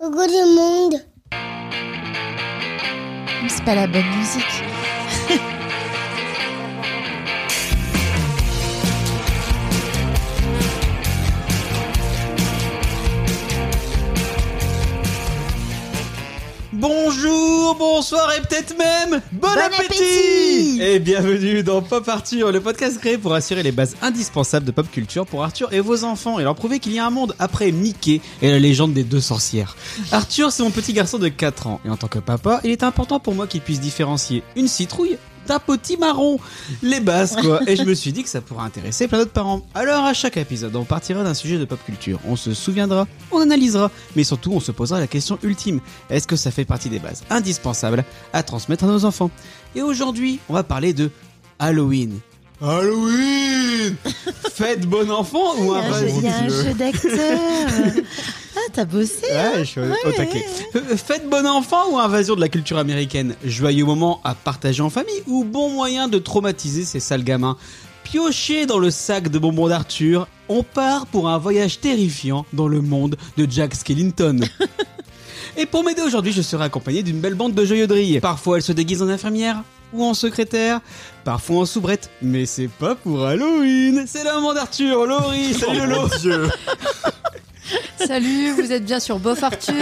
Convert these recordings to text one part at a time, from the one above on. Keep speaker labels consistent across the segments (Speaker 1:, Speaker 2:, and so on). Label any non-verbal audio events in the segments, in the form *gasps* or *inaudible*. Speaker 1: Coucou le monde.
Speaker 2: Mais C'est pas la bonne musique.
Speaker 3: Bonjour, bonsoir et peut-être même bon, appétit,
Speaker 2: appétit
Speaker 3: Et bienvenue dans Pop Arthur, le podcast créé pour assurer les bases indispensables de pop culture pour Arthur et vos enfants et leur prouver qu'il y a un monde après Mickey et la légende des deux sorcières. Arthur, c'est mon petit garçon de 4 ans et en tant que papa, il est important pour moi qu'il puisse différencier une citrouille d'un petit marron, les bases quoi. Et je me suis dit que ça pourrait intéresser plein d'autres parents. Alors à chaque épisode, on partira d'un sujet de pop culture, on se souviendra, on analysera, mais surtout on se posera la question ultime est-ce que ça fait partie des bases indispensables à transmettre à nos enfants Et aujourd'hui, on va parler de Halloween. *laughs* Halloween Fête bon enfant ou
Speaker 2: Il y a
Speaker 3: un
Speaker 2: un jeu-
Speaker 3: vas-y,
Speaker 2: il y a un
Speaker 3: tu veux
Speaker 2: jeu
Speaker 4: *laughs*
Speaker 2: d'acteur. Ah, t'as bossé.
Speaker 3: hein. Ouais, je suis au- au taquet. Euh, Faites bon enfant ou invasion de la culture américaine Joyeux moment à partager en famille ou bon moyen de traumatiser ces sales gamins Piocher dans le sac de bonbons d'Arthur, on part pour un voyage terrifiant dans le monde de Jack *laughs* Skellington. Et pour m'aider aujourd'hui, je serai accompagné d'une belle bande de joyeux Parfois, elle se déguise en infirmière ou en secrétaire, parfois en soubrette, mais c'est pas pour Halloween. C'est le moment d'Arthur, Laurie, salut Lolo.
Speaker 5: Salut, vous êtes bien sur Bof Arthur.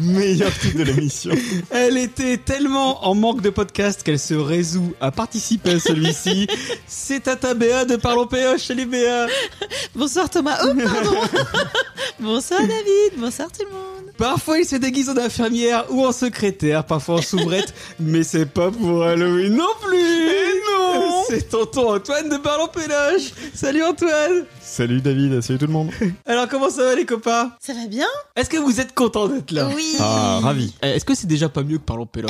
Speaker 4: Meilleur titre de l'émission.
Speaker 3: *laughs* Elle était tellement en manque de podcast qu'elle se résout à participer à celui-ci.
Speaker 4: *laughs*
Speaker 3: C'est Tata Béa de Parlons PH, salut Béa
Speaker 2: Bonsoir Thomas. Oh,
Speaker 4: *laughs*
Speaker 2: pardon. Bonsoir David. Bonsoir tout le monde.
Speaker 3: Parfois il se déguise en infirmière ou en secrétaire, parfois en
Speaker 4: *laughs*
Speaker 3: soubrette, mais c'est pas pour Halloween non plus
Speaker 4: Eh
Speaker 3: Non *laughs* C'est tonton Antoine de Parlons PH E Salut Antoine
Speaker 4: Salut David, salut tout le monde.
Speaker 3: *laughs* Alors comment ça va les copains
Speaker 2: Ça va bien
Speaker 3: Est-ce que vous êtes contents d'être là
Speaker 2: Oui.
Speaker 4: Ah, ravi.
Speaker 3: Eh, Est-ce que c'est déjà pas mieux que Parlons PH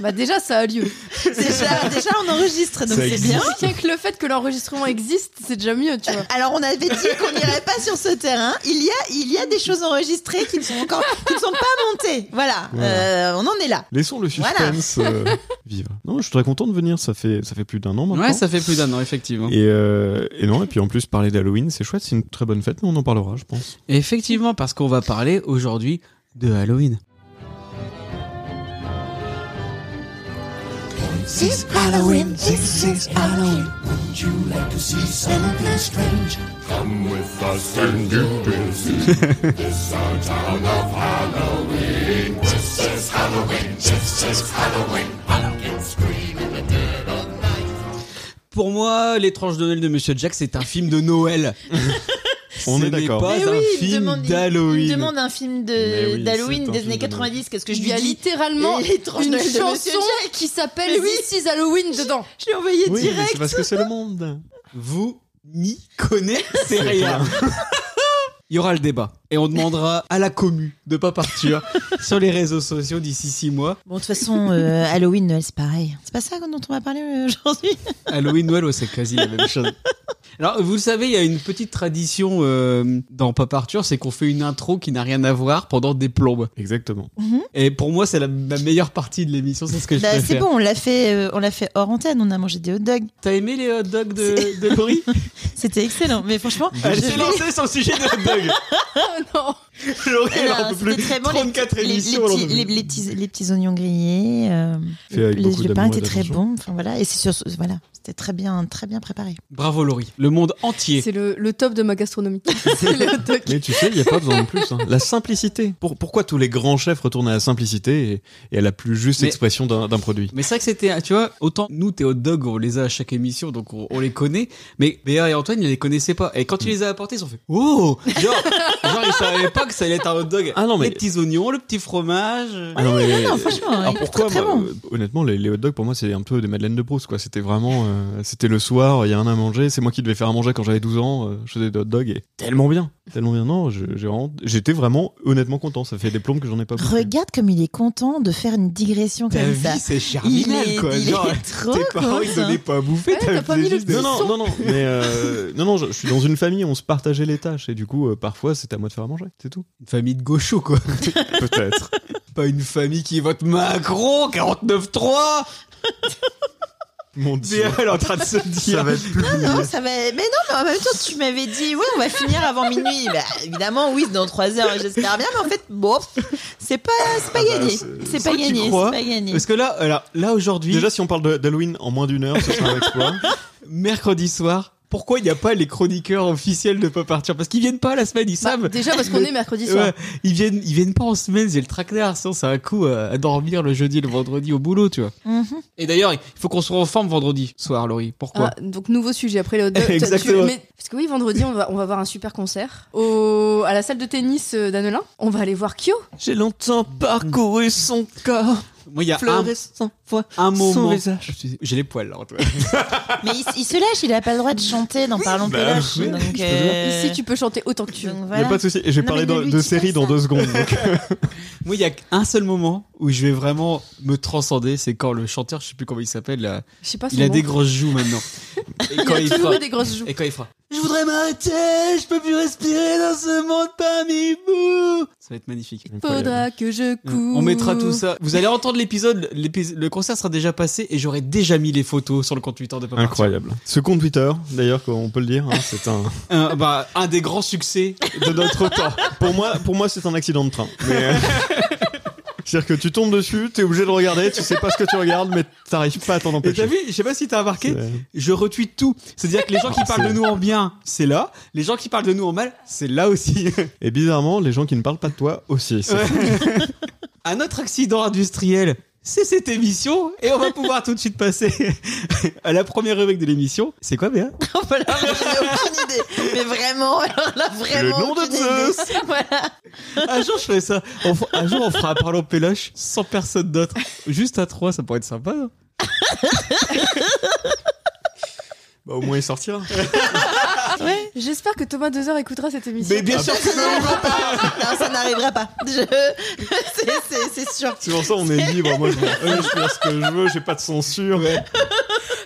Speaker 5: Bah déjà, ça a lieu.
Speaker 2: Déjà, déjà, on enregistre, donc
Speaker 4: Ça
Speaker 2: c'est
Speaker 4: existe.
Speaker 2: bien.
Speaker 5: Rien que le fait que l'enregistrement existe, c'est déjà mieux, tu vois.
Speaker 2: Alors on avait dit qu'on n'irait pas sur ce terrain. Il y a, il y a des choses enregistrées qui ne sont encore, qui ne sont pas montées. Voilà,
Speaker 4: Voilà.
Speaker 2: Euh, on en est là.
Speaker 4: Laissons le suspense euh, *laughs* vivre. Non, je suis très content de venir, ça fait, ça fait plus d'un an maintenant.
Speaker 3: Ouais, ça fait plus d'un an effectivement.
Speaker 4: Et, euh, et non, et puis en plus, parler d'Halloween, c'est chouette, c'est une très bonne fête, mais on en parlera, je pense.
Speaker 3: Effectivement, parce qu'on va parler aujourd'hui de Halloween.
Speaker 6: It's Halloween, this is Halloween. Would you like to see something strange? Come with us and you will
Speaker 3: *laughs*
Speaker 6: see. this our town of Halloween. This is Halloween, this is Halloween. Pumpkin scream in the dead of night.
Speaker 3: Pour moi, L'étrange Noël de Monsieur Jack, c'est un film de Noël.
Speaker 4: On
Speaker 3: Ce
Speaker 4: est
Speaker 3: n'est
Speaker 4: d'accord.
Speaker 3: pas
Speaker 2: Mais
Speaker 3: un
Speaker 2: oui, il me
Speaker 3: film
Speaker 2: demande- il-
Speaker 3: d'Halloween.
Speaker 2: Il me demande un film
Speaker 4: Mais
Speaker 2: de-
Speaker 4: oui,
Speaker 2: d'Halloween
Speaker 4: c'est un
Speaker 2: des
Speaker 4: film
Speaker 2: années
Speaker 4: de
Speaker 2: 90. Qu'est-ce que je
Speaker 5: Il
Speaker 2: lui
Speaker 5: y a
Speaker 2: ai dit
Speaker 5: littéralement
Speaker 2: L'étrange
Speaker 5: une
Speaker 2: Noël de
Speaker 5: chanson
Speaker 2: Monsieur Jack.
Speaker 5: qui
Speaker 2: Mais
Speaker 5: s'appelle
Speaker 2: oui.
Speaker 5: This is Halloween
Speaker 2: *laughs*
Speaker 5: dedans.
Speaker 2: Je lui ai envoyé
Speaker 4: Oui, mais
Speaker 2: direct.
Speaker 4: c'est parce que c'est le monde.
Speaker 3: Vous n'y connaissez rien. *laughs* Il y aura le débat. Et on demandera à la commu de pas partir sur les réseaux sociaux d'ici six mois.
Speaker 2: Bon, de toute façon, euh, Halloween, Noël, c'est pareil. C'est pas ça dont on va parler euh, aujourd'hui.
Speaker 3: Halloween, Noël, ouais, c'est quasi la même chose. Alors, vous le savez, il y a une petite tradition euh, dans Pop Arthur, c'est qu'on fait une intro qui n'a rien à voir pendant des plombes.
Speaker 4: Exactement.
Speaker 3: Et pour moi, c'est la, la meilleure partie de l'émission, c'est ce que je
Speaker 2: Bah,
Speaker 3: préfère.
Speaker 2: c'est bon, on l'a fait, euh, on l'a fait hors antenne. On a mangé des hot dogs.
Speaker 3: T'as aimé les hot dogs de,
Speaker 2: *laughs*
Speaker 3: de Laurie
Speaker 2: C'était excellent. Mais franchement,
Speaker 4: Bah,
Speaker 3: Elle
Speaker 2: je
Speaker 3: s'est
Speaker 2: vais-
Speaker 3: lancée sur le sujet des hot dogs.
Speaker 2: Ah,
Speaker 5: Oh non.
Speaker 3: Laurie, elle
Speaker 2: Non,
Speaker 3: en peut
Speaker 2: c'était
Speaker 3: plus.
Speaker 2: très bon, les-
Speaker 3: 34
Speaker 2: les, les
Speaker 3: émissions. elle en
Speaker 2: petits,
Speaker 3: peut plus.
Speaker 2: les, les petits, les petits oignons grillés. euh,
Speaker 4: Fait avec
Speaker 2: les
Speaker 4: beaucoup
Speaker 2: yeux peints
Speaker 4: d'amour et
Speaker 2: étaient très
Speaker 4: d'attention.
Speaker 2: bons. Enfin voilà, et c'est sur, voilà, c'était très bien, très bien préparé.
Speaker 3: Bravo Laurie. Le monde entier.
Speaker 5: C'est le, le top de
Speaker 3: *laughs*
Speaker 5: ma gastronomie. C'est le hot dog.
Speaker 4: Mais tu sais, il n'y a pas besoin de plus. hein. La simplicité. Pour, pourquoi tous les grands chefs retournent à la simplicité et, et à la plus juste
Speaker 3: Mais-
Speaker 4: expression d'un d'un produit
Speaker 3: Mais c'est vrai que c'était, tu vois, autant nous, tes hot dogs, on les a à chaque émission, donc on, on les connaît. Mais Béa et Antoine, ils les connaissaient pas. Et quand ils les a apportés, ils ont fait Oh Genre, genre ils savaient pas que ça allait être un hot dog.
Speaker 4: Ah non, mais-
Speaker 3: Les petits oignons, le petit fromage.
Speaker 4: Ah non, mais-
Speaker 2: non, franchement,
Speaker 4: Alors
Speaker 2: il est
Speaker 4: pourquoi
Speaker 2: très, très
Speaker 4: moi,
Speaker 2: bon.
Speaker 4: euh, Honnêtement, les, les hot dogs pour moi c'est un peu des madeleines de Proust quoi. C'était vraiment, euh, c'était le soir, il y a un à manger. C'est moi qui devais faire à manger quand j'avais 12 ans. euh, je faisais des hot dogs et tellement bien, tellement bien. Non, je- j'ai vraiment- j'étais vraiment honnêtement content. Ça fait des plombes que j'en ai pas. bouffé.
Speaker 2: Regarde comme il est content de faire une digression
Speaker 3: Ta
Speaker 2: comme
Speaker 3: vie,
Speaker 2: ça.
Speaker 3: c'est
Speaker 2: Il
Speaker 3: charminal,
Speaker 2: est,
Speaker 3: quoi.
Speaker 2: il
Speaker 3: genre,
Speaker 2: est trop
Speaker 3: tes parents, ils
Speaker 2: content.
Speaker 3: donnaient pas à bouffer.
Speaker 5: Ouais, t'as pas
Speaker 3: faisais
Speaker 5: mis le
Speaker 3: juste
Speaker 4: Non
Speaker 3: des-
Speaker 4: non non non. Mais euh, non non, je, je suis dans une famille, on se partageait les tâches et du coup euh, parfois c'était à moi de faire à manger, c'est tout.
Speaker 3: Une famille de gauchos, quoi.
Speaker 4: Peut-être.
Speaker 3: Pas une famille qui vote Macron, 49-3
Speaker 4: *laughs* Mon dieu.
Speaker 3: elle est en train de *laughs* se dire.
Speaker 4: *laughs* Ça va être plus.
Speaker 2: Non, ça va. Mais non, mais en même temps, tu m'avais dit, oui, on va finir avant minuit. Bah, évidemment, oui, dans 3 heures, j'espère bien. Mais en fait, bon, c'est pas, c'est pas gagné.
Speaker 4: Ah bah, c'est-
Speaker 2: C'est pas
Speaker 3: Tu
Speaker 2: gagné.
Speaker 3: crois
Speaker 2: C'est pas gagné.
Speaker 3: Parce que là, alors, là aujourd'hui,
Speaker 4: Déjà, si on parle de- d'Halloween en moins d'une heure, ce sera un exploit.
Speaker 3: mercredi soir, pourquoi il n'y a pas les chroniqueurs officiels de Pop Arthur Parce qu'ils viennent pas la semaine, ils
Speaker 5: Bah,
Speaker 3: savent.
Speaker 5: déjà parce qu'on est mercredi soir.
Speaker 3: Ouais, ils viennent, ils viennent pas en semaine, c'est le traquenard, sinon c'est un coup euh, à, à dormir le jeudi, le vendredi au boulot, tu vois.
Speaker 2: Mhm.
Speaker 3: Et d'ailleurs, il faut qu'on soit en forme vendredi soir, Laurie. Pourquoi
Speaker 5: Ah, donc nouveau sujet après
Speaker 3: *laughs*
Speaker 5: les hot dogs. Toi, tu-
Speaker 3: Exactement.
Speaker 5: mais- parce que oui, vendredi, on va, on va voir un super concert au, à la salle de tennis euh, d'Annelin. On va aller voir Kyo.
Speaker 4: J'ai longtemps parcouru son corps,
Speaker 3: Ah, Moi, il y a un,
Speaker 4: sans fois
Speaker 3: un moment.
Speaker 4: visage.
Speaker 3: J'ai les poils là, Antoine.
Speaker 2: Mais il, il se lâche, il a pas le droit de chanter dans Parlons
Speaker 4: bah,
Speaker 2: Péloche.
Speaker 4: oui,
Speaker 2: donc, Euh.
Speaker 5: Ici, tu peux chanter autant que tu veux.
Speaker 4: Y a pas de souci. Et J'ai
Speaker 2: Non,
Speaker 4: parlé
Speaker 2: mais ne
Speaker 4: de,
Speaker 2: lui
Speaker 4: de
Speaker 2: dis pas
Speaker 4: série dans
Speaker 2: ça.
Speaker 4: deux secondes. donc.
Speaker 3: *laughs* Moi, il y a un seul moment où je vais vraiment me transcender, c'est quand le chanteur, je sais plus comment il s'appelle, là,
Speaker 5: Je sais pas son
Speaker 3: il a
Speaker 5: nom.
Speaker 3: des grosses joues maintenant. *laughs* Et
Speaker 5: Il
Speaker 3: quand
Speaker 5: a
Speaker 3: il
Speaker 5: toujours
Speaker 3: fera-
Speaker 5: eu des grosses joues.
Speaker 3: Et quand il fera Je voudrais m'arrêter, je peux plus respirer dans ce monde parmi vous Ça va être magnifique.
Speaker 5: Faudra que je cours.
Speaker 3: On mettra tout ça. Vous allez entendre l'épisode, l'épis- le concert sera déjà passé et j'aurai déjà mis les photos sur le compte Twitter de Pop Arthur.
Speaker 4: Incroyable. Ce compte Twitter, d'ailleurs, on peut le dire, hein,
Speaker 2: *laughs*
Speaker 4: c'est un.
Speaker 3: Un, bah, un des grands succès de notre temps.
Speaker 4: Pour moi, pour moi, c'est un accident de train. Mais, euh, *laughs* C'est-à-dire que tu tombes dessus, t'es obligé de regarder, tu sais pas ce que tu regardes, mais t'arrives *laughs* pas à t'en
Speaker 3: Et t'as
Speaker 4: empêcher.
Speaker 3: vu, je sais pas si t'as remarqué,
Speaker 4: C'est- Ah,
Speaker 3: je retweet tout. C'est-à-dire que les gens qui parlent de nous en bien, c'est là. Les gens qui parlent de nous en mal, c'est là aussi. *laughs*
Speaker 4: Et bizarrement, les gens qui ne parlent pas de toi aussi. c'est-
Speaker 3: un autre accident industriel, c'est cette émission. Et on va pouvoir tout de suite passer *laughs* à la première rubrique de l'émission. C'est quoi, Béa
Speaker 4: *laughs*
Speaker 2: aucune idée. Mais vraiment, alors là, vraiment.
Speaker 4: nom de
Speaker 2: aucune
Speaker 4: Zeus.
Speaker 2: idée. *laughs* Voilà.
Speaker 3: Un jour, je ferai ça. On f- un jour, on fera un parlant péloche sans personne d'autre. Juste à trois, ça pourrait être sympa. hein. non
Speaker 4: Bah, au moins, il sortira.
Speaker 5: Ouais. Ah, J'espère que Thomas Dezer écoutera cette émission.
Speaker 3: Mais bien sûr
Speaker 2: Ça n'arrivera pas. Non, ça n'arrivera pas. Je- *laughs* c'est- c'est- C'est sûr.
Speaker 4: C'est pour ça on est libre. Moi, je, m'en fous, je peux dire ce que je veux, j'ai pas de censure.
Speaker 3: *laughs*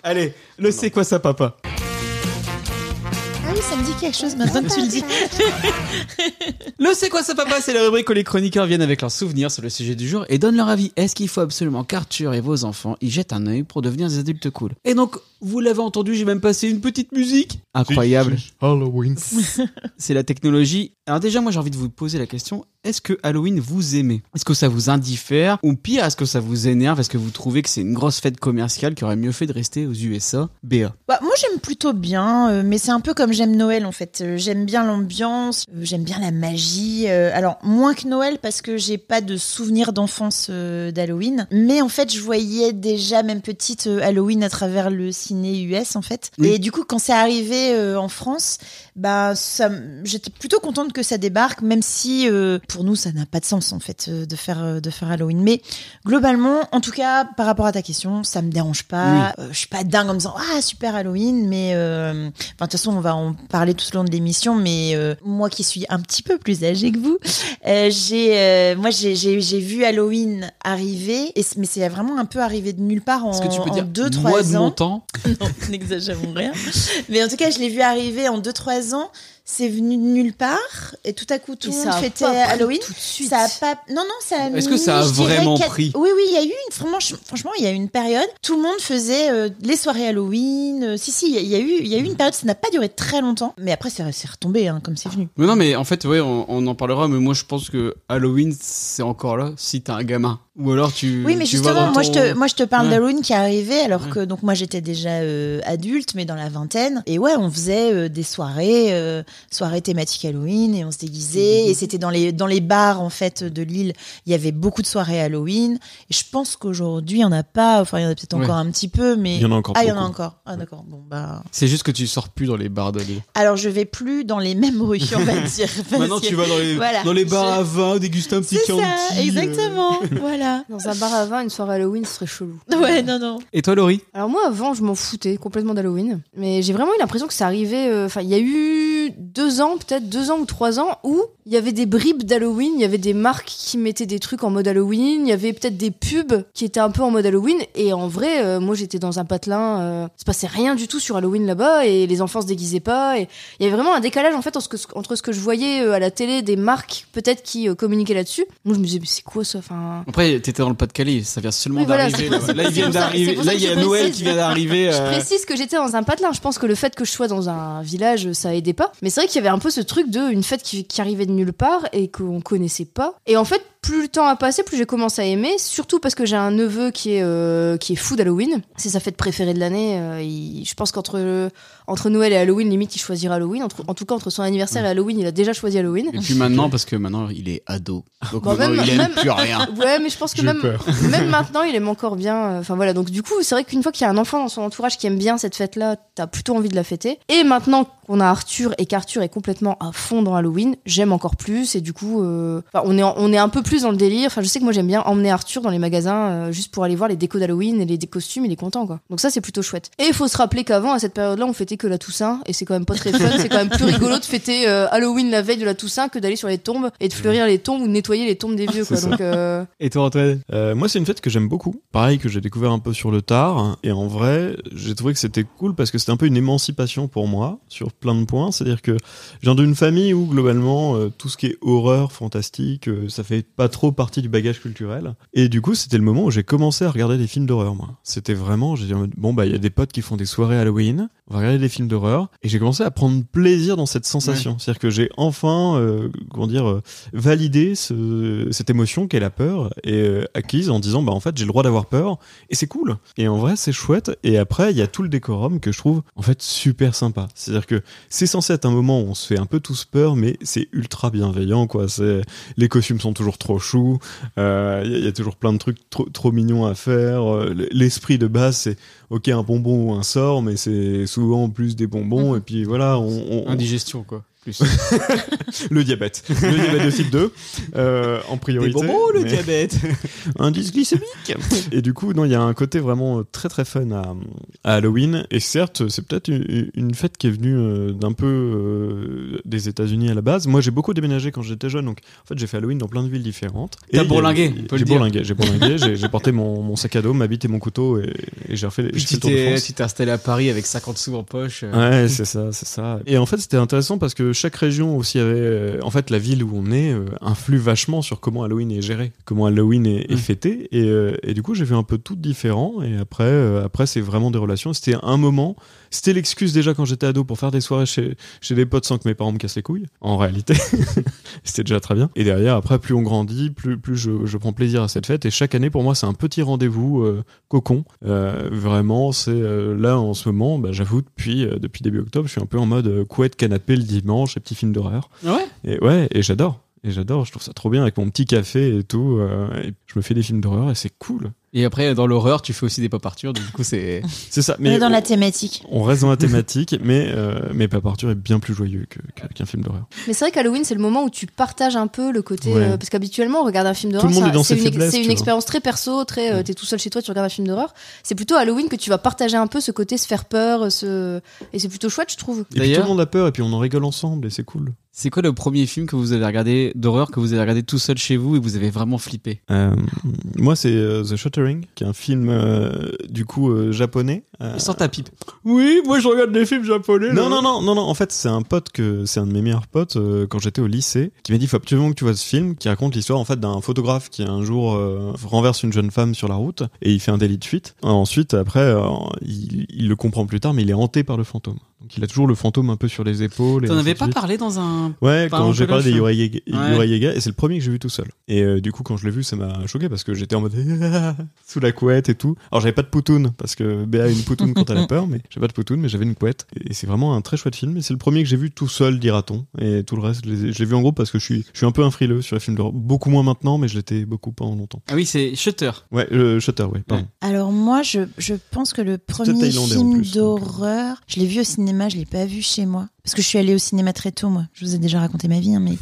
Speaker 3: Allez, le c'est quoi ça, papa
Speaker 2: Ah oui, ça me dit quelque chose maintenant que tu le dis.
Speaker 3: Le c'est quoi ça, papa C'est la rubrique où les chroniqueurs viennent avec leurs souvenirs sur le sujet du jour et donnent leur avis. Est-ce qu'il faut absolument qu'Arthur et vos enfants y jettent un œil pour devenir des adultes cool Et donc, vous l'avez entendu, j'ai même passé une petite musique. Incroyable.
Speaker 4: Halloween.
Speaker 3: c'est la technologie. Alors déjà, moi j'ai envie de vous poser la question, est-ce que Halloween vous aimez Est-ce que ça vous indiffère Ou pire, est-ce que ça vous énerve Est-ce que vous trouvez que c'est une grosse fête commerciale qui aurait mieux fait de rester aux USA BA.
Speaker 2: Bah, moi, j'aime plutôt bien, euh, mais c'est un peu comme j'aime Noël en fait. Euh, j'aime bien l'ambiance, euh, j'aime bien la magie. euh, alors, moins que Noël parce que j'ai pas de souvenirs d'enfance euh, d'Halloween. Mais en fait, je voyais déjà, même petite, euh, Halloween à travers le ciné US en fait.
Speaker 3: Oui.
Speaker 2: Et du coup, quand c'est arrivé euh, en France, bah, ça m- j'étais plutôt contente que ça débarque, même si euh, pour nous, ça n'a pas de sens en fait euh, de faire, euh, de faire Halloween. Mais Globalement, en tout cas, par rapport à ta question, ça me dérange pas. Euh, je suis pas dingue en me disant ah super Halloween, mais euh, enfin, de toute façon on va en parler tout au long de l'émission. Mais euh, moi qui suis un petit peu plus âgée que vous, euh, j'ai euh, moi j'ai j'ai j'ai vu Halloween arriver, et, c- mais c'est vraiment un peu arrivé de nulle part en,
Speaker 3: Est-ce que tu peux
Speaker 2: en
Speaker 3: dire
Speaker 2: deux trois
Speaker 3: moi de
Speaker 2: ans.
Speaker 3: mon temps
Speaker 2: *laughs* Non, n'exagérons rien. Mais en tout cas, je l'ai vu arriver en 2-3 ans. C'est venu de nulle part. Et tout à coup, tout
Speaker 5: Et
Speaker 2: le
Speaker 5: ça
Speaker 2: monde
Speaker 5: a
Speaker 2: fêtait
Speaker 5: pas pris
Speaker 2: Halloween.
Speaker 5: tout de suite.
Speaker 2: Ça a pas. Non, non, ça a
Speaker 3: Est-ce
Speaker 2: mis,
Speaker 3: que ça a
Speaker 2: je dirais,
Speaker 3: vraiment
Speaker 2: quatre-
Speaker 3: pris
Speaker 2: Oui, oui, il y a eu une. Franchement, franchement, il y a eu une période. Tout le monde faisait euh, les soirées Halloween. Euh, si, si, il y a- il y, a eu- il y a eu une période. Ça n'a pas duré très longtemps. Mais après, c'est c'est retombé, hein, comme c'est
Speaker 5: Ah.
Speaker 2: venu.
Speaker 3: mais Non mais en fait ouais on, on en parlera mais moi je pense que Halloween c'est encore là si t'as un gamin ou alors tu
Speaker 2: Oui, mais
Speaker 3: Mm, tu vas
Speaker 2: justement,
Speaker 3: dans
Speaker 2: moi,
Speaker 3: ton-
Speaker 2: je te, moi je te parle
Speaker 3: Ouais.
Speaker 2: d'Halloween qui est arrivé, alors
Speaker 3: Ouais.
Speaker 2: que donc moi j'étais déjà euh, adulte, mais dans la vingtaine. Et ouais, on faisait euh, des soirées, euh, soirées thématiques Halloween, et on se
Speaker 3: Mm,
Speaker 2: déguisait. Et c'était dans les, dans les bars en fait de Lille, il y avait beaucoup de soirées Halloween. Et je pense qu'aujourd'hui, il n'y en a pas, enfin il y en a peut-être
Speaker 3: Ouais.
Speaker 2: encore un petit peu, mais.
Speaker 4: Il y en a encore
Speaker 2: Ah, il y en a
Speaker 4: beaucoup.
Speaker 2: encore. Ah, d'accord. Bon, bah.
Speaker 3: c'est juste que tu sors plus dans les bars de Lille.
Speaker 2: Alors, je vais plus dans les mêmes rues, on
Speaker 3: *laughs*
Speaker 2: va dire. parce
Speaker 3: Maintenant
Speaker 2: que-
Speaker 3: tu vas dans les,
Speaker 2: Bah, Voilà.
Speaker 3: Ah, dans les bars
Speaker 2: Je-
Speaker 3: à vin, déguster un petit
Speaker 2: C'est
Speaker 3: Chianti.
Speaker 2: ça,
Speaker 3: euh.
Speaker 2: exactement.
Speaker 3: *laughs*
Speaker 2: voilà.
Speaker 5: Dans un bar à vin, une soirée Halloween, ce serait chelou.
Speaker 2: Ouais, non, non.
Speaker 3: Et toi Laurie
Speaker 5: Alors moi, avant, je m'en foutais complètement d'Halloween. Mais j'ai vraiment eu l'impression que ça arrivait... euh, Enfin, il y a eu eu deux ans, peut-être deux ans ou trois ans, où il y avait des bribes d'Halloween, il y avait des marques qui mettaient des trucs en mode Halloween, il y avait peut-être des pubs qui étaient un peu en mode Halloween. Et en vrai, euh, moi j'étais dans un patelin, euh, il se passait rien du tout sur Halloween là-bas, et les enfants se déguisaient pas. Et il y avait vraiment un décalage en fait entre ce que, entre ce que je voyais euh, à la télé, des marques peut-être qui euh, communiquaient là-dessus. Moi je me disais, mais c'est quoi ça enfin...
Speaker 3: Après, t'étais dans le Pas-de-Calais, ça vient seulement
Speaker 5: Oui, voilà,
Speaker 3: d'arriver.
Speaker 5: c'est pour ça-
Speaker 3: là, il vient
Speaker 5: c'est pour ça-
Speaker 3: d'arriver.
Speaker 5: c'est pour ça
Speaker 3: Là,
Speaker 5: que
Speaker 3: il y a
Speaker 5: je
Speaker 3: Noël
Speaker 5: précise.
Speaker 3: qui vient d'arriver.
Speaker 5: Je
Speaker 3: euh,
Speaker 5: précise que j'étais dans un patelin. Je pense que le fait que je sois dans un village, ça aidait pas. Mais c'est vrai qu'il y avait un peu ce truc de une fête qui, qui arrivait de nulle part et qu'on connaissait pas. Et en fait, plus le temps a passé, plus j'ai commencé à aimer. Surtout parce que j'ai un neveu qui est euh, qui est fou d'Halloween. C'est sa fête préférée de l'année. Euh, il- je pense qu'entre entre Noël et Halloween, limite, il choisira Halloween. Entre- en tout cas, entre son anniversaire et Halloween, il a déjà choisi Halloween.
Speaker 3: Et puis maintenant, parce que maintenant, il est ado. Donc
Speaker 5: Bah,
Speaker 3: maintenant,
Speaker 5: même-
Speaker 3: il aime
Speaker 5: même-
Speaker 3: plus rien.
Speaker 5: Ouais, mais je pense que
Speaker 4: J'ai
Speaker 5: même,
Speaker 4: peur.
Speaker 5: *laughs*
Speaker 4: *laughs*
Speaker 5: même maintenant, il aime encore bien. euh, Enfin voilà, donc du coup, c'est vrai qu'une fois qu'il y a un enfant dans son entourage qui aime bien cette fête-là, t'as plutôt envie de la fêter. Et maintenant qu'on a Arthur et qu'Arthur est complètement à fond dans Halloween, j'aime encore plus. Et du coup, euh, enfin, on, est, en- on est un peu plus dans le délire. Enfin, je sais que moi, j'aime bien emmener Arthur dans les magasins euh, juste pour aller voir les décos d'Halloween et les dé- costumes. Il est content, quoi. Donc ça, c'est plutôt chouette. Et il faut se rappeler qu'avant, à cette période-là, on fêtait que la Toussaint. Et c'est quand même pas très fun. c'est quand même plus rigolo de fêter euh, Halloween la veille de la Toussaint que d'aller sur les tombes et de fleurir les tombes ou de nettoyer les tombes des vieux, quoi.
Speaker 4: C'est ça.
Speaker 5: Donc, euh,
Speaker 3: Et toi, Antoine
Speaker 4: Euh, moi, c'est une fête que j'aime beaucoup. Pareil, que j'ai découvert un peu sur le tard. Et en vrai, j'ai trouvé que c'était cool parce que c'était un peu une émancipation pour moi sur plein de points. C'est-à-dire que je viens d'une famille où, globalement, euh, tout ce qui est horreur, fantastique, euh, ça fait pas trop partie du bagage culturel. Et du coup, c'était le moment où j'ai commencé à regarder des films d'horreur, moi. C'était vraiment, j'ai dit, en mode, bon, bah, il y a des potes qui font des soirées Halloween. On va regarder des films d'horreur. Et j'ai commencé à prendre plaisir dans cette sensation. C'est-à-dire que j'ai enfin, euh, comment dire, euh, valider ce- cette émotion qu'est la peur et euh, acquise en disant bah en fait j'ai le droit d'avoir peur et c'est cool et en vrai c'est chouette et après il y a tout le décorum que je trouve en fait super sympa c'est à dire que c'est censé être un moment où on se fait un peu tous peur mais c'est ultra bienveillant quoi c'est les costumes sont toujours trop choux euh, il y, a- il y a toujours plein de trucs trop, trop mignons à faire Euh, l- l'esprit de base c'est ok un bonbon ou un sort mais c'est souvent plus des bonbons et puis voilà on,
Speaker 3: *laughs*
Speaker 4: on-
Speaker 3: Indigestion, quoi. Plus.
Speaker 4: le diabète. Le diabète de type 2, euh, en priorité. mais-
Speaker 3: diabète
Speaker 4: Indice glycémique. Et du coup, non, il y a un côté vraiment très très fun à, à Halloween. Et certes, c'est peut-être une, une fête qui est venue euh, d'un peu euh, des États-Unis à la base. Moi, j'ai beaucoup déménagé quand j'étais jeune, donc en fait, j'ai fait Halloween dans plein de villes différentes. Et
Speaker 3: T'as
Speaker 4: il y a-
Speaker 3: bourlingué, on peut le
Speaker 4: J'ai
Speaker 3: dire.
Speaker 4: bourlingué, j'ai bourlingué, j'ai j'ai porté mon, mon sac à dos, ma bite et mon couteau, et, et j'ai refait les j'ai fait
Speaker 3: Tu
Speaker 4: le tour de
Speaker 3: t'es
Speaker 4: France.
Speaker 3: tu t'es installé à Paris avec 50 sous en poche. euh,
Speaker 4: Ouais, c'est ça, c'est ça. Et en fait, c'était intéressant parce que chaque région aussi avait, euh, en fait, la ville où on est euh, influe vachement sur comment Halloween est géré, comment Halloween est, est
Speaker 3: Mm.
Speaker 4: fêté. Et, euh, et du coup, j'ai vu un peu tout différent. Et après, euh, après, c'est vraiment des relations. C'était un moment. C'était l'excuse déjà quand j'étais ado pour faire des soirées chez, chez des potes sans que mes parents me cassent les couilles. En réalité, *laughs* c'était déjà très bien. Et derrière, après, plus on grandit, plus, plus je, je prends plaisir à cette fête. Et chaque année, pour moi, c'est un petit rendez-vous euh, cocon. Euh, vraiment, c'est euh, là en ce moment, bah, j'avoue, depuis, euh, depuis début octobre, je suis un peu en mode euh, couette, canapé le dimanche et petit film d'horreur.
Speaker 3: Ah ouais
Speaker 4: Et ouais, et j'adore. Et j'adore, je trouve ça trop bien avec mon petit café et tout. euh, et je me fais des films d'horreur et c'est cool.
Speaker 3: Et après, dans l'horreur, tu fais aussi des pop artures, donc du coup, c'est.
Speaker 4: C'est ça.
Speaker 2: On
Speaker 4: Mais
Speaker 2: est dans
Speaker 4: on,
Speaker 2: la thématique.
Speaker 4: on reste dans la thématique, *laughs* mais, euh, mais Papa Arthur est bien plus joyeux que- que- qu'un film d'horreur.
Speaker 5: Mais c'est vrai qu'Halloween, c'est le moment où tu partages un peu le côté.
Speaker 4: Ouais.
Speaker 5: euh, parce qu'habituellement, on regarde un film d'horreur.
Speaker 4: le monde
Speaker 5: ça-
Speaker 4: est dans
Speaker 5: C'est
Speaker 4: ses
Speaker 5: une, ex-
Speaker 4: faiblesses,
Speaker 5: c'est
Speaker 4: tu
Speaker 5: une
Speaker 4: vois.
Speaker 5: expérience très perso, très. euh,
Speaker 4: Ouais.
Speaker 5: T'es tout seul chez toi, tu regardes un film d'horreur. C'est plutôt Halloween que tu vas partager un peu ce côté se faire peur. Ce... Et c'est plutôt chouette, je trouve.
Speaker 4: Et puis tout
Speaker 3: D'ailleurs-
Speaker 4: le monde a peur et puis on en rigole ensemble et c'est cool.
Speaker 3: C'est quoi le premier film que vous avez regardé d'horreur que vous avez regardé tout seul chez vous et vous avez vraiment flippé
Speaker 4: Euh, moi, c'est euh, The Shuttering, qui est un film euh, du coup euh, japonais. Euh,
Speaker 3: Sans ta pipe.
Speaker 4: *laughs* Oui, moi je regarde des films japonais. Non, non, non, non, non. En fait, c'est un pote que c'est un de mes meilleurs potes euh, quand j'étais au lycée qui m'a dit faut absolument que tu vois ce film qui raconte l'histoire en fait d'un photographe qui un jour euh, renverse une jeune femme sur la route et il fait un délit de fuite. Ensuite, après, euh, il, il le comprend plus tard, mais il est hanté par le fantôme. Donc il a toujours le fantôme un peu sur les épaules. et
Speaker 3: T'en
Speaker 4: ainsi
Speaker 3: avais
Speaker 4: de
Speaker 3: pas
Speaker 4: suite.
Speaker 3: parlé dans un.
Speaker 4: Ouais,
Speaker 3: Par
Speaker 4: quand
Speaker 3: un
Speaker 4: j'ai parlé des
Speaker 3: collège,
Speaker 4: Uriah Yeager-
Speaker 3: Ouais.
Speaker 4: Uriah Yeager, et c'est le premier que j'ai vu tout seul. Et euh, du coup, quand je l'ai vu, ça m'a choqué parce que j'étais en mode *laughs* sous la couette et tout. Alors j'avais pas de poutoune parce que Béa a une poutoune quand elle *laughs* a peur, mais j'avais pas de poutoune, mais j'avais une couette. Et c'est vraiment un très chouette film. Et c'est le premier que j'ai vu tout seul, dira-t-on. Et tout le reste, je les ai- je l'ai vu en gros parce que je suis, je suis un peu un frileux sur les films d'horreur. Beaucoup moins maintenant, mais je l'étais beaucoup pendant longtemps.
Speaker 3: Ah oui, c'est Shutter.
Speaker 4: Ouais, euh, Shutter, ouais, pardon.
Speaker 2: Alors moi, je, je pense que le premier
Speaker 4: thaïlandais en
Speaker 2: film
Speaker 4: plus, donc, euh.
Speaker 2: d'horreur, je l'ai vu au cinéma, je l'ai pas vu chez moi. Parce que je suis allée au cinéma très tôt, moi. Je vous ai déjà raconté ma vie, hein, mais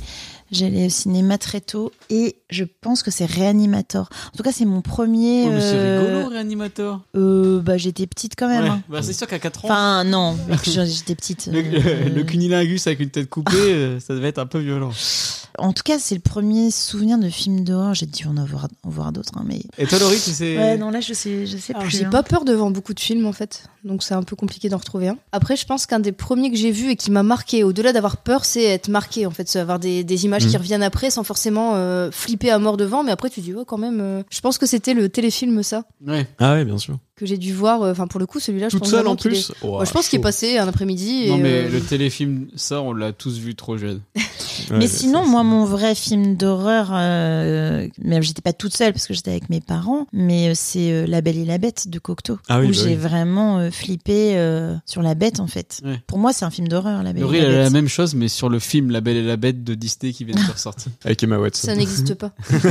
Speaker 2: j'allais au cinéma très tôt et je pense que c'est Reanimator. En tout cas, c'est mon premier.
Speaker 3: Oh, mais c'est
Speaker 2: euh,
Speaker 3: rigolo, Reanimator.
Speaker 2: euh, bah, j'étais petite quand même.
Speaker 3: Ouais.
Speaker 2: hein.
Speaker 3: Bah, c'est sûr qu'à 4 ans.
Speaker 2: Enfin, non,
Speaker 3: *laughs*
Speaker 2: j'étais petite.
Speaker 3: Le,
Speaker 2: euh,
Speaker 3: le cunilingus avec une tête coupée, euh, ça devait être un peu violent.
Speaker 2: En tout cas, c'est le premier souvenir de film d'horreur. J'ai dû en avoir, en voir d'autres, hein, mais.
Speaker 3: Et toi, Laurie, tu sais.
Speaker 2: Ouais, non, là, je sais, je sais
Speaker 5: Alors,
Speaker 2: plus.
Speaker 5: j'ai
Speaker 2: hein.
Speaker 5: pas peur devant beaucoup de films en fait, donc c'est un peu compliqué d'en retrouver un. Après, je pense qu'un des premiers que j'ai vu et qui m'a marqué, au-delà d'avoir peur, c'est être marqué en fait, c'est avoir des, des images
Speaker 4: Mhm.
Speaker 5: qui reviennent après sans forcément euh, flipper à mort devant, mais après tu dis, oh quand même, euh, je pense que c'était le téléfilm ça,
Speaker 3: Ouais.
Speaker 4: Ah ouais, bien sûr.
Speaker 5: que j'ai dû voir, euh, enfin pour le coup celui-là, je
Speaker 4: Toute
Speaker 5: pense
Speaker 4: seule
Speaker 5: vraiment
Speaker 4: en
Speaker 5: qu'il
Speaker 4: plus.
Speaker 5: est- Moi, je pense qu'il est passé un après-midi. et,
Speaker 3: Bah, Non, mais
Speaker 5: euh,
Speaker 3: le téléfilm, ça, on l'a tous vu trop jeune.
Speaker 2: Mais sinon, moi, mon vrai film d'horreur, euh, même j'étais pas toute seule parce que j'étais avec mes parents, mais euh, c'est euh, La Belle et la Bête de Cocteau,
Speaker 4: Ah oui,
Speaker 2: où
Speaker 4: bah
Speaker 2: j'ai
Speaker 4: oui.
Speaker 2: vraiment euh, flippé euh, sur la bête en fait.
Speaker 3: Ouais.
Speaker 2: Pour moi, c'est un film d'horreur, La Belle
Speaker 3: Laurie,
Speaker 2: et
Speaker 3: elle
Speaker 2: la
Speaker 3: a
Speaker 2: Bête.
Speaker 3: la même chose, mais sur le film La Belle et la Bête de Disney qui vient de ressortir.
Speaker 4: Avec Emma Watson.
Speaker 5: Ça n'existe pas. *laughs*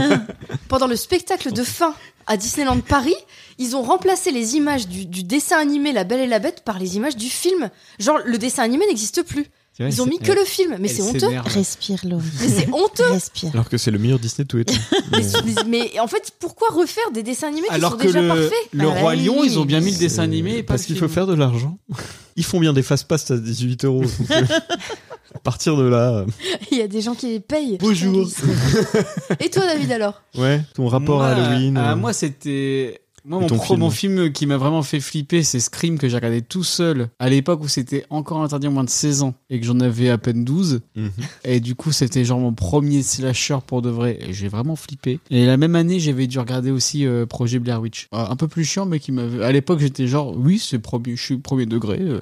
Speaker 5: Pendant le spectacle de fin à Disneyland Paris, ils ont remplacé les images du, du dessin animé La Belle et la Bête par les images du film. Genre, le dessin animé n'existe plus. Ils ont mis que le film, mais c'est honteux.
Speaker 2: Respire, Laurie.
Speaker 3: *laughs*
Speaker 5: Mais c'est honteux.
Speaker 2: Respire.
Speaker 4: Alors que c'est le meilleur Disney
Speaker 5: *laughs*
Speaker 4: de tous les temps. Mais-
Speaker 5: Mais, mais en fait, pourquoi refaire des dessins animés qui
Speaker 3: Alors
Speaker 5: sont
Speaker 3: que
Speaker 5: déjà
Speaker 3: le,
Speaker 5: parfaits *laughs*
Speaker 3: le
Speaker 2: Ah
Speaker 3: Roi
Speaker 2: oui.
Speaker 3: Lion, ils ont bien mis le
Speaker 4: C'est-
Speaker 3: dessin animé et pas
Speaker 4: Parce
Speaker 3: le
Speaker 4: qu'il faut
Speaker 3: film.
Speaker 4: faire de l'argent. *laughs* Ils font bien des fast-pass à 18 euros.
Speaker 3: *laughs*
Speaker 4: donc, euh, à partir de là. euh,
Speaker 5: Il y a des gens qui les payent.
Speaker 4: Bonjour.
Speaker 5: Et toi, David, alors
Speaker 4: Ouais, ton rapport à
Speaker 3: Moi,
Speaker 4: Halloween.
Speaker 3: ah,
Speaker 4: euh,
Speaker 3: Moi, c'était. Moi,
Speaker 4: Et
Speaker 3: mon,
Speaker 4: ton
Speaker 3: pro- mon
Speaker 4: film.
Speaker 3: film qui m'a vraiment fait flipper, c'est Scream que j'ai regardé tout seul à l'époque où c'était encore interdit aux moins de 16 ans et que j'en avais à peine 12.
Speaker 4: mhm.
Speaker 3: Et du coup, c'était genre mon premier slasher pour de vrai. Et j'ai vraiment flippé. Et la même année, j'avais dû regarder aussi euh, Projet Blair Witch. Euh, un peu plus chiant, mais qui m'avait. À l'époque, j'étais genre, oui, c'est premier, je suis premier degré. euh.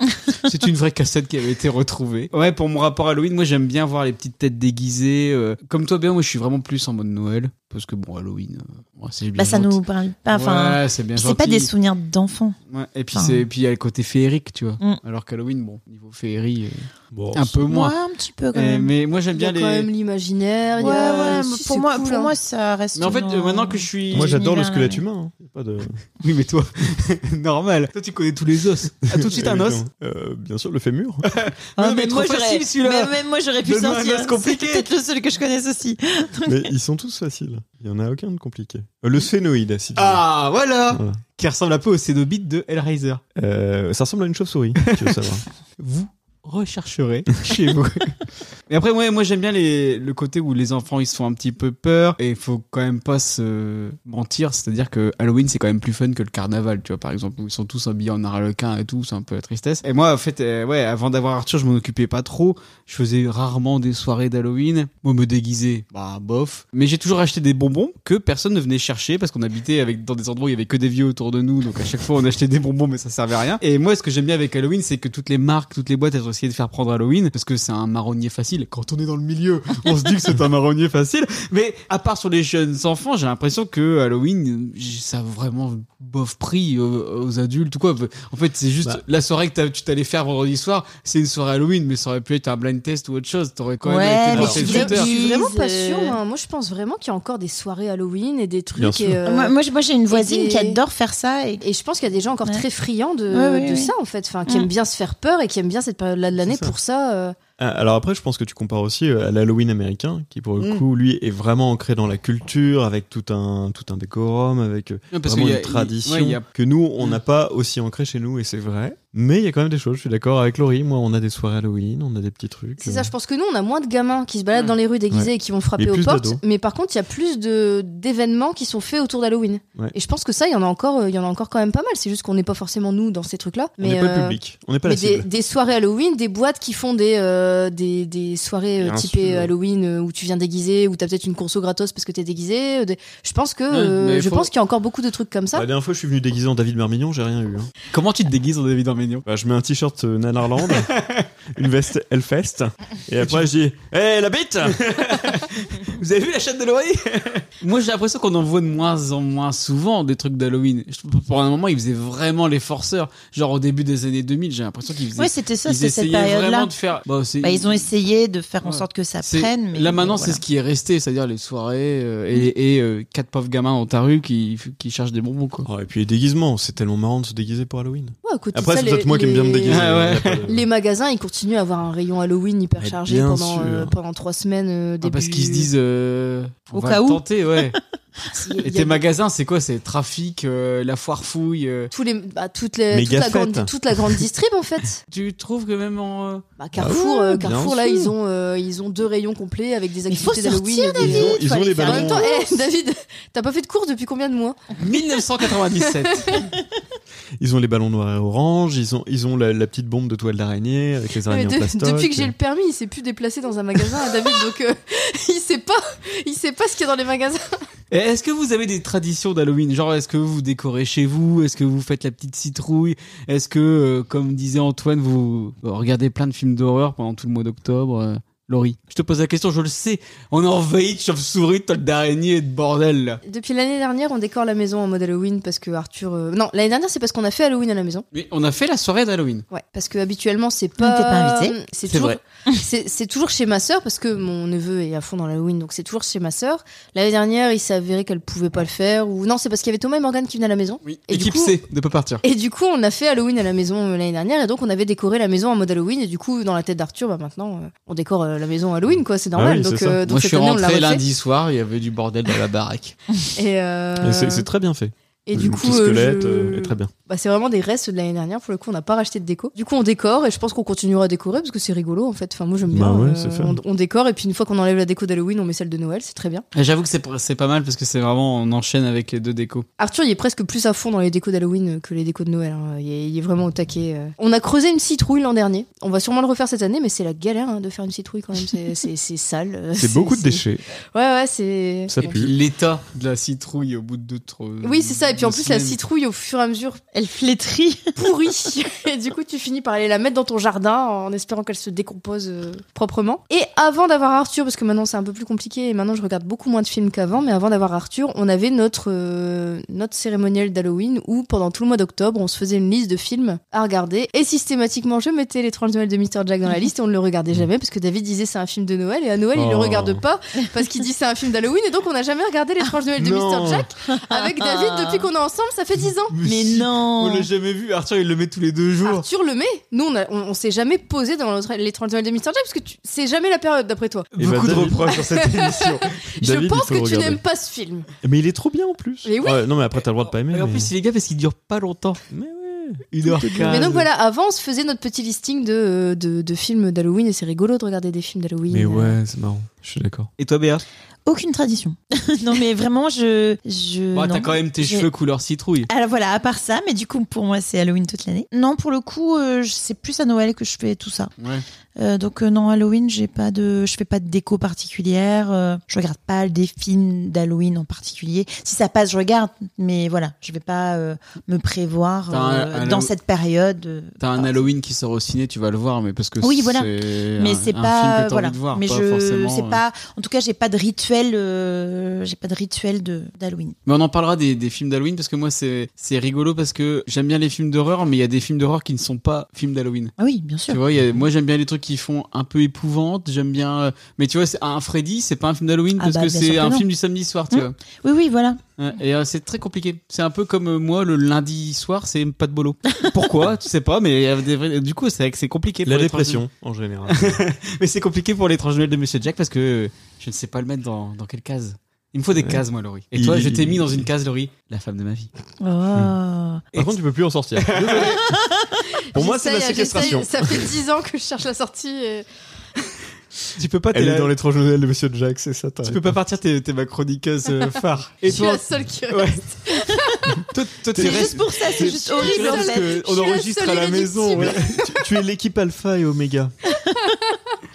Speaker 3: c'est une vraie cassette qui avait été retrouvée. Ouais, pour mon rapport à Halloween, moi, j'aime bien voir les petites têtes déguisées. euh. Comme toi, bien, moi, je suis vraiment plus en mode Noël. Parce que bon, Halloween, euh, ouais, c'est bien.
Speaker 2: Bah, ça
Speaker 3: gentil.
Speaker 2: nous parle pas. Enfin,
Speaker 3: Ouais, c'est bien
Speaker 2: puis c'est pas des
Speaker 3: gentil.
Speaker 2: souvenirs d'enfants.
Speaker 3: Ouais, Et puis,
Speaker 2: Enfin.
Speaker 3: c'est- et puis, il y a le côté féerique, tu vois.
Speaker 2: Mm.
Speaker 3: Alors qu'Halloween, bon, niveau féerie, euh,
Speaker 4: Bon,
Speaker 3: un peu moins.
Speaker 2: Moi, un petit peu quand
Speaker 3: Euh,
Speaker 2: même. Ah,
Speaker 3: mais moi, j'aime
Speaker 5: Il y
Speaker 3: bien
Speaker 5: a
Speaker 3: les.
Speaker 5: quand même l'imaginaire. il y
Speaker 2: Ouais,
Speaker 5: a-
Speaker 2: ouais,
Speaker 5: c'est-
Speaker 2: pour
Speaker 5: c'est
Speaker 2: moi,
Speaker 5: cool,
Speaker 2: pour
Speaker 5: hein.
Speaker 2: moi, ça reste.
Speaker 3: Mais en fait,
Speaker 2: dans-
Speaker 3: euh, maintenant que je suis.
Speaker 4: Moi, j'adore le
Speaker 2: Univers,
Speaker 4: squelette
Speaker 2: ouais.
Speaker 4: humain. hein. Y a Pas de...
Speaker 3: *laughs* Oui, mais toi, *laughs* normal. Toi, tu connais tous les os. À Ah, tout de suite un os.
Speaker 4: *laughs* Euh, Bien sûr,
Speaker 3: *laughs*
Speaker 4: le fémur.
Speaker 2: Ah,
Speaker 3: Non, mais trop
Speaker 2: j'aurais-
Speaker 3: facile, celui-là.
Speaker 2: mais même moi j'aurais pu
Speaker 3: Donne-moi un
Speaker 2: sortir.
Speaker 3: os compliqué.
Speaker 2: C'est peut-être le seul que je connaisse aussi.
Speaker 4: Mais ils sont tous faciles. Il y en a aucun de compliqué. Euh, Le sphénoïde, si tu
Speaker 3: Ah, voilà.
Speaker 4: veux. Voilà.
Speaker 3: Qui ressemble un peu au cénobite de Hellraiser.
Speaker 4: Euh, ça ressemble à une chauve-souris, tu
Speaker 3: *laughs*
Speaker 4: veux savoir.
Speaker 3: Vous rechercherez chez vous. *laughs* Mais après, ouais, moi, j'aime bien les, le côté où les enfants, ils se font un petit peu peur. Et il faut quand même pas se mentir. C'est-à-dire que Halloween, c'est quand même plus fun que le carnaval, tu vois, par exemple, où ils sont tous habillés en arlequin et tout. C'est un peu la tristesse. Et moi, en fait, euh, ouais, avant d'avoir Arthur, je m'en occupais pas trop. Je faisais rarement des soirées d'Halloween. Moi, me déguiser, bah bof. Mais j'ai toujours acheté des bonbons que personne ne venait chercher parce qu'on habitait avec, dans des endroits où il y avait que des vieux autour de nous. Donc à chaque fois, on achetait des bonbons, mais ça servait à rien. Et moi, ce que j'aime bien avec Halloween, c'est que toutes les marques, toutes les boîtes, elles ont essayé de faire prendre Halloween parce que c'est un marronnier facile. Quand on est dans le milieu, on se dit que c'est un marronnier facile. Mais à part sur les jeunes enfants, j'ai l'impression que Halloween, j- ça a vraiment bof prix aux, aux adultes ou quoi. En fait, c'est juste
Speaker 4: Bah.
Speaker 3: la soirée que t'as- tu t'allais faire vendredi soir, c'est une soirée Halloween, mais ça aurait pu être un blind test ou autre chose. T'aurais quand
Speaker 2: Ouais,
Speaker 3: même
Speaker 2: mais
Speaker 3: été
Speaker 5: Alors,
Speaker 3: dans
Speaker 2: c'est
Speaker 3: tes
Speaker 2: vrai
Speaker 5: je,
Speaker 2: auteurs.
Speaker 3: auteurs.
Speaker 5: suis vraiment pas
Speaker 2: Tease, euh,
Speaker 5: sûre. hein. Moi, je pense vraiment qu'il y a encore des soirées Halloween et des
Speaker 4: Bien
Speaker 5: trucs.
Speaker 4: sûr.
Speaker 5: Et, euh,
Speaker 2: Ah, Moi, moi, j'ai- moi, j'ai une voisine
Speaker 5: des-
Speaker 2: qui adore faire ça et
Speaker 5: et je pense qu'il y a des gens encore
Speaker 2: Ouais.
Speaker 5: très friands de,
Speaker 2: Ouais, ouais,
Speaker 5: de
Speaker 2: ouais.
Speaker 5: ça, en fait, enfin, qui
Speaker 2: Mm.
Speaker 5: aiment bien se faire peur et qui aiment bien cette période-là de l'année
Speaker 4: C'est ça.
Speaker 5: pour ça. euh,
Speaker 4: Ah, Alors après, je pense que tu compares aussi euh, à l'Halloween américain, qui pour le
Speaker 3: Mm.
Speaker 4: coup, lui, est vraiment ancré dans la culture, avec tout un tout un décorum, avec euh,
Speaker 3: Non, parce
Speaker 4: vraiment
Speaker 3: qu'il y a-
Speaker 4: une tradition
Speaker 3: ouais, il y a-
Speaker 4: que nous, on
Speaker 3: Mm.
Speaker 4: n'a pas aussi ancré chez nous, et c'est vrai. Mais il y a quand même des choses. Je suis d'accord avec Laurie. Moi, on a des soirées Halloween, on a des petits trucs.
Speaker 5: C'est
Speaker 4: euh,
Speaker 5: ça, je pense que nous, on a moins de gamins qui se baladent
Speaker 3: Ouais.
Speaker 5: dans les rues déguisés et qui vont frapper
Speaker 4: Mm. Mais
Speaker 5: aux
Speaker 4: plus
Speaker 5: portes.
Speaker 4: d'ados.
Speaker 5: Mais par contre, il y a plus de- d'événements qui sont faits autour d'Halloween.
Speaker 4: Ouais.
Speaker 5: Et je pense que ça, il y en a encore, euh, il y en a encore quand même pas mal. C'est juste qu'on n'est pas forcément nous dans ces trucs-là.
Speaker 4: on n'est
Speaker 5: Mais,
Speaker 4: pas le
Speaker 5: euh,
Speaker 4: public, on n'est pas
Speaker 5: mais
Speaker 4: la
Speaker 5: des,
Speaker 4: cible.
Speaker 5: des soirées Halloween, des boîtes qui font des, euh, des, des soirées euh,
Speaker 4: Bien
Speaker 5: typées
Speaker 4: sûr.
Speaker 5: Halloween euh, où tu viens déguisé, où t'as peut-être une conso gratos parce que t'es déguisé. euh, des- Je pense que
Speaker 3: Ouais,
Speaker 5: euh,
Speaker 3: mais
Speaker 5: je
Speaker 3: faut-
Speaker 5: pense qu'il y a encore beaucoup de trucs comme ça.
Speaker 4: La dernière fois, je suis venu déguisé en David Marmignon, j'ai rien eu. hein.
Speaker 3: Comment tu te déguises en David Arménion
Speaker 4: Bah, je mets un t-shirt
Speaker 5: *laughs*
Speaker 4: euh, Nanarland, Eh, une veste Hellfest, et après je dis Hé la bite
Speaker 3: Vous avez vu la chatte d'Halloween *laughs* Moi, j'ai l'impression qu'on en voit de moins en moins souvent des trucs d'Halloween. Je trouve que Pour un moment, ils faisaient vraiment les forceurs. Genre au début des années 2000, j'ai l'impression qu'ils faisaient.
Speaker 2: Ouais, c'était ça,
Speaker 3: ils
Speaker 2: c'est cette
Speaker 3: essayaient vraiment
Speaker 2: période-là.
Speaker 3: de faire. Bah, c'est-
Speaker 2: Bah, ils ont essayé de faire en
Speaker 3: Ouais.
Speaker 2: sorte que ça
Speaker 3: c'est-
Speaker 2: prenne. Mais
Speaker 3: Là maintenant,
Speaker 2: voilà.
Speaker 3: c'est ce qui est resté, c'est-à-dire les soirées euh, et, et, euh, quatre pauvres gamins dans ta rue qui, qui cherchent des bonbons quoi.
Speaker 4: Oh, et puis les déguisements, c'est tellement marrant de se déguiser pour Halloween.
Speaker 5: Ouais, à côté de
Speaker 4: Après,
Speaker 5: ça,
Speaker 4: c'est
Speaker 5: les-
Speaker 4: peut-être moi qui aime bien me
Speaker 5: les-
Speaker 4: déguiser.
Speaker 3: Ah ouais.
Speaker 4: y a pas de-
Speaker 5: *laughs* Les magasins, ils continuent à avoir un rayon Halloween hyper
Speaker 4: Mais
Speaker 5: chargé
Speaker 4: bien
Speaker 5: pendant,
Speaker 4: sûr.
Speaker 5: euh, pendant trois semaines. euh,
Speaker 3: Ah,
Speaker 5: début...
Speaker 3: parce qu'ils se disent. euh, on
Speaker 2: Au
Speaker 3: va
Speaker 2: cas
Speaker 3: le
Speaker 2: où. *laughs*
Speaker 3: Tenter, ouais.
Speaker 5: *laughs* Il y a-
Speaker 3: et
Speaker 5: il y a
Speaker 3: tes magasins, c'est quoi C'est trafic, euh, la foire fouille. euh.
Speaker 5: tous les, bah, toutes les, toute,
Speaker 4: Méga
Speaker 5: la grande,
Speaker 4: fête.
Speaker 5: toute la grande distrib en
Speaker 4: *laughs*
Speaker 5: fait.
Speaker 3: Tu trouves que même en.
Speaker 2: *laughs*
Speaker 3: euh,
Speaker 5: Bah, Carrefour, euh,
Speaker 4: Ah bien
Speaker 5: Carrefour là,
Speaker 4: sûr.
Speaker 5: ils ont, euh, ils ont deux rayons complets avec des
Speaker 2: Il faut
Speaker 5: activités d'Halloween.
Speaker 2: sortir,
Speaker 5: et des-
Speaker 2: David.
Speaker 4: Ils ont- ils
Speaker 2: faut
Speaker 4: ont
Speaker 2: aller
Speaker 4: les
Speaker 2: faire
Speaker 5: En
Speaker 2: la
Speaker 5: même
Speaker 4: ballons.
Speaker 5: temps,
Speaker 2: course.
Speaker 5: eh, David, *laughs* t'as pas fait de cours depuis combien de mois
Speaker 3: 1997.
Speaker 4: Ils ont les ballons noirs et orange, ils ont, ils ont la, la petite bombe de toile d'araignée avec les
Speaker 5: Non, mais
Speaker 4: araignées
Speaker 5: de-
Speaker 4: en plastoc.
Speaker 5: Depuis que j'ai le permis, il s'est plus déplacé dans un magasin, hein, David. Donc euh, *laughs* il sait pas, il sait pas ce qu'il y a dans les magasins.
Speaker 3: Et Est-ce que vous avez des traditions d'Halloween Genre, est-ce que vous décorez chez vous Est-ce que vous faites la petite citrouille Est-ce que, euh, comme disait Antoine, vous euh, regardez plein de films d'horreur pendant tout le mois d'octobre euh, Laurie, je te pose la question, je le sais. On est envahi de chauves-souris, de toiles d'araignée et de bordel. là.
Speaker 5: Depuis l'année dernière, on décore la maison en mode Halloween parce que Arthur. euh, Non, l'année dernière, c'est parce qu'on a fait Halloween à la maison.
Speaker 3: Mais on a fait la soirée d'Halloween.
Speaker 5: Ouais, parce que habituellement, c'est
Speaker 2: On
Speaker 5: pas.
Speaker 2: n'était pas invités.
Speaker 5: C'est
Speaker 3: C'est
Speaker 5: toujours...
Speaker 3: vrai.
Speaker 5: *laughs* c'est- c'est toujours chez ma sœur parce que mon neveu est à fond dans l'Halloween, donc c'est toujours chez ma sœur. L'année dernière, il s'est avéré qu'elle pouvait pas le faire ou non, c'est parce qu'il y avait Thomas et Morgan qui venaient à la maison.
Speaker 3: Oui.
Speaker 5: Et du
Speaker 3: Équipe
Speaker 5: coup-
Speaker 3: C, ne pas partir.
Speaker 5: Et du coup, on a fait Halloween à la maison euh, l'année dernière, et donc on avait décoré la maison en mode Halloween. Et du coup, dans la tête d'Arthur, bah maintenant, euh, on décore euh, la maison Halloween, quoi. C'est normal.
Speaker 4: Ah oui, c'est
Speaker 5: donc,
Speaker 4: ça.
Speaker 5: euh, donc
Speaker 3: Moi, je suis
Speaker 5: cette année, on l'a
Speaker 3: rentré
Speaker 5: refait.
Speaker 3: lundi soir, il y avait du bordel dans la baraque.
Speaker 5: Et, euh,
Speaker 4: Et c'est c'est très bien fait.
Speaker 5: et
Speaker 4: Le
Speaker 5: du
Speaker 4: petit
Speaker 5: coup, euh,
Speaker 4: squelette
Speaker 5: je-
Speaker 4: euh, est très bien.
Speaker 5: bah, c'est vraiment des restes de l'année dernière. Pour le coup, on n'a pas racheté de déco. Du coup, on décore et je pense qu'on continuera à décorer parce que c'est rigolo en fait. Enfin, moi j'aime bien.
Speaker 4: Bah ouais,
Speaker 5: euh,
Speaker 4: c'est fun.
Speaker 5: on, on décore et puis une fois qu'on enlève la déco d'Halloween, on met celle de Noël. C'est très bien.
Speaker 3: Et Ah, J'avoue que c'est c'est pas mal parce que c'est vraiment, on enchaîne avec les deux décos.
Speaker 5: Arthur, il est presque plus à fond dans les décos d'Halloween que les décos de Noël. hein. Il, est, il est vraiment au taquet. euh. On a creusé une citrouille l'an dernier. On va sûrement le refaire cette année, mais c'est la galère hein, de faire une citrouille quand même. C'est- C'est c'est sale. euh,
Speaker 4: C'est beaucoup de
Speaker 5: c'est-
Speaker 4: déchets,
Speaker 5: Ouais, ouais, c'est.
Speaker 4: ça
Speaker 3: Et puis
Speaker 4: pue.
Speaker 3: l'état de la citrouille au bout de deux, trois.
Speaker 5: Oui, c'est ça. Et puis en
Speaker 3: deux
Speaker 5: plus, la
Speaker 3: semaines.
Speaker 5: citrouille, au fur et à mesure,
Speaker 2: Elle
Speaker 3: *laughs*
Speaker 2: flétrit.
Speaker 5: pourrit. *laughs* et du coup, tu finis par aller la mettre dans ton jardin en espérant qu'elle se décompose euh, proprement. Et avant d'avoir Arthur, parce que maintenant c'est un peu plus compliqué et maintenant je regarde beaucoup moins de films qu'avant, mais avant d'avoir Arthur, on avait notre, euh, notre cérémoniel d'Halloween où pendant tout le mois d'octobre, on se faisait une liste de films à regarder. Et systématiquement, je mettais l'étrange Noël de Mr. Jack dans la liste et on ne le regardait jamais parce que David disait c'est un film de Noël et à Noël, il le
Speaker 4: Oh.
Speaker 5: regarde pas parce qu'il dit c'est un film d'Halloween et donc on n'a jamais regardé l'étrange Noël de
Speaker 4: Non.
Speaker 5: Mr. Jack avec David depuis qu'on est ensemble, ça fait 10 ans.
Speaker 2: Mais non.
Speaker 3: On l'a jamais vu, Arthur il le met tous les deux
Speaker 4: Oh.
Speaker 3: jours.
Speaker 5: Arthur le met. Nous, on, a- on, on s'est jamais posé dans l'autre- les 30 Noël de Mr. Jack parce que tu- c'est jamais la période d'après toi.
Speaker 4: Et bah,
Speaker 3: Beaucoup de
Speaker 4: David-
Speaker 3: reproches ben, sur cette émission.
Speaker 4: David,
Speaker 5: je pense
Speaker 4: il
Speaker 5: que
Speaker 4: faut le
Speaker 5: tu
Speaker 4: regarder.
Speaker 5: n'aimes pas ce film.
Speaker 4: Mais il est trop bien en plus.
Speaker 5: Mais oui.
Speaker 4: Ouais, non, mais après, t'as le droit de pas aimer.
Speaker 3: Et en
Speaker 4: mais-
Speaker 3: plus, il est gars parce qu'il dure pas longtemps.
Speaker 4: Mais ouais.
Speaker 3: Une heure
Speaker 5: Mais donc voilà, avant, on se faisait notre petit listing de, euh, de, de films d'Halloween et c'est rigolo de regarder des films d'Halloween. Euh,
Speaker 4: Mais ouais, c'est marrant. Je suis d'accord.
Speaker 3: Et toi, Béa
Speaker 2: Aucune tradition. *laughs* non, mais vraiment, je. je
Speaker 3: bah,
Speaker 2: Euh, non.
Speaker 3: T'as quand même tes
Speaker 2: J'ai-
Speaker 3: cheveux couleur citrouille.
Speaker 2: Alors voilà, à part ça, mais du coup, pour moi, c'est Halloween toute l'année. Non, pour le coup, euh, je- c'est plus à Noël que je fais tout ça.
Speaker 3: Ouais.
Speaker 2: Euh, donc euh, non, Halloween, j'ai pas de, je fais pas de déco particulière. euh, je regarde pas des films d'Halloween en particulier. Si ça passe, je regarde, mais voilà, je vais pas euh, me prévoir
Speaker 3: T'as un-
Speaker 2: euh,
Speaker 3: un
Speaker 2: dans
Speaker 3: Hallow-
Speaker 2: cette période. euh,
Speaker 3: T'as un
Speaker 2: voilà.
Speaker 3: Halloween qui sort au ciné, tu vas le voir, mais parce que
Speaker 2: Oui, voilà.
Speaker 3: c'est
Speaker 2: Mais
Speaker 3: un-
Speaker 2: c'est
Speaker 3: un
Speaker 2: pas
Speaker 3: film que t'as
Speaker 2: voilà.
Speaker 3: envie de voir,
Speaker 2: mais
Speaker 3: pas
Speaker 2: je,
Speaker 3: forcément,
Speaker 2: c'est
Speaker 3: euh.
Speaker 2: pas. En tout cas, j'ai pas de rituel. euh, j'ai pas de rituel de d'Halloween.
Speaker 3: Mais on en parlera des, des films d'Halloween parce que moi c'est c'est rigolo parce que j'aime bien les films d'horreur, mais il y a des films d'horreur qui ne sont pas films d'Halloween.
Speaker 2: Ah oui, bien
Speaker 3: Tu
Speaker 2: sûr.
Speaker 3: vois, il y a- moi j'aime bien les trucs qui font un peu épouvante. J'aime bien, euh, mais tu vois, c'est un Freddy, c'est pas un film d'Halloween
Speaker 2: Ah
Speaker 3: parce
Speaker 2: bah,
Speaker 3: que
Speaker 2: bien
Speaker 3: c'est
Speaker 2: sûr que
Speaker 3: un
Speaker 2: non.
Speaker 3: film du samedi soir, tu
Speaker 2: Hmm.
Speaker 3: vois.
Speaker 2: Oui, oui, voilà.
Speaker 3: Ouais, Et euh, c'est très compliqué. C'est un peu comme euh, moi, le lundi soir, c'est pas de bolo. Pourquoi *laughs* Tu sais pas, mais il y a des vrais- du coup, c'est vrai que c'est compliqué. pour
Speaker 4: La
Speaker 3: l'étrange-
Speaker 4: dépression, en général. *laughs*
Speaker 3: Mais c'est compliqué pour l'étrange Noël de Monsieur Jack parce que euh, je ne sais pas le mettre dans, dans quelle case. Il me faut des
Speaker 4: Ouais.
Speaker 3: cases, moi, Laurie. Et
Speaker 4: Il-
Speaker 3: toi, je t'ai
Speaker 4: il-
Speaker 3: mis dans une case, Laurie, la femme de ma vie.
Speaker 2: Oh.
Speaker 4: Par
Speaker 3: Et-
Speaker 4: contre, tu peux plus
Speaker 5: *laughs*
Speaker 4: en sortir. Désolé. Pour moi, c'est la
Speaker 5: J'essaye,
Speaker 4: séquestration.
Speaker 5: j'essaye. Ça fait 10 ans que je cherche la sortie. et-
Speaker 4: *laughs*
Speaker 3: Tu peux pas, t'es
Speaker 4: Elle est
Speaker 3: la-
Speaker 4: dans l'étrange Noël de Monsieur Jack, c'est ça. t'as
Speaker 3: tu peux pas partir, t'es t'es ma chroniqueuse
Speaker 2: *laughs*
Speaker 3: euh, phare.
Speaker 5: Je
Speaker 3: Et
Speaker 5: suis
Speaker 3: toi,
Speaker 5: la seule qui
Speaker 3: ouais.
Speaker 5: reste.
Speaker 3: toi, toi, tu
Speaker 2: C'est
Speaker 3: restes-
Speaker 2: juste pour ça, c'est juste horrible en
Speaker 5: parce
Speaker 2: fait.
Speaker 5: *laughs* Je suis
Speaker 3: on
Speaker 5: la
Speaker 3: enregistre
Speaker 5: seule
Speaker 3: à la
Speaker 4: *laughs*
Speaker 5: irréductible.
Speaker 3: maison. ouais.
Speaker 4: tu, tu es l'équipe alpha et oméga.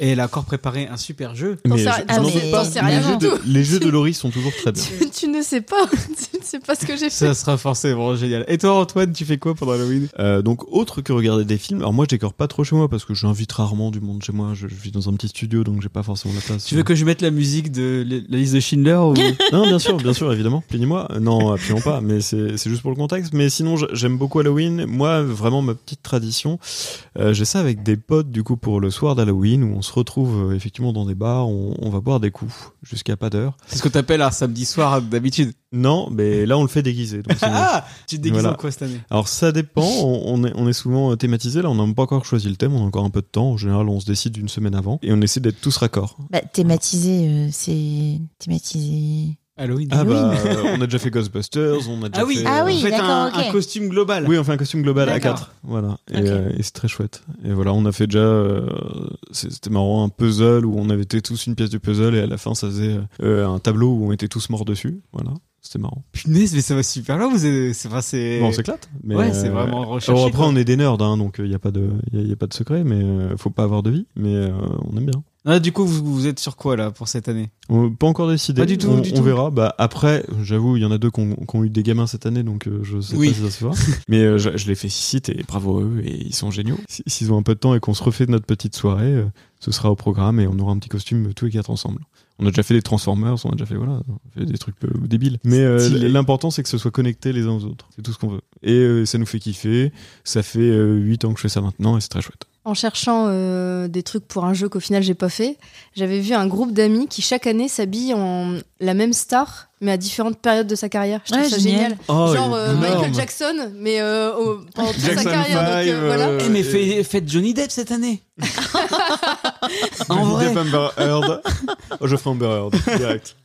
Speaker 3: Et elle a encore préparé un super jeu.
Speaker 5: T'en
Speaker 4: Mais
Speaker 5: sais-
Speaker 4: je-
Speaker 5: t'en
Speaker 4: je n'en
Speaker 2: sais-
Speaker 4: doute
Speaker 2: t'en
Speaker 4: pas.
Speaker 2: sais
Speaker 5: rien
Speaker 4: Les jeux
Speaker 5: du
Speaker 4: de-
Speaker 5: tout.
Speaker 4: Les jeux de Laurie sont toujours très bien.
Speaker 5: *laughs* tu, tu ne sais pas, *laughs* tu ne sais pas ce que j'ai fait.
Speaker 3: Ça sera forcément génial. Et toi, Antoine, tu fais quoi pendant Halloween
Speaker 4: Euh, donc autre que regarder des films, alors moi je décore pas trop chez moi parce que j'invite rarement du monde chez moi, je, je vis dans un petit studio donc j'ai pas forcément la place.
Speaker 3: Tu veux que je mette la musique de la- la liste de Schindler ou...
Speaker 4: Non bien sûr, bien sûr évidemment, plaignez-moi. Euh, Non absolument pas, mais c'est c'est juste pour le contexte. Mais sinon j- j'aime beaucoup Halloween, moi vraiment ma petite tradition, euh, j'ai ça avec des potes du coup pour le soir d'Halloween où on se retrouve euh, effectivement dans des bars, on, on va boire des coups jusqu'à pas d'heure.
Speaker 3: C'est ce qu'on t'appelle un samedi soir d'habitude.
Speaker 4: Non mais là on le fait déguisé. Donc c'est mieux.
Speaker 3: Ah Tu te déguises
Speaker 4: Voilà.
Speaker 3: en quoi cette année
Speaker 4: Alors ça dépend, on, on est, on est souvent euh, thématisé, là on n'a pas encore choisi le thème, on a encore un peu de temps, en général on se décide une semaine avant, et on essaie d'être tous raccord.
Speaker 2: Bah, thématisé, euh, c'est thématisé.
Speaker 3: Halloween.
Speaker 4: Ah bah
Speaker 2: Halloween.
Speaker 4: euh, on a déjà fait Ghostbusters, on a déjà
Speaker 3: Ah oui,
Speaker 4: fait... euh,
Speaker 2: Ah oui,
Speaker 3: Vous faites
Speaker 2: d'accord,
Speaker 3: un,
Speaker 2: ok.
Speaker 3: un costume global.
Speaker 4: Oui, on fait un costume global à
Speaker 3: D'accord.
Speaker 4: 4. Voilà. Et,
Speaker 2: Ok.
Speaker 4: euh, et c'est très chouette. Et voilà, on a fait déjà, euh, c'est- c'était marrant, un puzzle où on avait été tous une pièce du puzzle et à la fin ça faisait euh, un tableau où on était tous morts dessus. Voilà, c'était marrant.
Speaker 3: Punaise, mais ça va super loin. Vous êtes- c'est enfin, c'est.
Speaker 4: Bon, on s'éclate. mais,
Speaker 3: Ouais, c'est
Speaker 4: euh,
Speaker 3: vraiment recherché.
Speaker 4: Alors après,
Speaker 3: quoi.
Speaker 4: on est des nerds, hein, donc il n'y a, pas de- y a- y a pas de secret, mais euh, faut pas avoir de vie, mais euh, on aime bien.
Speaker 3: Ah, du coup, vous, vous êtes sur quoi là pour cette année
Speaker 4: On- pas encore décidé.
Speaker 3: Pas du tout,
Speaker 4: on,
Speaker 3: du
Speaker 4: on
Speaker 3: tout.
Speaker 4: verra. Bah, après, j'avoue, il y en a deux qui ont, qui ont eu des gamins cette année, donc euh, je sais
Speaker 3: Oui.
Speaker 4: pas si ça *laughs* se fera. Mais euh, je, je les félicite et bravo à eux, et ils sont géniaux. Si- S'ils ont un peu de temps et qu'on se refait notre petite soirée, euh, ce sera au programme et on aura un petit costume euh, tous les quatre ensemble. On a déjà fait des Transformers, on a déjà fait, voilà, on a fait des trucs euh, débiles. Mais euh,
Speaker 3: Stylé.
Speaker 4: l'important, c'est que ce soit connecté les uns aux autres. C'est tout ce qu'on veut. Et euh, ça nous fait kiffer. Ça fait euh, huit ans que je fais ça maintenant et c'est très chouette.
Speaker 5: En cherchant euh, des trucs pour un jeu qu'au final j'ai pas fait, j'avais vu un groupe d'amis qui chaque année s'habille en la même star, mais à différentes périodes de sa carrière. Je trouve
Speaker 2: Ouais,
Speaker 5: ça
Speaker 2: génial.
Speaker 5: génial.
Speaker 4: Oh,
Speaker 5: Genre euh, Michael Jackson, mais euh, au- pendant toute sa
Speaker 4: Jackson
Speaker 5: carrière. donc,
Speaker 4: five,
Speaker 5: euh, voilà.
Speaker 4: euh,
Speaker 3: Eh, mais fait- faites Johnny Depp cette année En vrai
Speaker 4: je ferai Amber Heard, direct.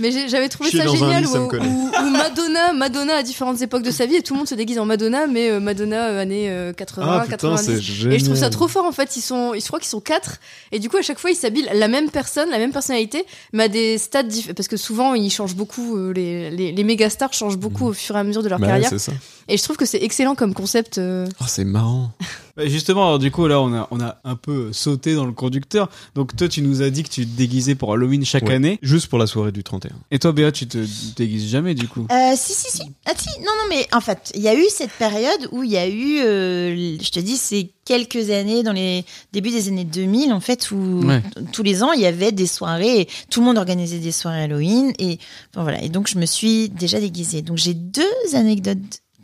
Speaker 5: Mais j'ai- j'avais trouvé
Speaker 4: Chier
Speaker 5: ça
Speaker 4: dans un
Speaker 5: génial
Speaker 4: lit, ça me
Speaker 5: où,
Speaker 4: connaît.
Speaker 5: où- où Madonna, Madonna à différentes époques de sa vie et tout le monde se déguise en Madonna, mais euh, Madonna euh, années euh, 80,
Speaker 4: Ah putain,
Speaker 5: 90.
Speaker 4: c'est génial.
Speaker 5: Et je trouve ça trop fort en fait. Ils sont, ils- je crois qu'ils sont quatre. Et du coup, à chaque fois, ils s'habillent la même personne, la même personnalité, mais à des stades différents. Parce que souvent, ils changent beaucoup. euh, les, les, les méga stars changent beaucoup au fur et à mesure de leur
Speaker 4: Bah,
Speaker 5: carrière.
Speaker 4: c'est ça.
Speaker 5: Et je trouve que c'est excellent comme concept. euh.
Speaker 4: Oh, c'est marrant.
Speaker 3: Bah, Justement, alors, du coup, là, on a, on a un peu euh, sauté dans le conducteur. Donc, toi, tu nous as dit que tu te déguisais pour Halloween chaque
Speaker 4: Ouais.
Speaker 3: année.
Speaker 4: Juste pour la soirée du 31.
Speaker 3: Et toi, Béa, tu te déguises jamais, du coup.
Speaker 2: Euh, si, si, si. Ah, si. Non, non, mais en fait, il y a eu cette période où il y a eu, euh, l- je te dis, c'est quelques années, dans les débuts des années 2000, en fait, où
Speaker 3: Ouais.
Speaker 2: t- tous les ans, il y avait des soirées, et tout le monde organisait des soirées Halloween. Et, bon, voilà. et donc, je me suis déjà déguisée. Donc, j'ai deux anecdotes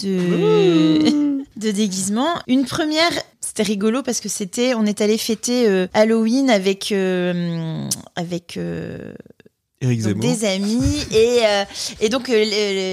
Speaker 2: de, *laughs* de déguisement. Une première, c'était rigolo parce que c'était, on est allé fêter euh, Halloween avec, euh, avec, euh,
Speaker 4: Eric
Speaker 2: donc,
Speaker 4: Zemmour.
Speaker 2: des amis et, euh, et donc euh, le-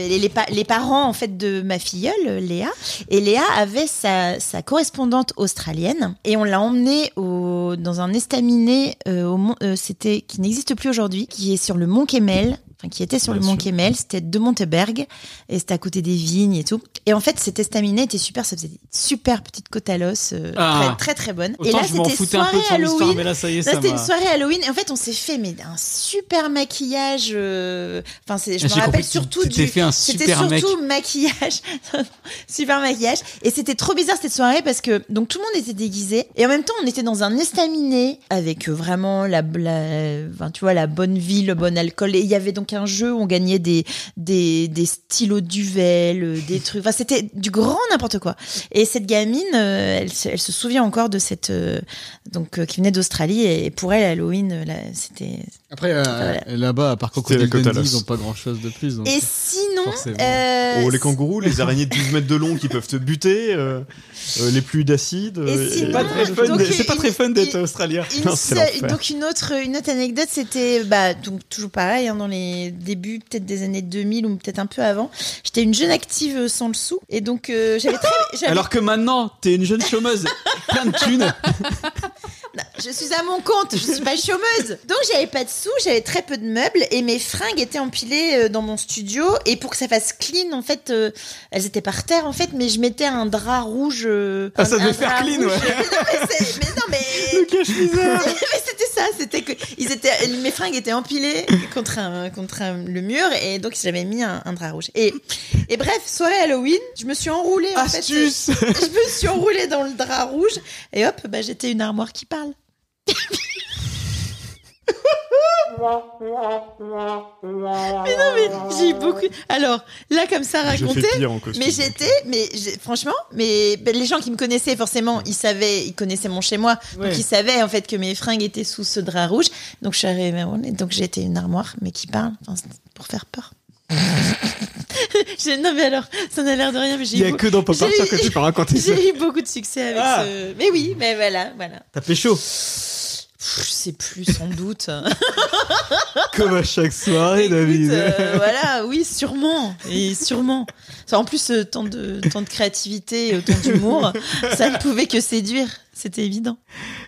Speaker 2: le- les, pa- les parents en fait de ma filleule euh, Léa et Léa avait sa, sa correspondante australienne et on l'a emmenée au, dans un estaminet euh, au Mont- euh, c'était qui n'existe plus aujourd'hui qui est sur le Mont Kemmel enfin qui était sur
Speaker 4: Bien
Speaker 2: le Mont
Speaker 4: sûr.
Speaker 2: Kemmel c'était de Monteberg et c'était à côté des vignes et tout et en fait cet estaminet était super ça faisait des super petites côtes à l'os euh,
Speaker 3: Ah.
Speaker 2: très très très bonnes et
Speaker 3: Autant
Speaker 2: là
Speaker 3: je m'en
Speaker 2: c'était
Speaker 3: foutais un peu
Speaker 2: soirée
Speaker 3: de son histoire,
Speaker 2: Halloween
Speaker 3: mais là, ça y est,
Speaker 2: Là,
Speaker 3: ça
Speaker 2: c'était une
Speaker 3: m'a.
Speaker 2: soirée Halloween et en fait on s'est fait mais un super maquillage. euh, Enfin, c'est- je me
Speaker 3: Ah, J'ai compris
Speaker 2: rappelle
Speaker 3: que
Speaker 2: surtout
Speaker 3: tu t'es
Speaker 2: du.
Speaker 3: fait un
Speaker 2: C'était
Speaker 3: super mec.
Speaker 2: surtout maquillage, *laughs* super maquillage, et c'était trop bizarre cette soirée parce que donc tout le monde était déguisé et en même temps on était dans un estaminet avec euh, vraiment la, la enfin, tu vois la bonne vie, le bon alcool et il y avait donc un jeu où on gagnait des des, des stylos duvel, euh, des trucs, enfin c'était du grand n'importe quoi. Et cette gamine, euh, elle, se- elle se souvient encore de cette euh, donc euh, qui venait d'Australie et pour elle Halloween euh, là, c'était
Speaker 3: Après, euh,
Speaker 2: Voilà.
Speaker 3: là-bas, à part
Speaker 4: Crocodile la côte à Dundee, l'os. ils ont
Speaker 3: pas grand-chose de plus.
Speaker 2: et sinon
Speaker 3: forcément.
Speaker 2: euh,
Speaker 4: Oh, les kangourous, les araignées de 12 mètres de long qui peuvent te buter, euh, euh, les pluies d'acide.
Speaker 2: Et
Speaker 4: euh,
Speaker 2: sinon-
Speaker 3: C'est pas très
Speaker 2: Donc,
Speaker 3: fun,
Speaker 2: euh,
Speaker 3: c'est pas très fun d'être
Speaker 2: il-
Speaker 3: australien.
Speaker 2: une
Speaker 4: Non, c'est
Speaker 2: seule-
Speaker 4: l'enfer.
Speaker 2: donc une autre une autre anecdote c'était bah donc toujours pareil hein, dans les débuts peut-être des années 2000 ou peut-être un peu avant j'étais une jeune active euh, sans le sou et donc euh, j'avais
Speaker 3: *laughs*
Speaker 2: très j'avais-
Speaker 3: Alors que maintenant, t'es une
Speaker 2: *laughs*
Speaker 3: jeune chômeuse, plein de thunes.
Speaker 2: Je suis à mon compte, je suis pas chômeuse. Donc j'avais pas de sous, j'avais très peu de meubles et mes fringues étaient empilées euh, dans mon studio et pour que ça fasse clean en fait, euh, elles étaient par terre en fait, mais je mettais un drap rouge. euh,
Speaker 3: Ah, ça
Speaker 2: un-
Speaker 3: devait
Speaker 2: un
Speaker 3: faire
Speaker 2: drap
Speaker 3: clean,
Speaker 2: rouge.
Speaker 3: ouais.
Speaker 2: Mais *laughs* non mais, c'est- mais non mais. *laughs* Mais c'était ça, c'était que ils étaient, mes fringues étaient empilées contre, un, contre un- le mur et donc j'avais mis un, un drap rouge. Et, et bref, soirée Halloween, je me suis enroulée en fait, euh, *laughs*
Speaker 3: Astuce
Speaker 2: je me suis enroulée dans le drap rouge et hop, bah, j'étais une armoire qui parle. Mais non, mais j'ai eu beaucoup. Alors, là, comme ça
Speaker 4: Oh. Je
Speaker 2: raconté,
Speaker 4: fais pire en costume.
Speaker 2: mais j'étais, mais j'ai- franchement, mais ben, les gens qui me connaissaient, forcément, ils savaient, ils connaissaient mon chez-moi.
Speaker 3: Ouais.
Speaker 2: Donc, ils savaient, en fait, que mes fringues étaient sous ce drap rouge. Donc, je suis arrivée, mais- donc j'étais une armoire, mais qui parle, enfin, c'est pour faire
Speaker 4: *laughs*
Speaker 2: peur. J'ai- non, mais alors, ça n'a l'air de rien, mais
Speaker 4: Il y
Speaker 2: j'ai eu,
Speaker 4: a
Speaker 2: beau-
Speaker 4: que dans Pop
Speaker 2: j'ai-
Speaker 4: Arthur que tu peux raconter ça.
Speaker 2: j'ai eu beaucoup de succès avec
Speaker 3: Ah.
Speaker 2: ce. Mais oui, mais voilà, voilà.
Speaker 3: T'as fait chaud.
Speaker 2: Pff, je sais plus, sans *laughs* doute.
Speaker 4: *laughs* Comme à chaque soirée,
Speaker 2: Écoute,
Speaker 4: Ah David.
Speaker 2: euh, voilà, oui, sûrement, et sûrement. Enfin, En plus, euh, tant de tant de créativité, euh, tant d'humour, ça ne pouvait que séduire, c'était évident.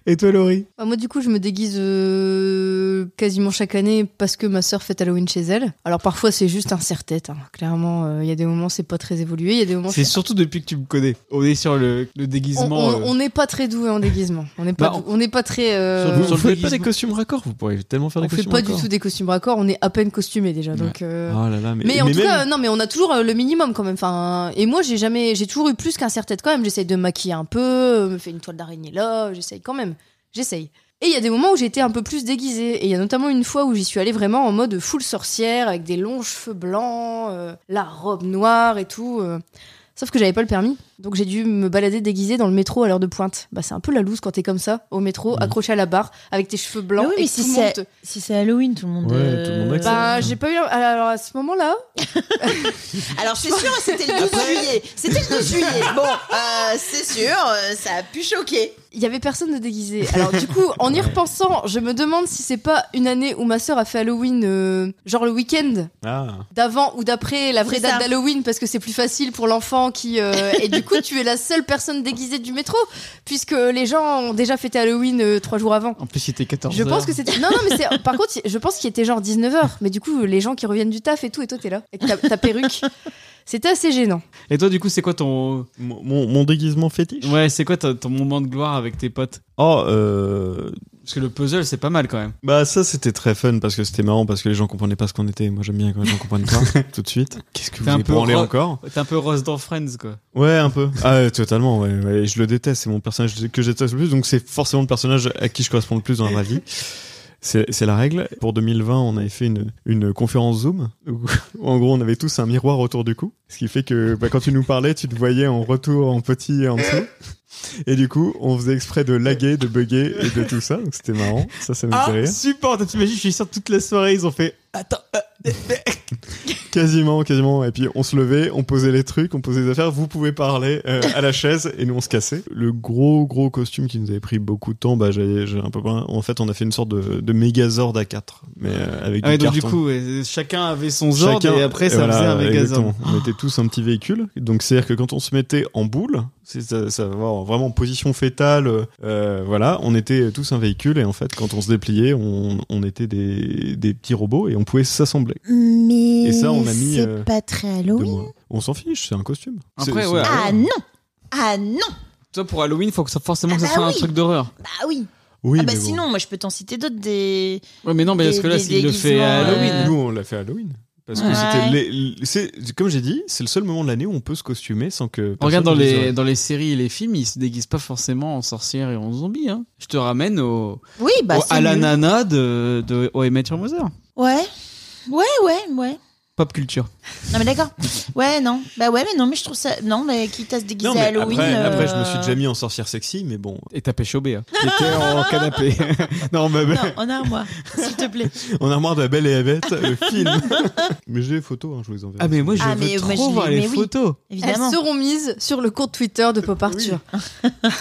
Speaker 3: Et toi, Laurie
Speaker 5: Bah, moi, du coup, je me déguise euh, quasiment chaque année parce que ma sœur fête Halloween chez elle. Alors, parfois, c'est juste un serre-tête. hein. Clairement, euh, il y a des moments, c'est pas très évolué. Il y a des moments,
Speaker 3: C'est surtout depuis que tu me connais. On est sur le, le
Speaker 5: on-
Speaker 3: déguisement.
Speaker 5: on
Speaker 3: euh,
Speaker 5: on n'est pas très doué en déguisement. On n'est pas,
Speaker 3: Bah,
Speaker 5: dou- on n'est pas très. euh,
Speaker 3: Sur
Speaker 4: Vous
Speaker 3: Sur le
Speaker 4: faites pas
Speaker 3: déguisement.
Speaker 4: des costumes raccords, vous pourriez tellement faire
Speaker 5: on
Speaker 4: des
Speaker 5: fait
Speaker 4: costumes
Speaker 5: pas du
Speaker 4: raccords.
Speaker 5: tout des costumes raccords. On est à peine costumé déjà. Donc. euh,
Speaker 4: Oh là là, mais,
Speaker 5: Mais, en
Speaker 4: mais
Speaker 5: tout
Speaker 4: même-
Speaker 5: cas, euh, non, mais on a toujours euh, le minimum quand même. Enfin, et moi, j'ai jamais, j'ai toujours eu plus qu'un serre-tête quand même. J'essaye de me maquiller un peu, euh, me faire une toile d'araignée là, j'essaye quand même. J'essaye. Et il y a des moments où j'ai été un peu plus déguisée. Et il y a notamment une fois où j'y suis allée vraiment en mode full sorcière, avec des longs cheveux blancs, euh, la robe noire et tout. euh. Sauf que j'avais pas le permis. Donc j'ai dû me balader déguisée dans le métro à l'heure de pointe. Bah, c'est un peu la loose quand t'es comme ça, au métro,
Speaker 4: Mmh.
Speaker 5: accroché à la barre, avec tes cheveux blancs.
Speaker 2: Ah oui,
Speaker 5: et
Speaker 2: mais
Speaker 5: que
Speaker 2: si
Speaker 5: tout le monde
Speaker 2: c'est-
Speaker 5: te-
Speaker 2: Si c'est Halloween, tout le monde.
Speaker 4: Ouais, euh, tout le monde accepte.
Speaker 5: Bah, j'ai pas eu. la- Alors à ce moment-là,
Speaker 2: Alors c'est sûr, c'était le 12 juillet. C'était le 12 juillet. *laughs* Bon, euh, c'est sûr, euh, ça a pu choquer.
Speaker 5: Il y avait personne de déguisé. Alors du coup, en y repensant, je me demande si c'est pas une année où ma sœur a fait Halloween, euh, genre le week-end
Speaker 4: Ah.
Speaker 5: d'avant ou d'après la vraie
Speaker 2: C'est ça.
Speaker 5: date d'Halloween, parce que c'est plus facile pour l'enfant qui. euh, et du coup, tu es la seule personne déguisée du métro, puisque les gens ont déjà fêté Halloween euh, trois jours avant.
Speaker 3: En plus, il était 14
Speaker 5: Je pense
Speaker 3: heures.
Speaker 5: que c'était. Non, non, mais c'est. Par contre, je pense qu'il était genre 19h. Mais du coup, les gens qui reviennent du taf et tout, et toi, t'es là, avec ta, ta perruque. C'était assez gênant.
Speaker 3: Et toi, du coup, c'est quoi ton.
Speaker 4: Mon, mon- mon déguisement fétiche
Speaker 3: Ouais, c'est quoi ta- ton moment de gloire avec tes potes
Speaker 4: Oh, euh,
Speaker 3: Parce que le puzzle, c'est pas mal quand même.
Speaker 4: bah ça c'était très fun parce que c'était marrant parce que les gens comprenaient pas ce qu'on était. Moi j'aime bien quand les gens comprennent pas tout de suite. Qu'est-ce que
Speaker 3: T'es
Speaker 4: vous
Speaker 3: un
Speaker 4: avez
Speaker 3: peu
Speaker 4: branlé
Speaker 3: ro-
Speaker 4: encore
Speaker 3: T'es un peu Rose dans Friends, quoi.
Speaker 4: Ouais, un peu. Ah, euh, totalement. Ouais, ouais. Je le déteste. C'est mon personnage que je déteste le plus. Donc c'est forcément le personnage à qui je correspond le plus dans la vie. C'est c'est la règle. Pour 2020, on avait fait une, une conférence Zoom où, en gros, on avait tous un miroir autour du cou. Ce qui fait que bah, quand tu nous parlais, tu te voyais en retour, en petit et en dessous. Et du coup, on faisait exprès de laguer, de bugger et de tout ça. Donc c'était marrant. Ça, ça nous fait rire.
Speaker 3: super T'imagines, je suis sûr, toute la soirée, ils ont fait. Attends,
Speaker 2: euh,
Speaker 4: Quasiment, quasiment. Et puis on se levait, on posait les trucs, on posait les affaires. Vous pouvez parler euh, à la chaise et nous on se cassait. Le gros gros costume qui nous avait pris beaucoup de temps, bah j'avais j'ai un peu pas. En fait, on a fait une sorte de, de Megazord à 4 mais euh, avec
Speaker 3: Ah ouais,
Speaker 4: du
Speaker 3: donc du
Speaker 4: carton.
Speaker 3: coup, ouais, chacun avait son Zord et après ça
Speaker 4: voilà,
Speaker 3: faisait un
Speaker 4: exactement.
Speaker 3: Megazord. Ah.
Speaker 4: On était tous un petit véhicule. Donc c'est à dire que quand on se mettait en boule, c'est ça, ça va avoir vraiment en position fétale. euh, voilà, on était tous un véhicule et en fait quand on se dépliait, on, on était des, des petits robots et on pouvait s'assembler.
Speaker 2: Mais
Speaker 4: Et ça, on a mis, c'est euh,
Speaker 2: pas très
Speaker 4: Deux mois. On s'en fiche, c'est un costume.
Speaker 3: Après,
Speaker 4: C'est-
Speaker 3: ouais.
Speaker 4: c'est-
Speaker 2: Ah non, ah non,
Speaker 3: Toi pour Halloween, faut que ça, forcément que ça
Speaker 2: Ah bah
Speaker 3: soit un
Speaker 2: oui.
Speaker 3: truc d'horreur.
Speaker 2: bah oui.
Speaker 4: Oui,
Speaker 2: ah bah
Speaker 4: mais bon.
Speaker 2: sinon, moi je peux t'en citer d'autres des.
Speaker 3: Ouais, mais non, mais
Speaker 2: Des-
Speaker 3: parce que là,
Speaker 2: des
Speaker 3: s'il le fait à
Speaker 2: déguisements,
Speaker 3: Halloween.
Speaker 2: euh,
Speaker 4: Nous, on l'a fait à Halloween. Parce
Speaker 3: Ouais.
Speaker 4: que c'était. les- les- c'est- Comme j'ai dit, c'est le seul moment de l'année où on peut se costumer sans que.
Speaker 3: On
Speaker 4: personne
Speaker 3: regarde dans
Speaker 4: ne dise,
Speaker 3: les,
Speaker 4: ouais.
Speaker 3: dans les séries et les films, ils se déguisent pas forcément en sorcière et en zombie. Hein. Je te ramène au,
Speaker 2: Oui, bah
Speaker 4: Oh,
Speaker 3: au-
Speaker 2: c'est
Speaker 3: à la
Speaker 2: mieux.
Speaker 3: nana de, de How I Met Your Mother.
Speaker 2: Ouais, ouais, ouais, ouais.
Speaker 3: Pop culture.
Speaker 2: Non mais d'accord. Ouais non. Bah ouais mais non mais je trouve ça non mais quitte à se déguiser
Speaker 4: Non, mais
Speaker 2: à Halloween.
Speaker 4: après, après, je
Speaker 2: euh,
Speaker 4: me suis déjà mis en sorcière sexy,
Speaker 2: *laughs*
Speaker 4: mais bon.
Speaker 3: Et tapé Chobé. Hein. Qui était en canapé. non, mais.
Speaker 2: Non, en armoire, s'il te *laughs* plaît.
Speaker 4: En armoire de la Belle et la Bête, le
Speaker 2: *laughs*
Speaker 4: film. mais j'ai les photos, hein, je vous les enverrai.
Speaker 3: Ah, mais moi, je
Speaker 2: Ah,
Speaker 3: veux
Speaker 2: mais
Speaker 3: trop
Speaker 2: moi, je l'ai-
Speaker 3: voir les
Speaker 2: mais oui.
Speaker 3: photos.
Speaker 2: Évidemment.
Speaker 5: Elles seront mises sur le compte Twitter de Pop Arthur.
Speaker 4: Ah.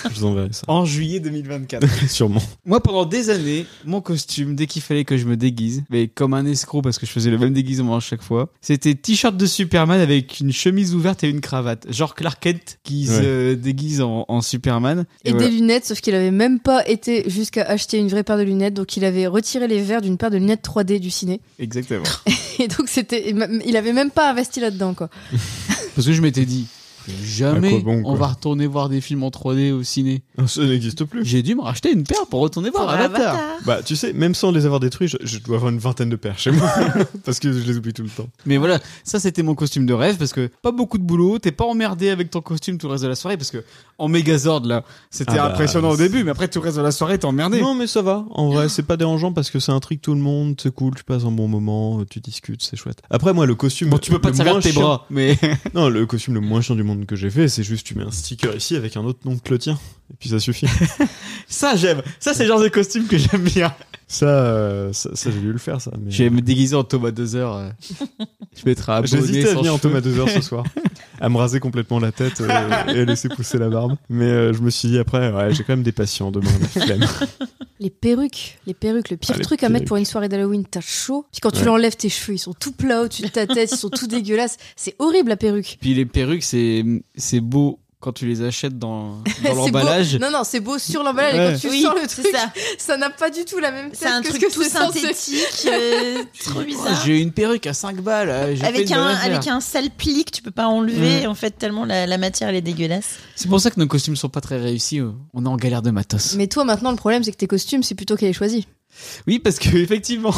Speaker 4: je vous enverrai ça. *laughs*
Speaker 3: En juillet 2024.
Speaker 4: Sûrement.
Speaker 3: *laughs* Moi, pendant des années, mon costume, dès qu'il fallait que je me déguise, mais comme un escroc parce que je faisais le même déguisement à chaque fois, c'était t-shirt de Superman avec une chemise ouverte et une cravate. Genre Clark Kent qui
Speaker 4: Ouais.
Speaker 3: se déguise en, en Superman.
Speaker 5: Et
Speaker 3: voilà.
Speaker 5: des lunettes, sauf qu'il avait même pas été jusqu'à acheter une vraie paire de lunettes, donc il avait retiré les verres d'une paire de lunettes 3D du ciné.
Speaker 3: Exactement.
Speaker 5: Et donc c'était, il avait même pas investi là-dedans quoi.
Speaker 3: Parce que je m'étais dit, plus jamais
Speaker 4: À quoi bon,
Speaker 3: on
Speaker 4: quoi.
Speaker 3: va retourner voir des films en 3D au ciné.
Speaker 4: Ça n'existe plus.
Speaker 3: J'ai dû me racheter une paire pour retourner voir
Speaker 2: Pour
Speaker 3: Avatar.
Speaker 4: Bah, tu sais, même sans les avoir détruits, je, je dois avoir une vingtaine de paires chez moi. *laughs* parce que je les oublie tout le temps.
Speaker 3: Mais voilà, ça c'était mon costume de rêve parce que pas beaucoup de boulot, t'es pas emmerdé avec ton costume tout le reste de la soirée parce que en Megazord là, c'était
Speaker 4: Ah bah,
Speaker 3: impressionnant au
Speaker 4: c'est-
Speaker 3: début, mais après tout le reste de la soirée t'es emmerdé.
Speaker 4: Non, mais ça va. En vrai, c'est pas dérangeant parce que ça intrigue tout le monde. C'est cool, tu passes un bon moment, euh, tu discutes, c'est chouette. Après, moi, le costume.
Speaker 3: Bon, tu peux pas
Speaker 4: le
Speaker 3: te servir de
Speaker 4: moins
Speaker 3: tes
Speaker 4: chiant-
Speaker 3: bras, mais *laughs*
Speaker 4: Non, le costume le moins chiant du monde que j'ai fait, c'est juste tu mets un sticker ici avec un autre nom que le tien. Et puis ça suffit.
Speaker 3: ça j'aime. Ça c'est le genre de costume que j'aime
Speaker 4: *laughs*
Speaker 3: bien.
Speaker 4: ça, euh, ça, ça, j'ai dû le faire, ça. mais-
Speaker 3: Je vais me déguiser en Thomas 2 heures.
Speaker 4: *laughs*
Speaker 3: euh. Je vais être un bonnet
Speaker 4: J'hésitais à
Speaker 3: sans
Speaker 4: venir en
Speaker 3: cheveux.
Speaker 4: Thomas 2 heures ce soir, à me raser complètement la tête euh, et à laisser pousser la barbe. Mais euh, je me suis dit après, ouais, j'ai quand même des patients demain, la flemme.
Speaker 5: Les perruques, les perruques, le pire
Speaker 4: Ah, les
Speaker 5: truc à mettre
Speaker 4: perruques.
Speaker 5: pour une soirée d'Halloween, t'as chaud. Puis quand tu
Speaker 4: Ouais.
Speaker 5: l'enlèves, tes cheveux, ils sont tout plats au-dessus de ta tête, ils sont tout dégueulasses. C'est horrible la perruque.
Speaker 3: Puis les perruques c'est c'est beau quand tu les achètes dans, dans
Speaker 5: C'est beau.
Speaker 3: l'emballage.
Speaker 5: Non, non, c'est beau sur l'emballage et
Speaker 3: Ouais.
Speaker 5: quand tu
Speaker 2: Oui,
Speaker 5: sors le
Speaker 2: c'est
Speaker 5: truc,
Speaker 2: ça.
Speaker 5: ça n'a pas du tout la même tête
Speaker 2: C'est un
Speaker 5: que
Speaker 2: truc
Speaker 5: ce que
Speaker 2: tout
Speaker 5: c'est censé-
Speaker 2: synthétique, euh, trop
Speaker 3: Oh,
Speaker 2: bizarre.
Speaker 3: J'ai une perruque à 5 balles. euh, j'ai fait
Speaker 2: Avec
Speaker 3: une
Speaker 2: un,
Speaker 3: bonne affaire.
Speaker 2: avec un sale pli que tu peux pas enlever, en fait, tellement la, la matière elle est dégueulasse.
Speaker 3: C'est pour ça que nos costumes sont pas très réussis. euh. On est en galère de matos.
Speaker 5: Mais toi, maintenant, le problème, c'est que tes costumes, c'est plutôt qu'elle est choisie.
Speaker 3: Oui, parce que *laughs* effectivement,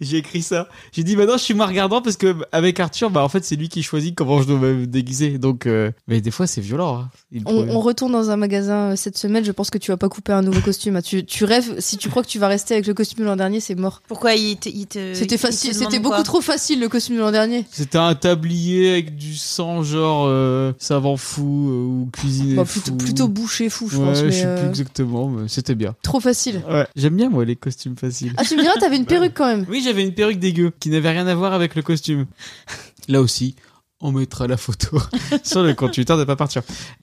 Speaker 3: j'ai écrit ça. J'ai dit maintenant, je suis moins regardant parce que avec Arthur, bah en fait, c'est lui qui choisit comment je dois me déguiser. Donc, euh, mais des fois, c'est violent. hein. Il
Speaker 5: On,
Speaker 3: pourrait-
Speaker 5: on retourne dans un magasin euh, cette semaine, je pense que tu vas pas couper un nouveau costume. Ah, Tu, tu rêves, si tu crois que tu vas rester avec le costume de l'an dernier, c'est mort.
Speaker 2: Pourquoi il te, il te- il
Speaker 5: C'était
Speaker 2: te
Speaker 5: facile,
Speaker 2: demande
Speaker 5: c'était beaucoup
Speaker 2: quoi
Speaker 5: trop facile le costume de l'an dernier.
Speaker 3: C'était un tablier avec du sang, genre euh, savant fou euh, ou cuisinier
Speaker 5: Bon,
Speaker 3: fou.
Speaker 5: Bah, plutôt, plutôt bouché fou, je
Speaker 3: Ouais,
Speaker 5: pense,
Speaker 3: je
Speaker 5: mais
Speaker 3: sais plus
Speaker 5: euh,
Speaker 3: exactement, mais c'était bien.
Speaker 5: trop facile.
Speaker 3: Ouais. J'aime bien moi les costumes faciles.
Speaker 5: Ah, tu me diras, t'avais une perruque quand même.
Speaker 3: Oui, j'avais une perruque dégueu qui n'avait rien à voir avec le costume. Là aussi, on mettra la photo *laughs* sur le compte Twitter de pas partir.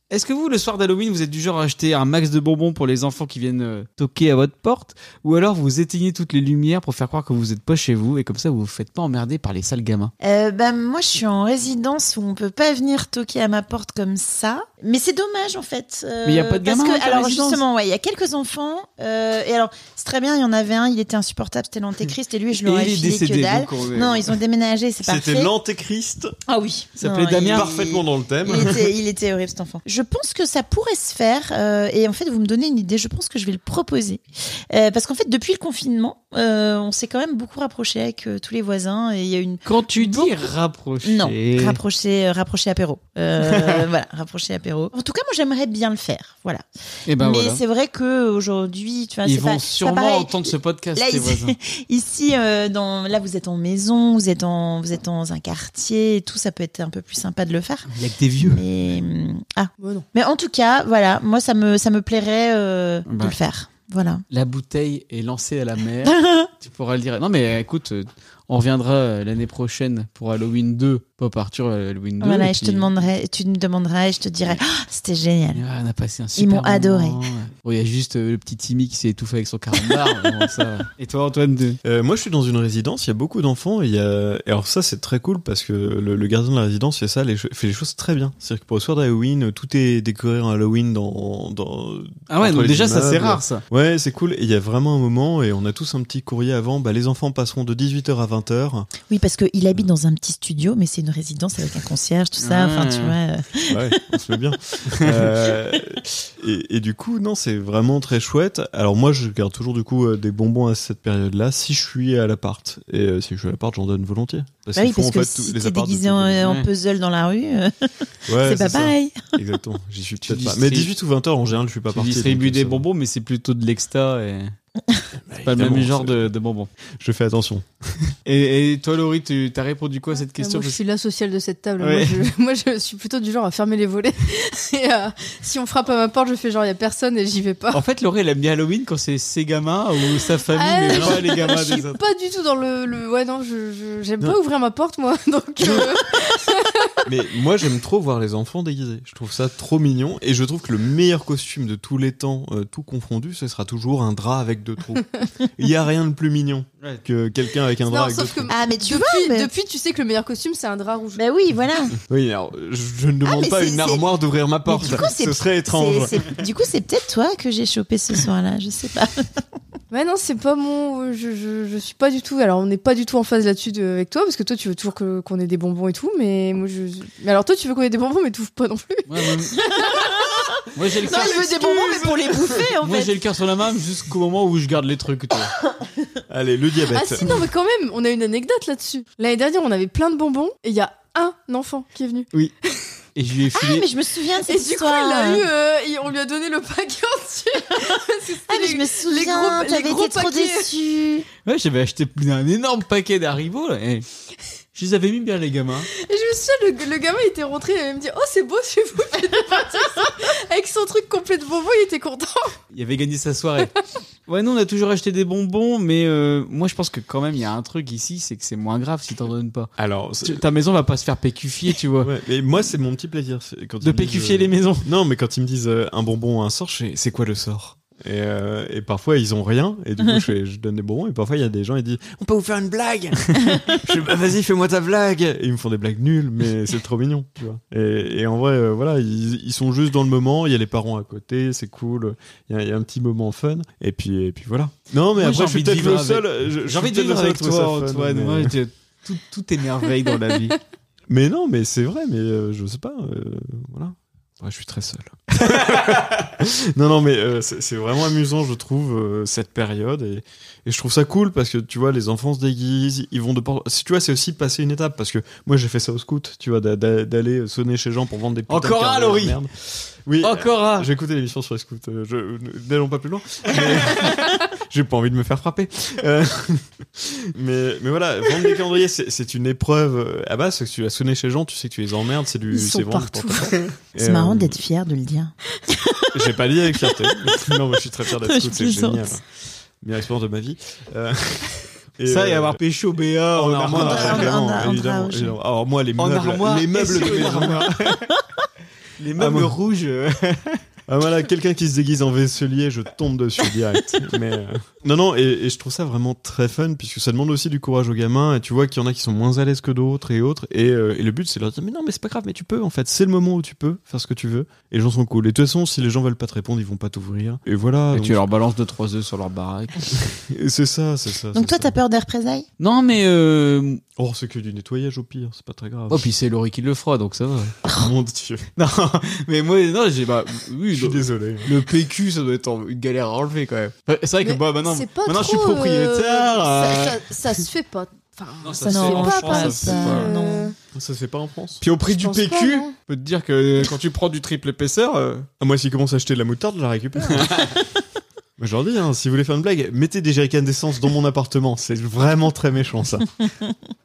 Speaker 3: Est-ce que vous, le soir d'Halloween, vous êtes du genre à acheter un max de bonbons pour les enfants qui viennent euh, toquer à votre porte Ou alors vous éteignez toutes les lumières pour faire croire que vous n'êtes pas chez vous et comme ça vous vous faites pas emmerder par les sales gamins
Speaker 2: Euh, bah, moi, je suis en résidence où on peut pas venir toquer à ma porte comme ça. Mais c'est dommage, en fait. euh,
Speaker 3: Mais y a pas de
Speaker 2: parce
Speaker 3: gamins
Speaker 2: que-
Speaker 3: dans ta
Speaker 2: Alors,
Speaker 3: résidence.
Speaker 2: justement, ouais, il y a quelques enfants. euh, et alors, c'est très bien, il y en avait un, il était insupportable, c'était l'antéchrist, et lui,
Speaker 3: *laughs*
Speaker 2: je l'aurais
Speaker 3: Et il est
Speaker 2: filé que
Speaker 3: décédé.
Speaker 2: dalle.
Speaker 3: donc on est-
Speaker 2: Non, ils ont déménagé, c'est parfait.
Speaker 4: C'était l'antéchrist,
Speaker 2: Ah oui.
Speaker 3: Ça s'appelait
Speaker 2: il-
Speaker 3: Damien.
Speaker 4: parfaitement dans le thème.
Speaker 3: *laughs*
Speaker 2: Il était, il était horrible cet enfant. Je pense que ça pourrait se faire. euh, et en fait, vous me donnez une idée. Je pense que je vais le proposer. Euh, parce qu'en fait, depuis le confinement, euh, on s'est quand même beaucoup rapproché avec euh, tous les voisins. Et il y a une
Speaker 3: Quand tu dis
Speaker 2: Beaucoup.
Speaker 3: rapprocher.
Speaker 2: non, rapproché, euh, rapproché apéro. *laughs* Euh, voilà, rapproché apéro. En tout cas, moi, j'aimerais bien le faire. Voilà.
Speaker 3: Eh ben
Speaker 2: Mais
Speaker 3: voilà.
Speaker 2: c'est vrai que aujourd'hui, tu vois,
Speaker 3: Ils
Speaker 2: c'est pas-
Speaker 3: vont
Speaker 2: c'est pas
Speaker 3: sûrement
Speaker 2: pareil.
Speaker 3: entendre ce podcast,
Speaker 2: Là,
Speaker 3: tes voisins.
Speaker 2: *laughs* ici, ici, euh, dans, là, vous êtes en maison, vous êtes en, vous êtes dans un quartier et tout, ça peut être un peu plus sympa de le faire.
Speaker 3: Il y a que des vieux.
Speaker 2: Mais, hum, ah,
Speaker 5: Bon, non.
Speaker 2: mais en tout cas, voilà, moi ça me ça me plairait euh, de
Speaker 3: Bah.
Speaker 2: le faire. Voilà.
Speaker 3: La bouteille est lancée à la
Speaker 5: *laughs*
Speaker 3: mer. tu pourras le dire. Non, mais euh, écoute, euh, on reviendra euh, l'année prochaine pour Halloween 2. Pop Arthur, euh, Halloween 2.
Speaker 2: voilà,
Speaker 3: et
Speaker 2: et je te
Speaker 3: puis-
Speaker 2: demanderai, tu me demanderas et je te dirai, Ah, c'était génial.
Speaker 3: Ah, on a passé un super
Speaker 2: m'ont adoré.
Speaker 3: moment. Bon, il y a juste euh, le petit Timmy qui s'est étouffé avec son carambar. Bon, ça. Et toi, Antoine de-
Speaker 4: Euh, moi, je suis dans une résidence, il y a beaucoup d'enfants, et, il y a- et alors ça, c'est très cool parce que le, le gardien de la résidence fait ça, les, cho- fait les choses très bien. C'est-à-dire que pour le soir d'Halloween, euh, tout est décoré en Halloween dans. dans...
Speaker 3: Ah ouais,
Speaker 4: Entre
Speaker 3: donc
Speaker 4: les
Speaker 3: déjà, ça c'est
Speaker 4: immeubles.
Speaker 3: rare ça.
Speaker 4: Ouais, c'est cool, et il y a vraiment un moment, et on a tous un petit courrier avant, bah, les enfants passeront de 18h à 20h.
Speaker 2: Oui, parce que il habite dans un petit studio, mais c'est une résidence avec un concierge, tout ça.
Speaker 3: Ah.
Speaker 2: Enfin, tu vois. euh.
Speaker 4: Ouais, on se met *laughs* bien. Euh, et, et du coup, non, c'est vraiment très chouette. Alors moi, je garde toujours du coup euh, des bonbons à cette période-là si je suis à l'appart. Et euh, si je suis à l'appart, j'en donne volontiers. Parce
Speaker 2: Bah oui,
Speaker 4: qu'ils
Speaker 2: parce
Speaker 4: font, en
Speaker 2: que
Speaker 4: fait, tous
Speaker 2: si
Speaker 4: les
Speaker 2: t'es
Speaker 4: apparts de
Speaker 2: déguisé
Speaker 4: tous
Speaker 2: en,
Speaker 4: les-
Speaker 2: en
Speaker 3: Ouais.
Speaker 2: puzzle dans la rue, euh,
Speaker 4: Ouais,
Speaker 2: c'est pas
Speaker 4: ça.
Speaker 2: pareil.
Speaker 4: Exactement. J'y suis
Speaker 3: Tu
Speaker 4: peut-être pas.
Speaker 3: distribues-
Speaker 4: Mais 18 ou 20 heures en général, je suis pas
Speaker 3: Tu
Speaker 4: parti.
Speaker 3: distribues
Speaker 4: donc, euh,
Speaker 3: des
Speaker 4: ça va.
Speaker 3: bonbons, mais c'est plutôt de l'exta. Et... C'est pas le
Speaker 4: évidemment,
Speaker 3: même genre
Speaker 4: c'est-
Speaker 3: de, de bonbons.
Speaker 4: Je fais attention.
Speaker 3: Et, et toi, Laurie, tu as répondu quoi à cette question
Speaker 5: Ah, moi, je
Speaker 3: Parce-
Speaker 5: suis la sociale de cette table.
Speaker 3: Ouais.
Speaker 5: Moi, je, *laughs* moi, je suis plutôt du genre à fermer les volets. *laughs* Et euh, si on frappe à ma porte, je fais genre, il y a personne et j'y vais pas.
Speaker 3: En fait, Laurie, elle aime bien Halloween quand c'est ses gamins ou sa famille,
Speaker 5: Ah,
Speaker 3: mais
Speaker 5: je-
Speaker 3: pas les gamins
Speaker 5: Je suis
Speaker 3: des autres.
Speaker 5: pas du tout dans le. le- Ouais, non, je, je- j'aime
Speaker 4: Non.
Speaker 5: pas ouvrir ma porte, moi. *laughs* Donc, euh,
Speaker 4: Mais moi, j'aime trop voir les enfants déguisés. Je trouve ça trop mignon. Et je trouve que le meilleur costume de tous les temps, euh, tout confondu, ce sera toujours un drap avec
Speaker 2: *laughs*
Speaker 4: deux trous. Il y a rien de plus mignon
Speaker 3: Ouais.
Speaker 4: que quelqu'un avec un
Speaker 5: Non,
Speaker 4: drap avec deux
Speaker 5: sauf
Speaker 4: trous.
Speaker 5: que-
Speaker 2: Ah, mais tu
Speaker 5: depuis,
Speaker 2: vois, mais...
Speaker 5: depuis, tu sais que le meilleur costume, c'est un drap rouge.
Speaker 2: Bah oui,
Speaker 4: *laughs*
Speaker 2: voilà.
Speaker 4: Oui, alors je, je ne demande
Speaker 2: Ah, mais
Speaker 4: pas
Speaker 2: c'est-
Speaker 4: une
Speaker 2: c'est-
Speaker 4: armoire d'ouvrir ma porte.
Speaker 2: du coup, c'est-
Speaker 4: ce serait étrange.
Speaker 2: C'est- c'est- du coup, c'est peut-être toi que j'ai chopé ce soir-là, je sais pas.
Speaker 5: Ouais, non, c'est pas mon. Je, je, je suis pas du tout. Alors, on n'est pas du tout en phase là-dessus de- avec toi, parce que toi, tu veux toujours que- qu'on ait des bonbons et tout, mais moi, je. Mais alors, toi, tu veux qu'on ait des bonbons, mais t'ouvres pas non plus.
Speaker 2: *laughs*
Speaker 3: Ouais, ouais. Moi j'ai le
Speaker 2: Non,
Speaker 3: cœur.
Speaker 2: il veut des bonbons, mais pour les bouffer, en
Speaker 3: Moi
Speaker 2: fait.
Speaker 3: j'ai le cœur sur la main jusqu'au moment où je garde les trucs. toi.
Speaker 4: Allez, le
Speaker 5: Ah,
Speaker 4: diabète.
Speaker 5: si, non, mais quand même, on a une anecdote là-dessus. L'année dernière, on avait plein de bonbons, et il y a un enfant qui est venu.
Speaker 3: Et je lui ai
Speaker 2: Ah,
Speaker 3: filé.
Speaker 2: mais je me souviens de
Speaker 5: Et
Speaker 2: cette
Speaker 5: du coup, il
Speaker 2: histoire.
Speaker 5: a eu. euh, et on lui a donné le paquet *laughs* entier. Parce que c'était
Speaker 2: Ah, mais
Speaker 5: les-
Speaker 2: je me souviens,
Speaker 5: gros- les
Speaker 2: t'avais
Speaker 5: gros
Speaker 2: été trop
Speaker 5: paquets.
Speaker 2: déçu.
Speaker 3: Ouais, j'avais acheté un énorme paquet d'Haribo. là, et Je les avais mis bien les gamins.
Speaker 5: Et je me souviens, le, le gamin il était rentré, il allait me dire Oh, c'est beau chez vous, faites des parties. Avec son truc complet de bonbons, il était content.
Speaker 3: Il avait gagné
Speaker 2: *laughs*
Speaker 3: sa soirée. Ouais, nous on a toujours acheté des bonbons, mais euh, moi je pense que quand même il y a un truc ici, c'est que c'est moins grave si t'en donnes pas.
Speaker 4: Alors, c'est-
Speaker 3: Tu- Ta maison va pas se faire pécufier, tu vois.
Speaker 4: ouais, mais moi, c'est mon petit plaisir. c'est Quand euh,
Speaker 3: De pécufier les maisons.
Speaker 4: Non, mais quand ils me disent euh, un bonbon, un sort, je fais, c'est quoi le sort et, euh, et parfois ils ont rien et du coup je, fais- je donne des bonbons et parfois il y a des gens ils disent on peut vous faire une blague
Speaker 3: *laughs*
Speaker 4: je fais, bah, vas-y fais-moi ta blague et ils me font des blagues nulles mais c'est trop mignon tu vois et, et en vrai euh, voilà ils, ils sont juste dans le moment il y a les parents à côté c'est cool il y, a- il y a un petit moment fun et puis et puis voilà non mais
Speaker 3: Moi, j'ai
Speaker 4: après je suis
Speaker 3: envie de
Speaker 4: peut-être le
Speaker 3: vivre
Speaker 4: seul je- je
Speaker 3: J'ai
Speaker 4: suis
Speaker 3: envie de
Speaker 4: peut-être le
Speaker 3: vivre
Speaker 4: seul à
Speaker 3: avec
Speaker 4: trouver ça
Speaker 3: toi,
Speaker 4: fun,
Speaker 3: Antoine.
Speaker 4: mais-
Speaker 3: Moi, je- tout, tout est merveille
Speaker 2: *laughs*
Speaker 3: dans la vie.
Speaker 4: mais non, mais c'est vrai, mais euh, je sais pas. euh, voilà. Ouais, je suis très seul. *laughs* non, non, mais euh, c'est c'est vraiment amusant, je trouve, euh, cette période. Et, et je trouve ça cool parce que, tu vois, les enfants se déguisent, ils vont de por- Si Tu vois, c'est aussi passer une étape parce que moi, j'ai fait ça au scout, tu vois, d'a- d'a- d'aller sonner chez gens pour vendre des putains de
Speaker 3: Encore un,
Speaker 4: cartes de
Speaker 3: Laurie
Speaker 4: merde. Oui, euh,
Speaker 3: Encore un.
Speaker 4: j'ai écouté l'émission sur les scouts. euh, je- euh, N'allons pas plus loin. Mais- J'ai pas envie de me faire frapper. Euh, mais, mais voilà, vendre des calendriers, c'est c'est une épreuve. euh, Ah bah, c'est que tu as sonné chez les gens, tu sais que tu les emmerdes, c'est du.
Speaker 5: Ils sont
Speaker 4: c'est vraiment du
Speaker 5: partout.
Speaker 4: porte-à-porte. Et,
Speaker 2: C'est
Speaker 4: euh,
Speaker 2: marrant d'être fier de le dire.
Speaker 4: *laughs* J'ai pas dit avec fierté. *laughs* non, moi je suis très fier d'être
Speaker 2: Je
Speaker 4: scout, c'est
Speaker 2: plaisante.
Speaker 4: génial. Meilleure expérience de ma vie. Euh, et,
Speaker 3: Ça et
Speaker 4: euh,
Speaker 3: avoir pécho au BA
Speaker 4: en
Speaker 3: en
Speaker 4: armoire,
Speaker 2: en-
Speaker 3: armoire.
Speaker 4: évidemment,
Speaker 2: en- en-
Speaker 4: évidemment,
Speaker 2: en-
Speaker 4: évidemment. Alors moi, les
Speaker 3: En
Speaker 4: meubles,
Speaker 3: armoire,
Speaker 4: les meubles
Speaker 3: et
Speaker 4: de
Speaker 3: sur une
Speaker 4: maison.
Speaker 3: armoire. *laughs* Les
Speaker 4: Ah,
Speaker 3: meubles
Speaker 4: moi.
Speaker 3: rouges. euh,
Speaker 4: Ah voilà, quelqu'un qui se déguise en vaisselier, je tombe dessus
Speaker 3: *laughs*
Speaker 4: direct. Mais euh, non, non, et, et je trouve ça vraiment très fun puisque ça demande aussi du courage aux gamins. Et tu vois qu'il y en a qui sont moins à l'aise que d'autres et autres. Et, euh, et le but, c'est de leur dire mais non, mais c'est pas grave, mais tu peux en fait. C'est le moment où tu peux faire ce que tu veux. Et les gens sont cool. Et de toute façon, si les gens veulent pas te répondre, ils vont pas t'ouvrir. Et voilà.
Speaker 3: Et
Speaker 4: donc-
Speaker 3: tu leur balances 2-3 œufs sur leur baraque.
Speaker 4: et *laughs* C'est ça, c'est ça.
Speaker 2: Donc
Speaker 4: c'est
Speaker 2: toi,
Speaker 4: ça.
Speaker 2: t'as peur des représailles
Speaker 3: Non, mais. Euh...
Speaker 4: Oh, c'est que du nettoyage au pire, c'est pas très grave.
Speaker 3: Oh, puis c'est Laurie qui le fera, donc ça va.
Speaker 4: mon dieu.
Speaker 3: *laughs* Non, mais moi, non, j'ai. Bah,
Speaker 4: Je
Speaker 3: oui,
Speaker 4: suis
Speaker 3: le,
Speaker 4: désolé.
Speaker 3: le PQ, ça doit être en- une galère à enlever quand même. Enfin, C'est vrai que
Speaker 5: Mais
Speaker 3: bah, maintenant,
Speaker 5: c'est pas
Speaker 3: maintenant je suis
Speaker 5: trop, euh,
Speaker 3: propriétaire. euh,
Speaker 5: ça, ça- ça se fait pas. Enfin,
Speaker 3: Non, ça
Speaker 5: ça,
Speaker 2: se fait en
Speaker 5: se fait pas
Speaker 2: France,
Speaker 5: par
Speaker 2: ça
Speaker 5: ici.
Speaker 2: se fait pas.
Speaker 5: euh,
Speaker 2: Non.
Speaker 4: Ça se fait pas en France.
Speaker 3: Puis au prix
Speaker 5: je
Speaker 3: du
Speaker 5: pense
Speaker 3: PQ,
Speaker 5: pas, hein. non.
Speaker 3: je peux te dire que quand tu prends du triple épaisseur. euh,
Speaker 4: Ah, moi, s'ils commencent à acheter de la moutarde, je la récupère. hein. *laughs* Mais je leur dis, hein, si vous voulez faire une blague, mettez des jerrycans d'essence dans mon appartement. C'est vraiment très méchant, *laughs* ça.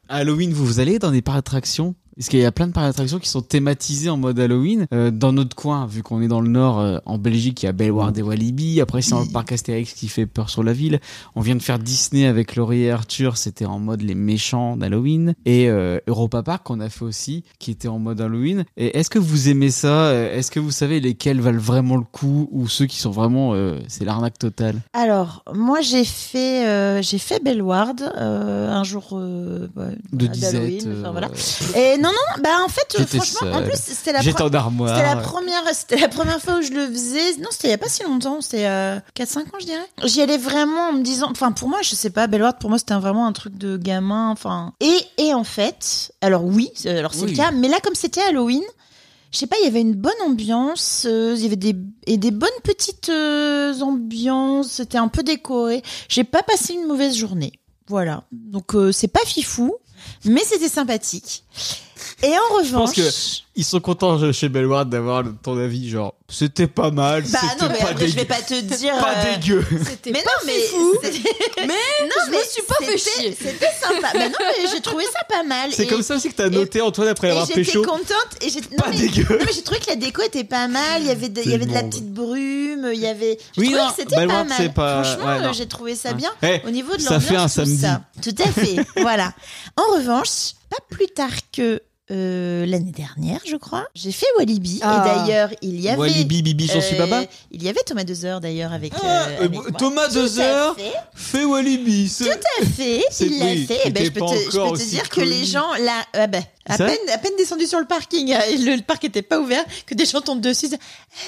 Speaker 3: Halloween, vous, vous allez dans des parcs d'attractions Parce qu'il y a plein de parcs d'attractions qui sont thématisés en mode Halloween. Euh, dans notre coin, vu qu'on est dans le nord, euh, en Belgique, il y a Belward et Walibi. Après, c'est le parc Astérix qui fait peur sur la ville. On vient de faire Disney avec Laurie et Arthur. C'était en mode les méchants d'Halloween. Et euh, Europa Park, qu'on a fait aussi, qui était en mode Halloween. Et est-ce que vous aimez ça Euh, Est-ce que vous savez lesquels valent vraiment le coup Ou ceux qui sont vraiment... euh, c'est l'arnaque totale
Speaker 2: Alors, moi, j'ai fait, euh, j'ai fait Bellward euh, un jour euh, ouais,
Speaker 3: De
Speaker 2: voilà,
Speaker 3: disette.
Speaker 2: d'Halloween, enfin,
Speaker 3: euh,
Speaker 2: voilà. Et non, non, bah en fait, euh,
Speaker 3: J'étais
Speaker 2: franchement, en
Speaker 3: seule.
Speaker 2: plus, c'était la,
Speaker 3: J'étais
Speaker 2: pre-
Speaker 3: en armoire.
Speaker 2: c'était la première, c'était la première fois où je le faisais. Non, c'était il y a pas si longtemps, c'était euh, 4-5 ans, je dirais. J'y allais vraiment en me disant, enfin, pour moi, je sais pas, Bellward, pour moi, c'était un- vraiment un truc de gamin, enfin. Et, et en fait, alors oui, c'est- alors c'est
Speaker 3: Oui.
Speaker 2: le cas, mais là, comme c'était Halloween, je sais pas, il y avait une bonne ambiance, euh, il y avait des, et des bonnes petites euh, ambiances, c'était un peu décoré. J'ai pas passé une mauvaise journée. Voilà. Donc, euh, c'est pas fifou, mais c'était sympathique. Et en revanche.
Speaker 3: que- Ils sont contents je- chez Belward d'avoir le- ton avis, genre c'était pas mal,
Speaker 2: Bah
Speaker 3: c'était
Speaker 2: non, mais
Speaker 3: pas,
Speaker 2: après, je
Speaker 3: dégueu,
Speaker 2: vais pas te dire.
Speaker 3: pas
Speaker 2: euh,
Speaker 3: dégueu.
Speaker 2: *laughs*
Speaker 5: C'était
Speaker 2: Mais
Speaker 5: pas
Speaker 2: non, mais.
Speaker 5: fifou. *laughs*
Speaker 2: c'est-
Speaker 5: Mais
Speaker 2: non,
Speaker 5: je me suis pas fait
Speaker 2: c'était-
Speaker 5: chier.
Speaker 2: C'était sympa. Bah non, mais j'ai trouvé ça pas mal.
Speaker 3: C'est
Speaker 2: Et-
Speaker 3: comme ça aussi que t'as noté Antoine après
Speaker 2: Et
Speaker 3: avoir
Speaker 2: j'étais
Speaker 3: pécho.
Speaker 2: contente et j'ai non,
Speaker 3: Pas
Speaker 2: mais-
Speaker 3: dégueu. *laughs*
Speaker 2: non, mais j'ai trouvé que la déco était pas mal, il y avait de, il y
Speaker 4: C'est
Speaker 2: avait de la
Speaker 4: immonde.
Speaker 2: petite brume, il y avait j'ai
Speaker 3: Oui,
Speaker 2: trouvé
Speaker 3: non,
Speaker 2: que c'était
Speaker 3: Balmain,
Speaker 2: pas
Speaker 3: c'est
Speaker 2: mal.
Speaker 3: pas-
Speaker 2: Franchement,
Speaker 3: ouais, non.
Speaker 2: euh, j'ai trouvé ça bien
Speaker 3: Eh,
Speaker 2: au niveau de
Speaker 3: Ça
Speaker 2: l'ambiance
Speaker 3: fait un
Speaker 2: tout
Speaker 3: samedi.
Speaker 2: ça. Tout à fait. *laughs* voilà. En revanche, pas plus tard que euh, l'année dernière, je crois, j'ai fait Walibi
Speaker 5: Ah.
Speaker 2: et d'ailleurs, il y avait
Speaker 3: Walibi, Bibi, j'en suis
Speaker 2: euh,
Speaker 3: baba.
Speaker 2: Il y avait Thomas Dezer d'ailleurs avec,
Speaker 3: Ah,
Speaker 2: euh,
Speaker 3: euh,
Speaker 2: avec moi.
Speaker 3: Thomas
Speaker 2: Tout à
Speaker 3: Dezer
Speaker 2: fait.
Speaker 3: Fais Walibi. c'est-
Speaker 2: Tout à fait,
Speaker 3: C'est-
Speaker 2: il l'a
Speaker 3: oui,
Speaker 2: fait. Et ben,
Speaker 3: t'es
Speaker 2: je peux
Speaker 3: pas
Speaker 2: te, je peux
Speaker 3: encore
Speaker 2: te
Speaker 3: aussi
Speaker 2: dire que les
Speaker 3: connu.
Speaker 2: gens là, ah ben, À
Speaker 3: C'est vrai
Speaker 2: peine, à peine descendu sur le parking, euh, et le, le parc était pas ouvert, que des gens tombent dessus. ils disent,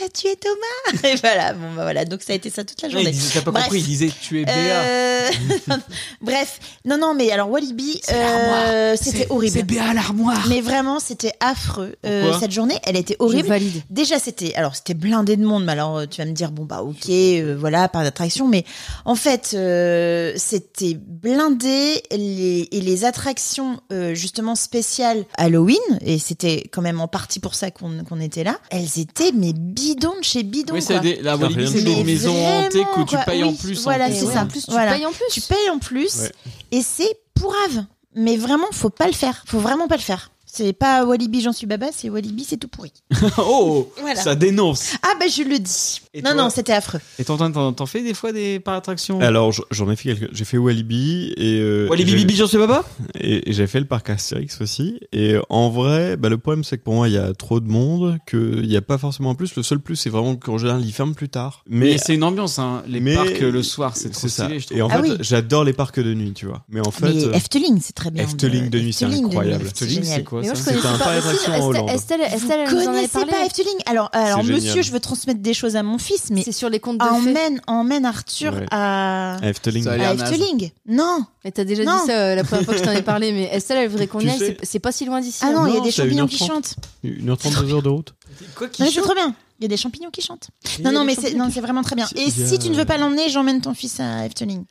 Speaker 2: Ah, tu es Thomas *laughs* Et voilà, bon, bah voilà, donc ça a été ça toute la
Speaker 3: Ouais, il
Speaker 2: journée.
Speaker 3: disait, t'as pas
Speaker 2: Bref.
Speaker 3: compris, il disait tu es Béa.
Speaker 2: Euh, *laughs* Bref, non, non, mais alors Walibi,
Speaker 3: C'est
Speaker 2: euh,
Speaker 3: l'armoire.
Speaker 2: c'était
Speaker 3: C'est- C'est
Speaker 2: horrible.
Speaker 3: Béa l'armoire.
Speaker 2: Mais vraiment, c'était affreux. Euh,
Speaker 3: Pourquoi
Speaker 2: cette journée, elle était
Speaker 5: Je
Speaker 2: horrible.
Speaker 5: valide.
Speaker 2: Déjà, c'était alors c'était blindé de monde. Mais alors, euh, tu vas me dire bon bah ok, euh, voilà, par d'attraction. Mais en fait, euh, c'était blindé les, et les attractions euh, justement spéciales Halloween. Et c'était quand même en partie pour ça qu'on qu'on était là. Elles étaient mais bidons de chez bidons.
Speaker 3: Oui, c'est
Speaker 2: quoi.
Speaker 3: des, la
Speaker 4: Ça
Speaker 3: Walibi,
Speaker 4: rien
Speaker 3: c'est
Speaker 4: de
Speaker 3: des
Speaker 4: chaud.
Speaker 3: maisons
Speaker 2: Mais
Speaker 3: hantées que tu
Speaker 2: vraiment,
Speaker 3: payes en
Speaker 2: quoi.
Speaker 3: plus.
Speaker 2: Oui, voilà,
Speaker 3: fait.
Speaker 2: c'est
Speaker 5: Et ouais,
Speaker 2: ça.
Speaker 5: En plus, tu
Speaker 2: Voilà.
Speaker 5: payes en plus.
Speaker 2: Tu payes en plus
Speaker 4: Ouais.
Speaker 2: et c'est pour ave. Mais vraiment, faut pas le faire. Faut vraiment pas le faire. C'est pas Walibi, j'en suis baba, c'est Walibi, c'est tout pourri.
Speaker 3: *laughs* Oh,
Speaker 2: Voilà.
Speaker 3: ça dénonce.
Speaker 2: Ah bah je le dis.
Speaker 3: Et
Speaker 2: non
Speaker 3: toi
Speaker 2: non, c'était affreux.
Speaker 3: Et t'entends, t'en, t'en fais des fois des par attraction
Speaker 4: Alors, j- j'en ai fait quelques. J'ai fait Walibi et. euh,
Speaker 3: Walibi
Speaker 4: j'ai-
Speaker 3: Bibi, j'en sais papa
Speaker 4: Et, et j'ai fait le parc Astérix aussi. Et euh, en vrai, bah, le problème, c'est que pour moi, il y a trop de monde, qu'il n'y a pas forcément un plus. Le seul plus, c'est vraiment qu'en général, ils ferment plus tard.
Speaker 3: Mais
Speaker 4: Mais.
Speaker 3: c'est une ambiance, hein. Les
Speaker 4: mais-
Speaker 3: parcs euh, le soir, c'est trop
Speaker 4: ça.
Speaker 3: stylé, je trouve.
Speaker 4: Et en
Speaker 2: Ah
Speaker 4: fait,
Speaker 2: oui.
Speaker 4: j'adore les parcs de nuit, tu vois. Mais en fait.
Speaker 2: mais
Speaker 4: euh,
Speaker 2: Efteling, c'est très bien.
Speaker 4: Efteling de nuit, c'est
Speaker 2: Efteling de
Speaker 4: incroyable.
Speaker 2: nuit,
Speaker 3: Efteling,
Speaker 2: génial.
Speaker 3: c'est quoi
Speaker 5: Mais moi,
Speaker 3: ça
Speaker 5: je
Speaker 4: C'est
Speaker 5: connaissais
Speaker 4: euh, un
Speaker 5: pas.
Speaker 4: parc
Speaker 5: Si,
Speaker 4: d'attraction en Hollande.
Speaker 5: Estelle, Estelle, Estelle, elle
Speaker 2: Oh Vous
Speaker 5: nous en avait
Speaker 2: connaissez
Speaker 5: parlé.
Speaker 2: pas Efteling Alors, euh, alors
Speaker 4: génial.
Speaker 2: monsieur, je veux transmettre des choses à mon fils, mais
Speaker 5: C'est sur les contes de fées.
Speaker 2: emmène, emmène Arthur
Speaker 4: Ouais.
Speaker 2: à,
Speaker 4: Efteling.
Speaker 3: Ça a
Speaker 2: à
Speaker 3: l'air naze.
Speaker 2: Efteling. Non,
Speaker 5: Mais t'as déjà
Speaker 2: Non.
Speaker 5: dit ça euh, la première fois que je t'en ai parlé. Mais Estelle, elle voudrait qu'on
Speaker 4: Tu
Speaker 5: y aille.
Speaker 4: sais-
Speaker 5: c'est- C'est pas si loin d'ici. hein.
Speaker 2: ah non, il y a
Speaker 4: Non,
Speaker 2: des
Speaker 4: c'est à
Speaker 2: champignons qui
Speaker 4: 1h30.
Speaker 2: chantent.
Speaker 4: 1h32 heures de route.
Speaker 3: Quoi
Speaker 2: Non,
Speaker 3: qu'il
Speaker 2: mais c'est trop bien. Il y a des champignons qui chantent. Non, non, mais c'est non, c'est vraiment très bien.
Speaker 4: Si-
Speaker 2: Et
Speaker 4: il y a-
Speaker 2: si tu ne veux pas l'emmener, j'emmène ton fils à Efteling.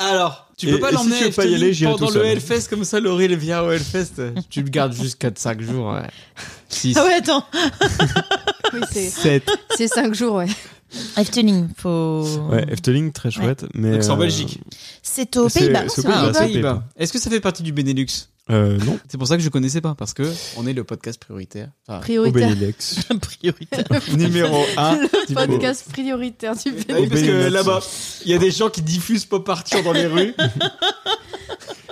Speaker 3: Alors, tu
Speaker 4: Et-
Speaker 3: peux pas
Speaker 4: et si
Speaker 3: l'emmener
Speaker 4: tu veux
Speaker 3: à
Speaker 4: pas y
Speaker 3: Efteling
Speaker 4: aller, j'irai
Speaker 3: pendant
Speaker 4: tout
Speaker 3: le
Speaker 4: seul.
Speaker 3: Hellfest, comme ça, Laurie, elle vient au Hellfest. *laughs* tu le gardes juste 4-5 jours. Ouais. 6.
Speaker 2: Ah ouais, attends.
Speaker 5: Oui, c'est-
Speaker 3: 7.
Speaker 5: c'est 5 jours, ouais.
Speaker 2: Efteling, faut.
Speaker 4: Ouais, Efteling, très chouette. Mais
Speaker 3: Donc c'est en
Speaker 4: euh,
Speaker 3: Belgique.
Speaker 2: C'est aux
Speaker 4: C'est-
Speaker 2: Pays-Bas.
Speaker 4: c'est aux
Speaker 2: Non, *laughs*
Speaker 4: Pays-Bas.
Speaker 3: Ah,
Speaker 4: c'est
Speaker 3: Pays-Bas.
Speaker 4: Pays-Bas.
Speaker 3: Est-ce que ça fait partie du Benelux
Speaker 4: Euh, non,
Speaker 3: C'est pour ça que je connaissais pas, parce que on est le podcast prioritaire. Enfin,
Speaker 4: au
Speaker 5: Prioritaire.
Speaker 4: Benelux.
Speaker 2: Prioritaire.
Speaker 4: Numéro 1.
Speaker 5: Le podcast prioritaire du
Speaker 3: *laughs* Ah oui,
Speaker 5: Benelux.
Speaker 3: parce que
Speaker 4: Benelux.
Speaker 3: là-bas, il y a des gens qui diffusent Pop Arthur dans les rues.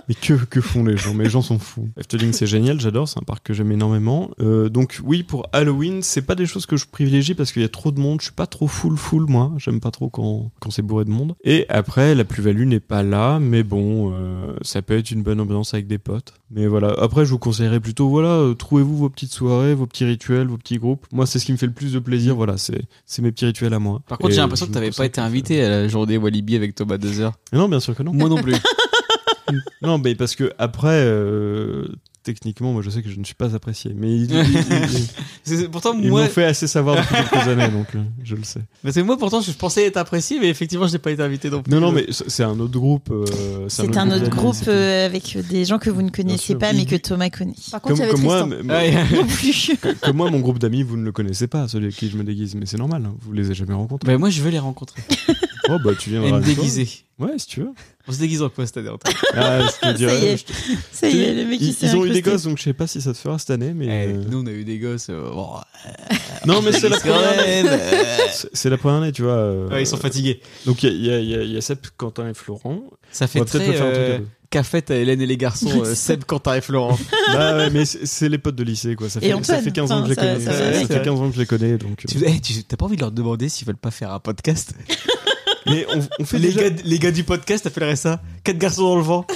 Speaker 4: Mais que, que font les gens Mais les gens sont fous. Efteling, c'est génial, j'adore, c'est un parc que j'aime énormément. Euh, donc oui, pour Halloween, c'est pas des choses que je privilégie parce qu'il y a trop de monde. Je suis pas trop full full, moi. J'aime pas trop quand, quand c'est bourré de monde. Et après, la plus-value n'est pas là, mais bon, euh, ça peut être une bonne ambiance avec des potes. Mais voilà, après, je vous conseillerais plutôt, voilà, euh, trouvez-vous vos petites soirées, vos petits rituels, vos petits groupes. Moi, c'est ce qui me fait le plus de plaisir, voilà, c'est c'est mes petits rituels à moi.
Speaker 3: *laughs* Par contre,
Speaker 4: Et
Speaker 3: j'ai l'impression
Speaker 4: je
Speaker 3: que t'avais
Speaker 4: vous
Speaker 3: pas été
Speaker 4: conseille-
Speaker 3: invité à la journée Walibi avec Thomas
Speaker 4: *laughs*
Speaker 3: Dezer.
Speaker 4: Non, bien sûr que non.
Speaker 3: Moi non plus.
Speaker 4: Non, mais parce que après, euh, techniquement, moi je sais que je ne suis pas apprécié, mais ils, ils- ils-
Speaker 3: *laughs* C'est- Pourtant,
Speaker 4: ils
Speaker 3: moi,
Speaker 4: m'ont fait assez savoir depuis quelques années, donc euh, je le sais.
Speaker 3: parce que moi, pourtant, je pensais être apprécié, mais effectivement, je n'ai pas été invité non plus.
Speaker 4: Non, non, mais c'est c'est un autre groupe. euh,
Speaker 2: C'est un autre
Speaker 4: d'amis,
Speaker 2: groupe
Speaker 4: c'est tout.
Speaker 2: euh, avec des gens que vous ne connaissez
Speaker 4: sûr.
Speaker 2: pas, mais que
Speaker 4: Il-
Speaker 2: Thomas
Speaker 4: *laughs*
Speaker 2: connaît.
Speaker 5: Par contre, il y
Speaker 4: Comme,
Speaker 5: avait
Speaker 4: comme moi,
Speaker 5: Tristan.
Speaker 4: mais- mais-
Speaker 3: Ouais. *laughs*
Speaker 2: Non plus.
Speaker 4: comme moi, mon groupe d'amis, vous ne le connaissez pas, celui avec qui je me déguise, mais c'est normal, hein, vous les avez jamais rencontrés.
Speaker 3: Bah, moi, je veux les rencontrer
Speaker 4: Oh bah tu viens
Speaker 3: et me déguiser.
Speaker 4: Ouais, si tu veux.
Speaker 3: On se déguise en quoi cette année en tout cas
Speaker 4: Ah, je te dirais,
Speaker 2: y est,
Speaker 4: je te-
Speaker 2: Ça y est, le mec il
Speaker 4: ils,
Speaker 2: s'est
Speaker 4: ils ont eu des
Speaker 2: incrusté.
Speaker 4: gosses, donc je sais pas si ça se fera cette année, mais
Speaker 3: Eh,
Speaker 4: euh,
Speaker 3: Nous, on a eu des gosses. euh, bon,
Speaker 4: non, mais c'est la
Speaker 3: quand
Speaker 4: première. année.
Speaker 3: même, euh.
Speaker 4: C'est c'est la première année, tu vois. euh,
Speaker 3: *laughs* Ouais, ils sont fatigués.
Speaker 4: Donc il y a, il y a- il y a Seb, Quentin et Florent.
Speaker 3: Ça
Speaker 4: On
Speaker 3: fait
Speaker 4: va peut-être me
Speaker 3: très
Speaker 4: faire un truc à
Speaker 3: euh,
Speaker 4: deux.
Speaker 3: qu'a fait à Hélène et les garçons, euh, Seb, Quentin et Florent.
Speaker 4: Bah ouais, mais c'est c'est les potes de lycée, quoi. Ça
Speaker 2: Et
Speaker 4: fait,
Speaker 2: Antoine.
Speaker 4: ça fait 15 ans que je les
Speaker 2: Enfin, ça-
Speaker 4: connais.
Speaker 2: ça
Speaker 4: Ça,
Speaker 3: va avec.
Speaker 4: fait 15 ans que je les connais, donc.
Speaker 3: Tu
Speaker 4: euh,
Speaker 3: eh, tu- t'as pas envie de leur demander s'ils veulent pas faire un podcast
Speaker 4: Mais on, on fait
Speaker 3: les,
Speaker 4: déjà.
Speaker 3: gars, les gars du podcast appelleraient ça 4 garçons dans le vent.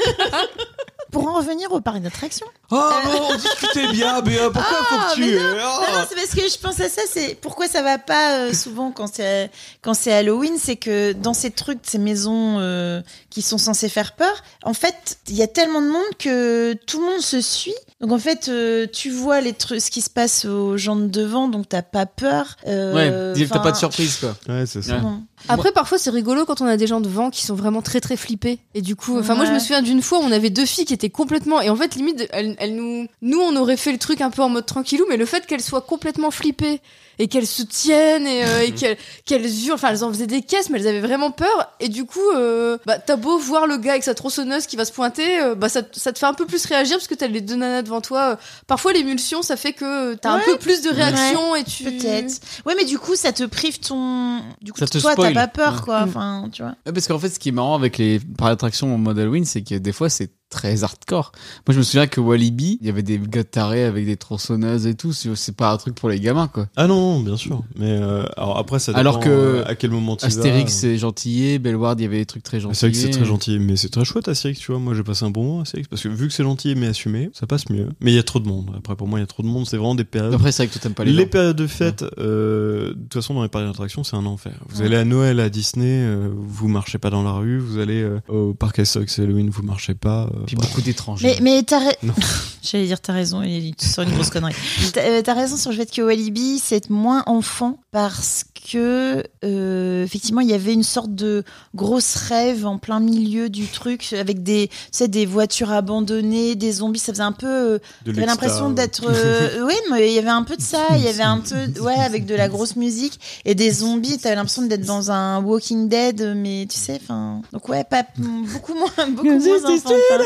Speaker 2: Pour en revenir au parc d'attraction.
Speaker 3: Oh non, on discutait bien, mais euh, pourquoi
Speaker 4: Ah,
Speaker 3: faut que tu.
Speaker 2: mais
Speaker 3: euh,
Speaker 2: Non,
Speaker 3: oh.
Speaker 2: non, c'est parce que je pense à ça. C'est pourquoi ça va pas
Speaker 3: *laughs*
Speaker 2: euh, souvent quand c'est quand c'est Halloween, c'est que dans ces trucs, ces maisons euh, qui sont censées faire peur, en fait, il y a tellement de monde que tout le monde se suit. Donc en fait, euh, tu vois les trucs, ce qui se passe aux gens de devant, donc t'as pas peur. euh,
Speaker 3: Ouais, t'as
Speaker 2: enfin,
Speaker 3: pas de surprise quoi.
Speaker 4: Ouais, c'est ça.
Speaker 2: non.
Speaker 5: Après, parfois, c'est rigolo quand on a des gens devant qui sont vraiment très très flippés. Et du coup, enfin, moi, je
Speaker 2: Ouais.
Speaker 5: me souviens d'une fois, on avait deux filles qui étaient complètement. Et en fait, limite, elles, elles nous, nous, on aurait fait le truc un peu en mode tranquillou, mais le fait qu'elles soient complètement flippées et qu'elles se tiennent et,
Speaker 2: *laughs*
Speaker 5: euh, et qu'elles qu'elles hurlent, enfin, elles en faisaient des caisses, mais elles avaient vraiment peur. Et du coup, euh, bah, t'as beau voir le gars avec sa tronçonneuse qui va se pointer, euh, bah, ça, ça te fait un peu plus réagir parce que t'as les deux nanas devant toi. Euh, Parfois, l'émulsion, ça fait que euh, t'as
Speaker 2: Ouais.
Speaker 5: un peu plus de réaction et tu.
Speaker 2: Peut-être. Ouais, mais du coup, ça te prive ton. Du coup,
Speaker 3: Ça te
Speaker 2: toi, t'as
Speaker 3: spoil.
Speaker 2: pas peur,
Speaker 3: Ouais. Mmh.
Speaker 2: quoi.
Speaker 5: Mm.
Speaker 2: Enfin, tu vois.
Speaker 3: Ouais, Parce qu'en fait, ce qui est marrant avec les par attractions en mode Halloween, c'est que des fois, c'est très hardcore. Moi, je me souviens que Walibi, il y avait des gars tarés avec des tronçonneuses et tout. C'est c'est pas un truc pour les gamins, quoi.
Speaker 4: Ah non, non, bien sûr. Mais euh, alors après, ça dépend
Speaker 3: Alors que
Speaker 4: euh, à quel moment tu
Speaker 3: Astérix,
Speaker 4: vas.
Speaker 3: c'est gentillet. Belward, il y avait des trucs très gentils.
Speaker 4: C'est vrai que c'est très gentil, mais c'est très chouette Astérix, tu vois. Moi, j'ai passé un bon moment Astérix parce que vu que c'est gentil mais assumé, ça passe mieux. Mais il y a trop de monde. Après, pour moi, il y a trop de monde. C'est vraiment des périodes.
Speaker 3: Après, c'est vrai que toi, t'aimes pas les,
Speaker 4: les
Speaker 3: gens.
Speaker 4: périodes de fête, euh, de toute façon, dans les parcs d'attractions, c'est un enfer. Vous allez à Noël à Disney, euh, vous marchez pas dans la rue. Vous allez euh, au parc Astérix et Halloween, vous marchez pas. euh,
Speaker 3: Puis
Speaker 4: bref.
Speaker 3: beaucoup d'étrangers.
Speaker 2: Mais, mais t'as ra-
Speaker 4: Non.
Speaker 2: *laughs* J'allais dire, t'as raison, il est sur une grosse
Speaker 4: *laughs*
Speaker 2: connerie. T'as euh, t'as raison sur le fait que Walibi, c'est être moins enfant parce que, euh, effectivement, il y avait une sorte de grosse rêve en plein milieu du truc avec des, tu sais, des voitures abandonnées, des zombies. Ça faisait un peu. euh,
Speaker 4: De
Speaker 2: J'avais l'impression d'être. euh, oui, mais il y avait un peu de ça. Il y avait un
Speaker 4: *laughs*
Speaker 2: peu. Ouais, avec de la grosse musique et des zombies. T'avais l'impression d'être dans un Walking Dead, mais tu sais, enfin. Donc, ouais, pas, beaucoup moins. Beaucoup moins enfantin.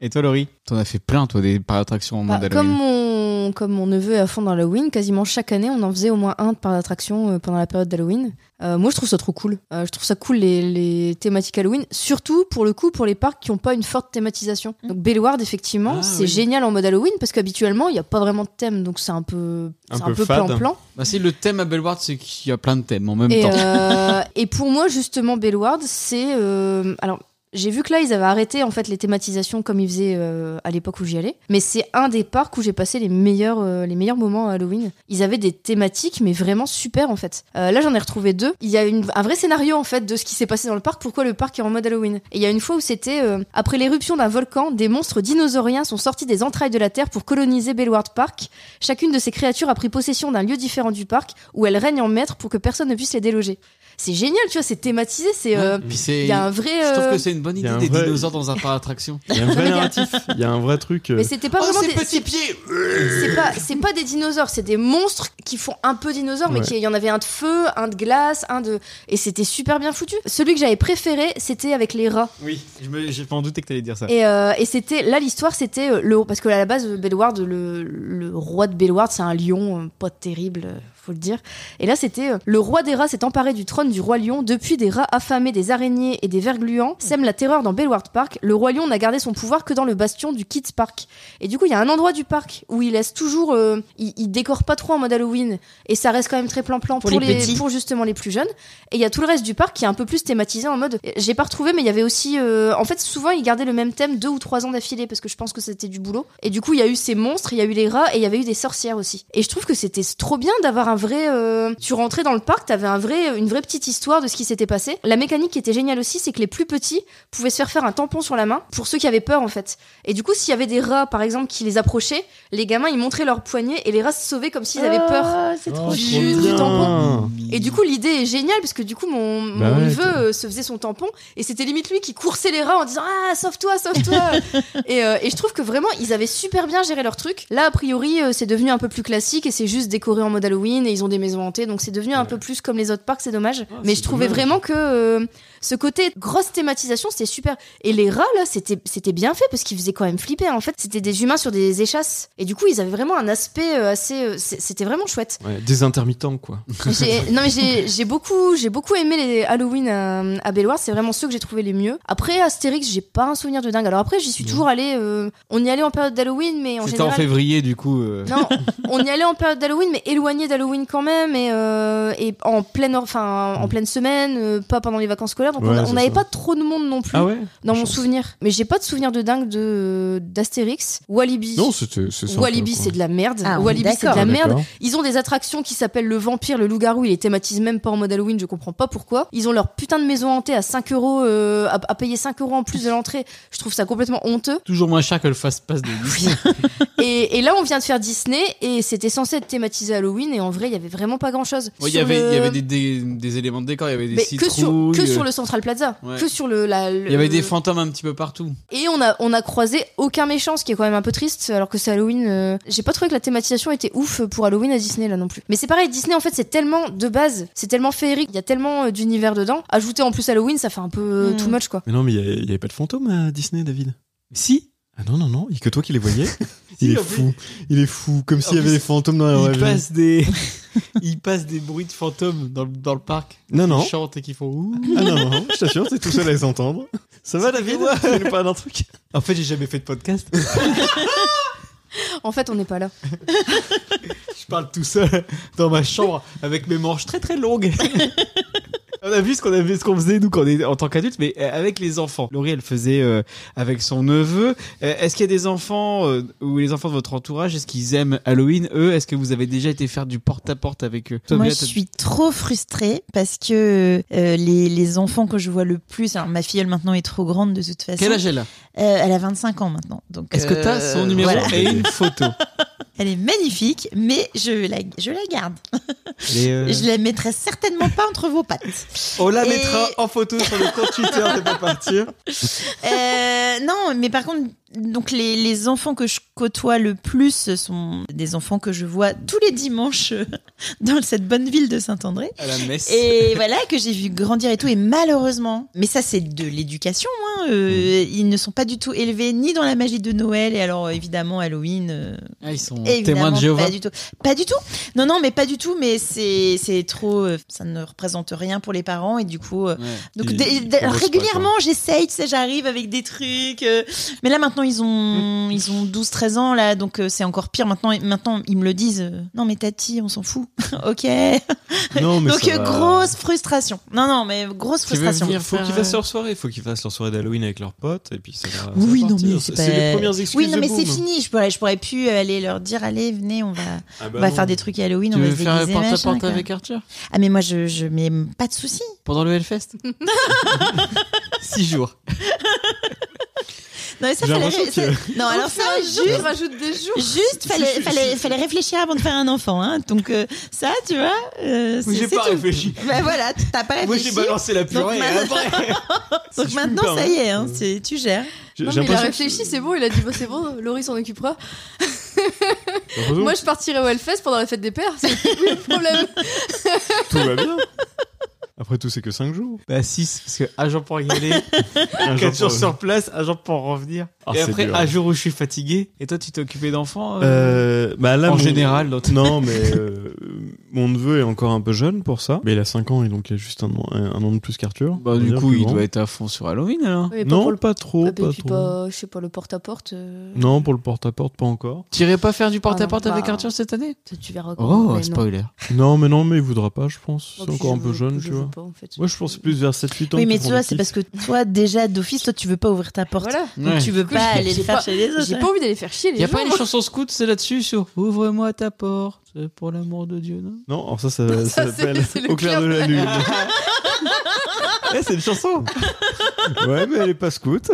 Speaker 3: Et toi, Laurie T'en as fait plein, toi, des parcs d'attractions en
Speaker 5: Bah,
Speaker 3: mode
Speaker 5: comme,
Speaker 3: Halloween.
Speaker 5: mon, comme mon neveu est à fond dans Halloween, quasiment chaque année, on en faisait au moins un de par d'attraction euh, pendant la période d'Halloween. Euh, moi, je trouve ça trop cool. Euh, je trouve ça cool les, les thématiques Halloween, surtout pour le coup pour les parcs qui n'ont pas une forte thématisation. Donc, Bellward, effectivement,
Speaker 3: Ah,
Speaker 5: c'est
Speaker 3: oui.
Speaker 5: génial en mode Halloween parce qu'habituellement, il n'y a pas vraiment de thème, donc c'est un peu
Speaker 4: Un
Speaker 5: c'est
Speaker 4: peu
Speaker 5: un peu
Speaker 4: fade.
Speaker 5: plan-plan.
Speaker 3: Bah, c'est le thème à Belward, c'est qu'il y a plein de thèmes en même
Speaker 5: Et,
Speaker 3: temps.
Speaker 5: euh, et pour moi, justement, Bellward, c'est. euh, alors, j'ai vu que là, ils avaient arrêté en fait les thématisations comme ils faisaient euh, à l'époque où j'y allais. Mais c'est un des parcs où j'ai passé les meilleurs, euh, les meilleurs moments à Halloween. Ils avaient des thématiques, mais vraiment super en fait. Euh, là, j'en ai retrouvé deux. Il y a une- un vrai scénario en fait de ce qui s'est passé dans le parc, pourquoi le parc est en mode Halloween. Et il y a une fois où c'était euh, après l'éruption d'un volcan, des monstres dinosauriens sont sortis des entrailles de la Terre pour coloniser Bellward Park. Chacune de ces créatures a pris possession d'un lieu différent du parc où elles règnent en maître pour que personne ne puisse les déloger. C'est génial, tu vois, c'est thématisé, c'est euh,
Speaker 3: Puis c'est-
Speaker 5: il y a un vrai
Speaker 3: Je trouve
Speaker 5: euh,
Speaker 3: que c'est une bonne
Speaker 4: il y
Speaker 3: idée
Speaker 4: a un
Speaker 3: des
Speaker 4: vrai-
Speaker 3: dinosaures dans un parc d'attractions. Ah,
Speaker 4: Il y a
Speaker 3: *laughs*
Speaker 4: un vrai narratif, il y a un vrai truc. euh,
Speaker 5: mais c'était
Speaker 3: Oh,
Speaker 5: pas vraiment des, c'est-
Speaker 3: pieds
Speaker 5: c'est pas c'est pas des dinosaures, c'est des monstres qui font un peu dinosaures mais
Speaker 4: Ouais.
Speaker 5: qui- il y en avait un de feu, un de glace, un de et c'était super bien foutu. Celui que j'avais préféré, c'était avec les rats.
Speaker 3: Oui, je me- j'ai pas en douté que t'allais dire ça.
Speaker 5: Et, euh, et c'était là l'histoire, c'était euh, le parce que à la base euh, Belward, le, le roi de Belward, c'est un lion euh, pas terrible, euh, faut le dire. Et là c'était euh, le roi des rats s'est emparé du trône du roi lion. Depuis des rats affamés, des araignées et des vers gluants sèment la terreur dans Belward Park. Le roi lion n'a gardé son pouvoir que dans le bastion du Kids Park. Et du coup il y a un endroit du parc où il laisse toujours, euh, il, il décore pas trop en mode Halloween et ça reste quand même très plan-plan
Speaker 2: Pour
Speaker 5: pour,
Speaker 2: les
Speaker 5: les,
Speaker 2: petits.
Speaker 5: pour justement les plus jeunes. Et il y a tout le reste du parc qui est un peu plus thématisé en mode. euh, J'ai pas retrouvé, mais il y avait aussi. euh, En fait, souvent, ils gardaient le même thème deux ou trois ans d'affilée parce que je pense que c'était du boulot. Et du coup, il y a eu ces monstres, il y a eu les rats et il y avait eu des sorcières aussi. Et je trouve que c'était trop bien d'avoir un vrai. euh, Tu rentrais dans le parc, t'avais un vrai, une vraie petite histoire de ce qui s'était passé. La mécanique qui était géniale aussi, c'est que les plus petits pouvaient se faire faire un tampon sur la main pour ceux qui avaient peur en fait. Et du coup, s'il y avait des rats par exemple qui les approchaient, les gamins ils montraient leur poignet et les rats se sauvaient comme s'ils avaient peur.
Speaker 2: Oh, c'est trop
Speaker 4: Oh,
Speaker 2: chou.
Speaker 5: Jus du
Speaker 4: bien.
Speaker 5: tampon. Et du coup, l'idée est géniale parce que du coup, mon,
Speaker 4: Bah
Speaker 5: mon
Speaker 4: ouais,
Speaker 5: neveu
Speaker 4: t'as-
Speaker 5: euh, se faisait son tampon et c'était limite lui qui coursait les rats en disant Ah, sauve-toi, sauve-toi
Speaker 4: *laughs*
Speaker 5: et, euh, et je trouve que vraiment, ils avaient super bien géré leur truc. Là, a priori, euh, c'est devenu un peu plus classique et c'est juste décoré en mode Halloween et ils ont des maisons hantées donc c'est devenu un peu plus comme les autres parcs, c'est dommage.
Speaker 4: Ah,
Speaker 5: Mais je trouvais vraiment que euh, ce côté grosse thématisation, c'était super. Et les rats, là, c'était c'était bien fait parce qu'ils faisaient quand même flipper. hein. En fait, c'était des humains sur des échasses et du coup, ils avaient vraiment un aspect euh, assez. euh, c'est- c'était vraiment chouette.
Speaker 4: ouais, des intermittents, quoi.
Speaker 5: J'ai- non mais j'ai j'ai beaucoup j'ai beaucoup aimé les Halloween à, à Belloir, c'est vraiment ceux que j'ai trouvé les mieux. Après Astérix, j'ai pas un souvenir de dingue. Alors après, j'y suis toujours allée euh, on y allait en période d'Halloween mais en
Speaker 3: C'était en
Speaker 5: général
Speaker 3: février, du coup. euh,
Speaker 5: non, on y allait en période d'Halloween, mais éloigné d'Halloween quand même, et, euh, et en pleine, or- enfin, en pleine semaine, euh, pas pendant les vacances scolaires. Donc on
Speaker 4: Mm. Ouais,
Speaker 5: a-
Speaker 4: c'est
Speaker 5: on n'avait
Speaker 4: ça.
Speaker 5: pas trop de monde non plus
Speaker 4: Ah ouais
Speaker 5: dans mon
Speaker 4: Chance.
Speaker 5: souvenir. Mais j'ai pas de souvenir de dingue de d'Astérix, Walibi.
Speaker 4: Non, c'était c'est sympa,
Speaker 5: Walibi,
Speaker 4: quoi.
Speaker 5: c'est de la merde.
Speaker 2: Ah, on est
Speaker 5: Walibi, c'est de
Speaker 2: d'accord.
Speaker 5: la
Speaker 4: Ah,
Speaker 5: merde.
Speaker 4: d'accord.
Speaker 5: Ils ont des attractions qui s'appellent le vampire, le loup-garou. Ils les thématisent même pas en mode Halloween, je comprends pas pourquoi. Ils ont leur putain de maison hantée à 5 euros, euh, à, à payer 5 euros en plus de l'entrée. Je trouve ça complètement honteux.
Speaker 3: Toujours moins cher que le fast-pass de Disney.
Speaker 5: Et, et là, on vient de faire Disney et c'était censé être thématisé Halloween. Et en vrai, il y avait vraiment pas grand chose.
Speaker 3: Ouais, Il y avait, il y avait des, des, des éléments de décor, il y avait des
Speaker 5: Mais que sur,
Speaker 3: citrouilles. euh,
Speaker 5: que sur le Central Plaza,
Speaker 3: Ouais.
Speaker 5: que sur le, la- le-
Speaker 3: Il y avait des fantômes un petit peu partout.
Speaker 5: Et on a, on a croisé aucun méchant, ce qui est quand même un peu triste, alors que c'est Halloween. euh, J'ai pas trouvé que la thématisation était ouf pour Halloween à Disney là non plus. Mais c'est pareil, Disney en fait c'est tellement de base, c'est tellement féerique, il y a tellement euh, d'univers dedans. Ajouter en plus Halloween, ça fait un peu euh,
Speaker 2: Mm.
Speaker 5: too much quoi.
Speaker 4: Mais non, mais il y a- il y avait pas de fantômes à Disney, David
Speaker 3: Si
Speaker 4: Ah non, non, non, il y a que toi qui
Speaker 3: *laughs*
Speaker 4: les voyais. il
Speaker 3: Si,
Speaker 4: est
Speaker 3: en plus-
Speaker 4: fou. Il est fou, comme s'il y
Speaker 3: En
Speaker 4: avait
Speaker 3: plus,
Speaker 4: des fantômes dans la vraie
Speaker 3: Il
Speaker 4: vie.
Speaker 3: passe *laughs* des. Il passe des bruits de fantômes dans, le- dans le parc.
Speaker 4: Non, non.
Speaker 3: Qui chantent et qui font ouh.
Speaker 4: Ah non, non, je t'assure, c'est tout seul à les entendre. Ça va David Tu nous parles d'un truc
Speaker 3: En fait, j'ai jamais fait de podcast.
Speaker 5: En fait, on n'est pas là.
Speaker 3: Je parle tout seul *laughs* dans ma chambre avec mes manches très très *laughs* longues. On a vu ce qu'on avait, ce qu'on faisait nous quand on est en tant qu'adulte, mais euh, avec les enfants. Laurie, elle faisait euh, avec son neveu. Euh, est-ce qu'il y a des enfants euh, ou les enfants de votre entourage, est-ce qu'ils aiment Halloween Eux, est-ce que vous avez déjà été faire du porte à porte avec eux Toi,
Speaker 2: Moi,
Speaker 3: Mia,
Speaker 2: je
Speaker 3: t'as-
Speaker 2: suis trop frustrée parce que euh, les, les enfants que je vois le plus. Alors, ma fille, elle maintenant est trop grande de toute façon.
Speaker 3: Quel âge elle a
Speaker 2: Euh, Elle a 25 ans maintenant. Donc,
Speaker 3: Est-ce que t'as
Speaker 2: euh,
Speaker 3: son numéro
Speaker 2: voilà.
Speaker 3: et une
Speaker 2: *laughs*
Speaker 3: photo
Speaker 2: Elle est magnifique, mais je la, je la garde.
Speaker 3: Les, euh,
Speaker 2: Je la mettrai certainement pas entre vos
Speaker 3: *laughs*
Speaker 2: pattes.
Speaker 3: On la
Speaker 2: Et-
Speaker 3: mettra en photo sur le compte Twitter de pas partir.
Speaker 2: Euh, non, mais par contre, donc les, les enfants que je côtoie le plus ce sont des enfants que je vois tous les dimanches euh, *laughs* dans cette bonne ville de Saint-André.
Speaker 3: À la messe.
Speaker 2: Et voilà, que j'ai vu grandir et tout. Et malheureusement, mais ça, c'est de l'éducation. hein,
Speaker 3: Mm.
Speaker 2: euh, Ils ne sont pas du tout élevés ni dans la magie de Noël. Et alors, évidemment, Halloween. euh,
Speaker 3: Ah, ils sont témoins
Speaker 2: Évidemment,
Speaker 3: de Jéhovah.
Speaker 2: pas du tout. Pas du tout. Non, non, mais pas du tout. Mais c'est, c'est trop. euh, ça ne représente rien pour les parents et du coup. euh,
Speaker 3: Ouais.
Speaker 2: donc
Speaker 4: Ils-
Speaker 2: des-
Speaker 4: ils
Speaker 2: des-
Speaker 4: progressent pas,
Speaker 2: régulièrement, j'essaye, tu sais, j'arrive avec des trucs. euh, mais là maintenant, ils
Speaker 3: Mm.
Speaker 2: ont, ils ont 12, 13 ans là, donc euh, c'est encore pire. Maintenant, maintenant, ils me le disent. euh, non, mais Tati, on s'en fout. *laughs* ok.
Speaker 5: *laughs*
Speaker 4: Non, mais
Speaker 2: donc
Speaker 4: ça
Speaker 2: euh,
Speaker 4: va.
Speaker 2: grosse frustration. Non, non, mais grosse
Speaker 4: Tu veux
Speaker 2: frustration.
Speaker 4: venir, faut
Speaker 3: faire,
Speaker 4: qu'ils
Speaker 3: euh,
Speaker 4: fassent leur soirée, faut qu'ils fassent leur soirée d'Halloween avec leurs potes, et puis ça va. ça va
Speaker 2: Oui, non,
Speaker 4: partir.
Speaker 2: mais
Speaker 4: c'est
Speaker 2: c'est
Speaker 4: c'est
Speaker 2: pas-
Speaker 4: les premières excuses.
Speaker 2: Oui, non,
Speaker 4: de
Speaker 2: mais c'est
Speaker 4: boom.
Speaker 2: fini. Je pourrais, je pourrais plus aller leur dire, allez, venez, on va,
Speaker 4: Ah bah
Speaker 2: on va
Speaker 4: non.
Speaker 2: faire des trucs Halloween,
Speaker 3: Tu
Speaker 2: on va
Speaker 3: veux
Speaker 2: se
Speaker 3: faire un
Speaker 2: déguiser,
Speaker 3: porte à
Speaker 2: machin,
Speaker 3: porte
Speaker 2: quoi.
Speaker 3: avec Arthur
Speaker 2: Ah mais moi je, je mais pas de souci.
Speaker 3: pendant le *laughs* Hellfest 6 jours.
Speaker 2: Non mais ça
Speaker 4: J'ai
Speaker 2: fallait
Speaker 4: l'impression
Speaker 2: c'est- non alors ça juste
Speaker 5: rajoute des jours.
Speaker 2: juste fallait fallait fallait réfléchir avant de faire un enfant hein. Donc euh, ça tu vois euh, c'est c'est tout.
Speaker 3: réfléchi.
Speaker 2: Ben voilà, tu- t'as pas réfléchi.
Speaker 3: la
Speaker 2: purée, Donc, et
Speaker 3: après.
Speaker 2: Donc
Speaker 4: si je puis
Speaker 2: maintenant
Speaker 4: me
Speaker 2: ça y est hein, c'est- tu gères.
Speaker 4: J'ai
Speaker 5: Non,
Speaker 4: j'ai
Speaker 5: mais il a
Speaker 4: l'impression
Speaker 5: réfléchi, c'est bon, il a dit bah, c'est bon, Laurie s'en occupera.
Speaker 4: j'ai l'impression
Speaker 5: Moi, je partirai au Hellfest pendant la fête des pères, c'est plus le
Speaker 4: *laughs*
Speaker 5: problème.
Speaker 4: que tout va
Speaker 5: *laughs*
Speaker 4: bien. Après tout, c'est que 5 jours.
Speaker 3: Bah 6, parce que *laughs* un jour pour y aller,
Speaker 4: *laughs* Un
Speaker 3: 4
Speaker 4: jour
Speaker 3: jours
Speaker 4: pour-
Speaker 3: sur place, un jour pour en revenir.
Speaker 4: Ah,
Speaker 3: et
Speaker 4: c'est
Speaker 3: après,
Speaker 4: dur.
Speaker 3: un jour où je suis fatigué. Et toi, tu t'es occupé d'enfants euh,
Speaker 4: Euh, bah là,
Speaker 3: En
Speaker 4: mon-
Speaker 3: général, dans ton-
Speaker 4: Non, mais euh, mon neveu est encore un peu jeune pour ça. Mais il a 5 ans et donc il a juste un an, un- un an de plus qu'Arthur.
Speaker 3: Bah
Speaker 4: On va
Speaker 3: du
Speaker 4: dire
Speaker 3: coup,
Speaker 4: plus
Speaker 3: il
Speaker 4: grand.
Speaker 3: doit être à fond sur Halloween alors.
Speaker 5: Mais pas pour
Speaker 4: Non,
Speaker 5: le-
Speaker 4: pas trop,
Speaker 5: Ah, mais
Speaker 4: pas
Speaker 5: puis
Speaker 4: trop.
Speaker 5: pas, je sais pas, le porte-à-porte. euh,
Speaker 4: Non, pour le porte-à-porte, pas encore.
Speaker 3: T'irais pas faire du porte-à-porte
Speaker 5: Ah non,
Speaker 3: avec
Speaker 5: bah-
Speaker 3: Arthur cette année
Speaker 5: tu- Tu verras
Speaker 3: Oh,
Speaker 5: mais non.
Speaker 3: spoiler.
Speaker 4: Non, mais non, mais il voudra pas, je pense.
Speaker 5: Non,
Speaker 4: C'est
Speaker 5: puis
Speaker 4: encore
Speaker 5: je
Speaker 4: un peu
Speaker 5: veux-
Speaker 4: jeune,
Speaker 5: je
Speaker 4: tu
Speaker 5: veux
Speaker 4: vois.
Speaker 5: pas, en fait.
Speaker 4: Moi, je pense plus vers 7-8 ans.
Speaker 2: oui
Speaker 4: que
Speaker 2: mais tu
Speaker 4: tu prends
Speaker 2: vois
Speaker 4: des
Speaker 2: c'est
Speaker 4: kiffs.
Speaker 2: parce que toi déjà d'office toi tu veux pas ouvrir ta porte.
Speaker 5: Voilà.
Speaker 2: Donc tu veux
Speaker 5: Du coup,
Speaker 2: pas
Speaker 5: j'ai-
Speaker 2: aller
Speaker 5: j'ai
Speaker 2: les faire
Speaker 5: pas-
Speaker 2: chez les autres.
Speaker 5: J'ai
Speaker 2: hein.
Speaker 5: pas envie d'aller faire chier les
Speaker 3: Y a
Speaker 5: gens. *laughs*
Speaker 3: pas une chanson scout, c'est là-dessus sur Ouvre-moi ta porte, pour l'amour de Dieu, non
Speaker 4: Non, alors ça, ça, ça
Speaker 5: Ça, c'est-
Speaker 4: s'appelle
Speaker 5: c'est le
Speaker 4: Au clair de la lune.
Speaker 3: c'est une chanson
Speaker 4: ouais, mais elle est pas scout.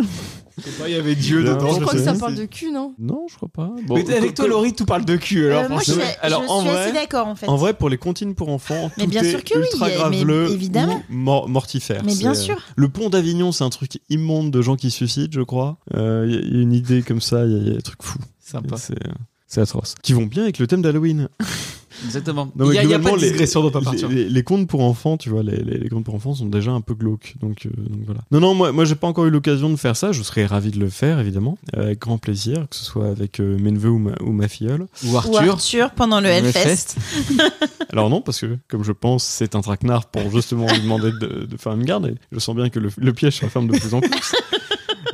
Speaker 3: Il y avait Dieu
Speaker 4: Non,
Speaker 5: Je
Speaker 4: je
Speaker 5: crois que
Speaker 4: sais,
Speaker 5: ça
Speaker 4: c'est-
Speaker 5: parle de cul, non
Speaker 4: Non, je crois pas. Bon, euh,
Speaker 3: Mais avec toi, Laurie, tout parle de cul alors.
Speaker 2: Euh, moi je suis,
Speaker 4: franchement,
Speaker 2: je
Speaker 4: alors, en
Speaker 2: suis assez
Speaker 4: vrai-
Speaker 2: d'accord en fait.
Speaker 4: En vrai, pour les comptines pour enfants,
Speaker 2: Mais
Speaker 4: tout
Speaker 2: bien
Speaker 4: est
Speaker 2: sûr que oui,
Speaker 4: ultra
Speaker 2: mais
Speaker 4: graveleux, ou
Speaker 2: évidemment.
Speaker 4: mor- mortifère.
Speaker 2: Mais
Speaker 4: C'est,
Speaker 2: bien
Speaker 4: euh,
Speaker 2: sûr.
Speaker 4: Le pont d'Avignon, c'est un truc immonde de gens qui se suicident, je crois. Euh, Il y a- il y a une idée comme ça, il y a- il y, a des trucs fous.
Speaker 3: Sympa.
Speaker 4: C'est euh, c'est atroce. Qui vont bien avec le thème d'Halloween.
Speaker 3: Exactement. Il
Speaker 4: Non, mais
Speaker 3: y a- il y a pas
Speaker 4: globalement,
Speaker 3: de
Speaker 4: les-
Speaker 3: digression dans pas
Speaker 4: Les,
Speaker 3: partir.
Speaker 4: les- les contes pour enfants, tu vois, les, les, les contes pour enfants sont déjà un peu glauques. Donc, euh, donc voilà. Non, non, moi, moi j'ai pas encore eu l'occasion de faire ça. Je serais ravi de le faire, évidemment. Avec grand plaisir, que ce soit avec euh, mes neveux ou ma, ou ma
Speaker 3: *laughs*
Speaker 4: filleule.
Speaker 3: Ou
Speaker 2: Ou Arthur pendant le Hellfest.
Speaker 4: Alors non, parce que comme je pense, c'est un traquenard pour justement lui demander de, de faire une garde. Et je sens bien que le, le piège se referme de plus
Speaker 3: *laughs*
Speaker 4: en plus.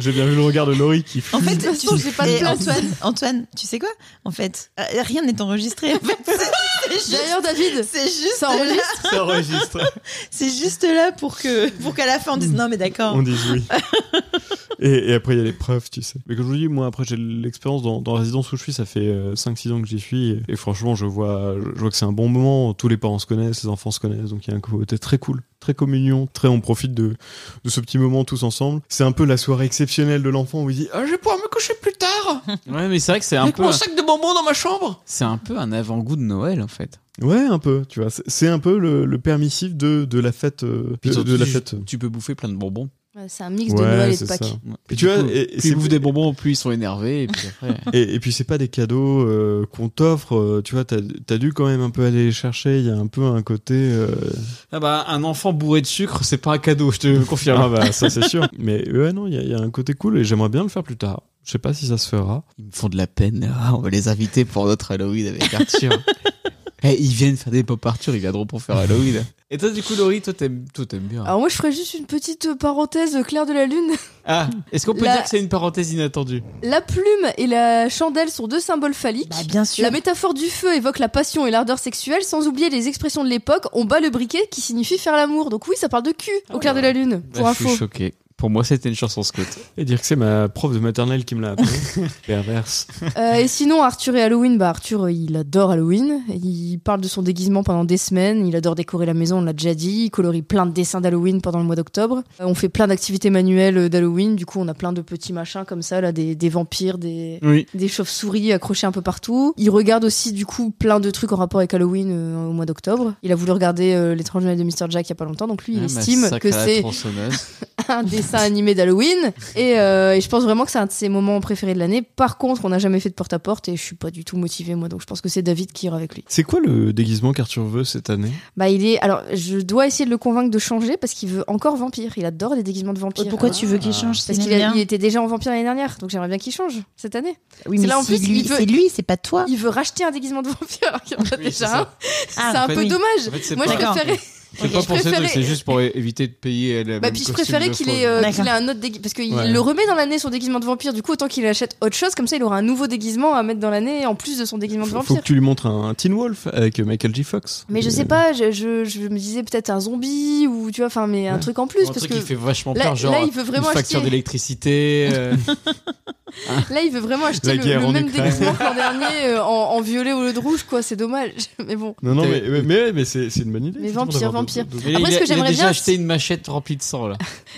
Speaker 4: J'ai bien vu le regard *laughs* de Laurie qui
Speaker 2: En fait,
Speaker 5: De
Speaker 2: *laughs*
Speaker 5: toute façon,
Speaker 2: tu-
Speaker 5: j'ai pas de
Speaker 2: et
Speaker 5: place.
Speaker 2: Antoine, Antoine, tu sais quoi En fait, euh, rien n'est enregistré. En fait, C'est- c'est juste,
Speaker 5: *laughs* D'ailleurs, David,
Speaker 2: c'est juste
Speaker 5: ça
Speaker 2: là,
Speaker 5: enregistre.
Speaker 4: s'enregistre.
Speaker 2: c'est juste là pour que pour qu'à la fin on dise non mais d'accord.
Speaker 4: On dit oui. Et, et après, il y a les preuves, tu sais. Mais comme je vous dis, moi, après, j'ai l'expérience dans, dans la résidence où je suis. Ça fait 5-6 ans que j'y suis. Et, et franchement, je vois, je, je vois que c'est un bon moment. Tous les parents se connaissent, les enfants se connaissent. Donc, il y a un côté très cool, très communion. Très, on profite de, de ce petit moment tous ensemble. C'est un peu la soirée exceptionnelle de l'enfant où il dit Ah, je vais pouvoir me coucher plus tard
Speaker 3: Ouais, mais c'est vrai que c'est un
Speaker 4: Avec
Speaker 3: peu.
Speaker 4: mon
Speaker 3: sac de bonbons dans ma chambre C'est un peu un avant-goût de Noël en fait.
Speaker 4: Ouais, un peu, tu vois. C'est- C'est un peu le, le permissif de, de la fête. euh, de, de la fête.
Speaker 3: Tu peux bouffer plein de bonbons.
Speaker 5: Ouais, C'est un mix de
Speaker 4: Ouais,
Speaker 5: Noël et de
Speaker 4: c'est
Speaker 5: Pâques.
Speaker 4: ça.
Speaker 3: Puis
Speaker 4: tu vois, et- et
Speaker 3: plus
Speaker 4: c'est-
Speaker 3: ils bouffent des bonbons, plus ils sont énervés. Et puis après.
Speaker 4: *laughs* Et, et puis c'est pas des cadeaux euh, qu'on t'offre, euh, tu vois, t'as as dû quand même un peu aller les chercher, il y a un peu un côté... euh,
Speaker 3: *laughs* ah bah, un enfant bourré de sucre, c'est pas un cadeau, je *laughs* te confirme.
Speaker 4: Ah bah ça c'est sûr. *laughs* Mais ouais non, il y, a- il y a un côté cool et j'aimerais bien le faire plus tard. Je sais pas si ça se fera.
Speaker 3: Ah, *laughs* Ils me font de la peine. Ah, on va les inviter pour notre Halloween avec Arthur. Eh, ils viennent faire des pop Arthur, ils viendront pour faire Halloween. Et toi, du coup, Laurie, toi, t'aimes, toi, t'aimes bien.
Speaker 5: Alors moi, je ferais juste une petite euh, parenthèse euh, Claire de la Lune.
Speaker 3: Ah, est-ce qu'on peut
Speaker 5: La-
Speaker 3: dire que c'est une parenthèse inattendue
Speaker 5: La plume et la chandelle sont deux symboles phalliques.
Speaker 2: Bah, bien sûr.
Speaker 5: la métaphore du feu évoque la passion et l'ardeur sexuelle, sans oublier les expressions de l'époque. On bat le briquet, qui signifie faire l'amour. Donc oui, ça parle de cul au clair de la lune. Pour
Speaker 3: Bah, Je
Speaker 5: info.
Speaker 3: suis choqué. Pour moi, c'était une chanson scout.
Speaker 4: Et dire que c'est ma prof de maternelle qui me l'a appris. *laughs* Perverse.
Speaker 5: Euh, et sinon, Arthur et Halloween, bah Arthur, euh, il adore Halloween. Il parle de son déguisement pendant des semaines. Il adore décorer la maison, on l'a déjà dit. Il colorie plein de dessins d'Halloween pendant le mois d'octobre. Euh, on fait plein d'activités manuelles euh, d'Halloween. Du coup, on a plein de petits machins comme ça, là, des, des vampires, des,
Speaker 3: Oui.
Speaker 5: des chauves-souris accrochées un peu partout. Il regarde aussi, du coup, plein de trucs en rapport avec Halloween euh, au mois d'octobre. Il a voulu regarder euh, L'étrange Noël de Mr. Jack il y a pas longtemps. Donc
Speaker 3: Ah,
Speaker 5: lui, il estime que c'est *laughs* un dessin animé d'Halloween. Et, euh, et je pense vraiment que c'est un de ses moments préférés de l'année. Par contre, on n'a jamais fait de porte-à-porte et je suis pas du tout motivée, moi. Donc je pense que c'est David qui ira avec lui.
Speaker 4: C'est quoi le déguisement qu'Arthur veut cette année
Speaker 5: Bah, il est. Alors, je dois essayer de le convaincre de changer parce qu'il veut encore vampire. Il adore les déguisements de vampire.
Speaker 2: Euh, Pourquoi tu veux qu'il
Speaker 4: Ah.
Speaker 2: change c'est
Speaker 5: Parce qu'il
Speaker 2: bien.
Speaker 5: a- il était déjà en vampire l'année dernière. Donc j'aimerais bien qu'il change cette année.
Speaker 2: Oui,
Speaker 5: c'est
Speaker 2: mais
Speaker 5: là, en
Speaker 2: si
Speaker 5: plus,
Speaker 2: lui,
Speaker 5: il veut-
Speaker 2: c'est lui, c'est pas toi.
Speaker 5: Il veut racheter un déguisement de vampire *laughs* alors qu'il y en a
Speaker 3: Oui, c'est
Speaker 5: déjà
Speaker 3: ça. Ah,
Speaker 5: un.
Speaker 2: Ah,
Speaker 5: c'est un
Speaker 2: bah
Speaker 3: en fait,
Speaker 5: peu
Speaker 3: oui.
Speaker 5: dommage.
Speaker 3: En fait, c'est
Speaker 5: Moi, je
Speaker 3: pas,
Speaker 2: D'accord.
Speaker 5: préférais.
Speaker 3: c'est pas
Speaker 5: je
Speaker 3: pour ces trucs,
Speaker 5: préférais-
Speaker 3: c'est juste pour é- éviter de payer la
Speaker 5: Bah,
Speaker 3: même
Speaker 5: puis je
Speaker 3: costume
Speaker 5: préférais
Speaker 3: de
Speaker 5: qu'il
Speaker 3: fois.
Speaker 5: ait, euh,
Speaker 2: D'accord.
Speaker 5: qu'il ait un autre déguisement. Parce qu'il
Speaker 4: Ouais.
Speaker 5: le remet dans l'année, son déguisement de vampire. Du coup, autant qu'il achète autre chose, comme ça, il aura un nouveau déguisement à mettre dans l'année en plus de son déguisement de
Speaker 4: faut, faut
Speaker 5: vampire.
Speaker 4: que tu lui montres un, Teen Wolf avec euh, Michael J. Fox.
Speaker 5: Mais je
Speaker 4: Et-
Speaker 5: sais pas, je, je, je me disais peut-être un zombie ou tu vois, enfin, mais un
Speaker 4: Ouais.
Speaker 5: truc en plus.
Speaker 3: un
Speaker 5: parce
Speaker 3: truc
Speaker 5: que
Speaker 3: qui fait vachement
Speaker 5: là,
Speaker 3: peur, genre
Speaker 5: là, il veut vraiment
Speaker 3: une facture
Speaker 5: acheter-
Speaker 3: d'électricité.
Speaker 5: *laughs*
Speaker 3: euh,
Speaker 5: là, il veut vraiment acheter
Speaker 4: La
Speaker 5: le,
Speaker 4: guerre
Speaker 5: le
Speaker 4: en
Speaker 5: même
Speaker 4: Ukraine.
Speaker 5: déguisement que l'an dernier euh, en, en violet au lieu de rouge, quoi. C'est dommage. *laughs* Mais bon.
Speaker 4: Non, non, mais,
Speaker 3: T'as-
Speaker 4: mais, mais, mais c'est c'est une bonne idée.
Speaker 5: Mais
Speaker 4: effectivement,
Speaker 5: vampire, vampire.
Speaker 4: d'avoir deux- deux-
Speaker 3: mais
Speaker 5: Après,
Speaker 3: il
Speaker 5: ce
Speaker 3: a,
Speaker 5: que
Speaker 3: il a
Speaker 5: j'aimerais
Speaker 3: déjà
Speaker 5: bien,
Speaker 3: acheté une machette remplie de sang là.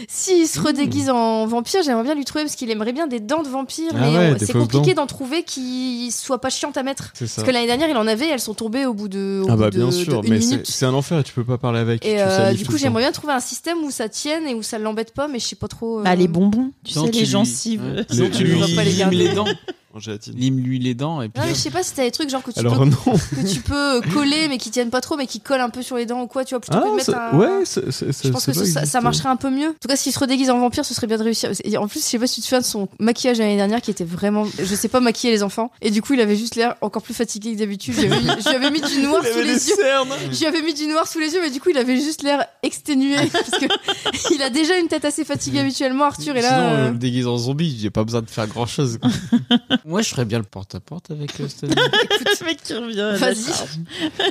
Speaker 5: S'il
Speaker 4: Mmh.
Speaker 5: se redéguise en vampire, j'aimerais bien lui trouver parce qu'il aimerait bien des dents de vampire.
Speaker 4: Ah
Speaker 5: mais
Speaker 4: ouais,
Speaker 5: on-
Speaker 4: des
Speaker 5: c'est
Speaker 4: faux
Speaker 5: compliqué
Speaker 4: dents.
Speaker 5: d'en trouver qui soient pas chiantes à mettre.
Speaker 4: C'est ça.
Speaker 5: Parce que l'année dernière, il en avait, elles sont tombées au bout de. au
Speaker 4: Hein. Ah
Speaker 5: bout
Speaker 4: bah
Speaker 5: de-
Speaker 4: bien
Speaker 5: de
Speaker 4: sûr,
Speaker 5: une
Speaker 4: mais c'est
Speaker 5: minute.
Speaker 4: c'est un enfer, tu peux pas parler avec. tu
Speaker 5: Et euh,
Speaker 4: salives
Speaker 5: du
Speaker 4: tout
Speaker 5: coup,
Speaker 4: le temps.
Speaker 5: j'aimerais bien trouver un système où ça tienne et où ça l'embête pas, mais je sais pas trop. euh,
Speaker 2: Bah, les bonbons, tu
Speaker 3: Sinon,
Speaker 2: sais, les
Speaker 3: lui-
Speaker 2: gencives.
Speaker 3: Ouais.
Speaker 2: euh,
Speaker 3: Sinon,
Speaker 4: Les-
Speaker 3: tu
Speaker 4: les
Speaker 3: lui
Speaker 4: gens-
Speaker 5: pas les
Speaker 3: limes
Speaker 5: garder.
Speaker 3: les dents.
Speaker 4: En gélatine.
Speaker 3: Lime-lui les dents et puis.
Speaker 5: Non, mais je sais pas si t'as des trucs genre que tu,
Speaker 4: Alors
Speaker 5: peux,
Speaker 4: *laughs* non.
Speaker 5: que tu peux coller mais qui tiennent pas trop mais qui collent un peu sur les dents ou quoi, tu vois, plutôt que
Speaker 4: Ah,
Speaker 5: de mettre
Speaker 4: ça-
Speaker 5: un.
Speaker 4: ouais, c'est- c'est-
Speaker 5: Je
Speaker 4: c'est-
Speaker 5: pense que
Speaker 4: c'est pas
Speaker 5: ça, ça
Speaker 4: existé.
Speaker 5: marcherait un peu mieux. En tout cas, s'il se redéguise en vampire, ce serait bien de réussir. Et en plus, je sais pas si tu te souviens de son maquillage l'année dernière qui était vraiment. Je sais pas maquiller les enfants. Et du coup, il avait juste l'air encore plus fatigué que d'habitude. Je lui avais mis- je lui avais mis du noir sous les yeux. Je lui avais mis du noir sous les yeux, mais du coup, il avait juste l'air exténué. parce que il a déjà une tête assez fatiguée habituellement, Arthur. Et là.
Speaker 3: Sinon,
Speaker 5: euh,
Speaker 3: on le déguise en zombie, j'ai pas besoin de faire grand chose.
Speaker 5: *laughs*
Speaker 3: Moi, je ferais bien le porte-à-porte avec euh, cette-
Speaker 2: *laughs* Le mec qui revient à la
Speaker 5: Vas-y.
Speaker 2: charge.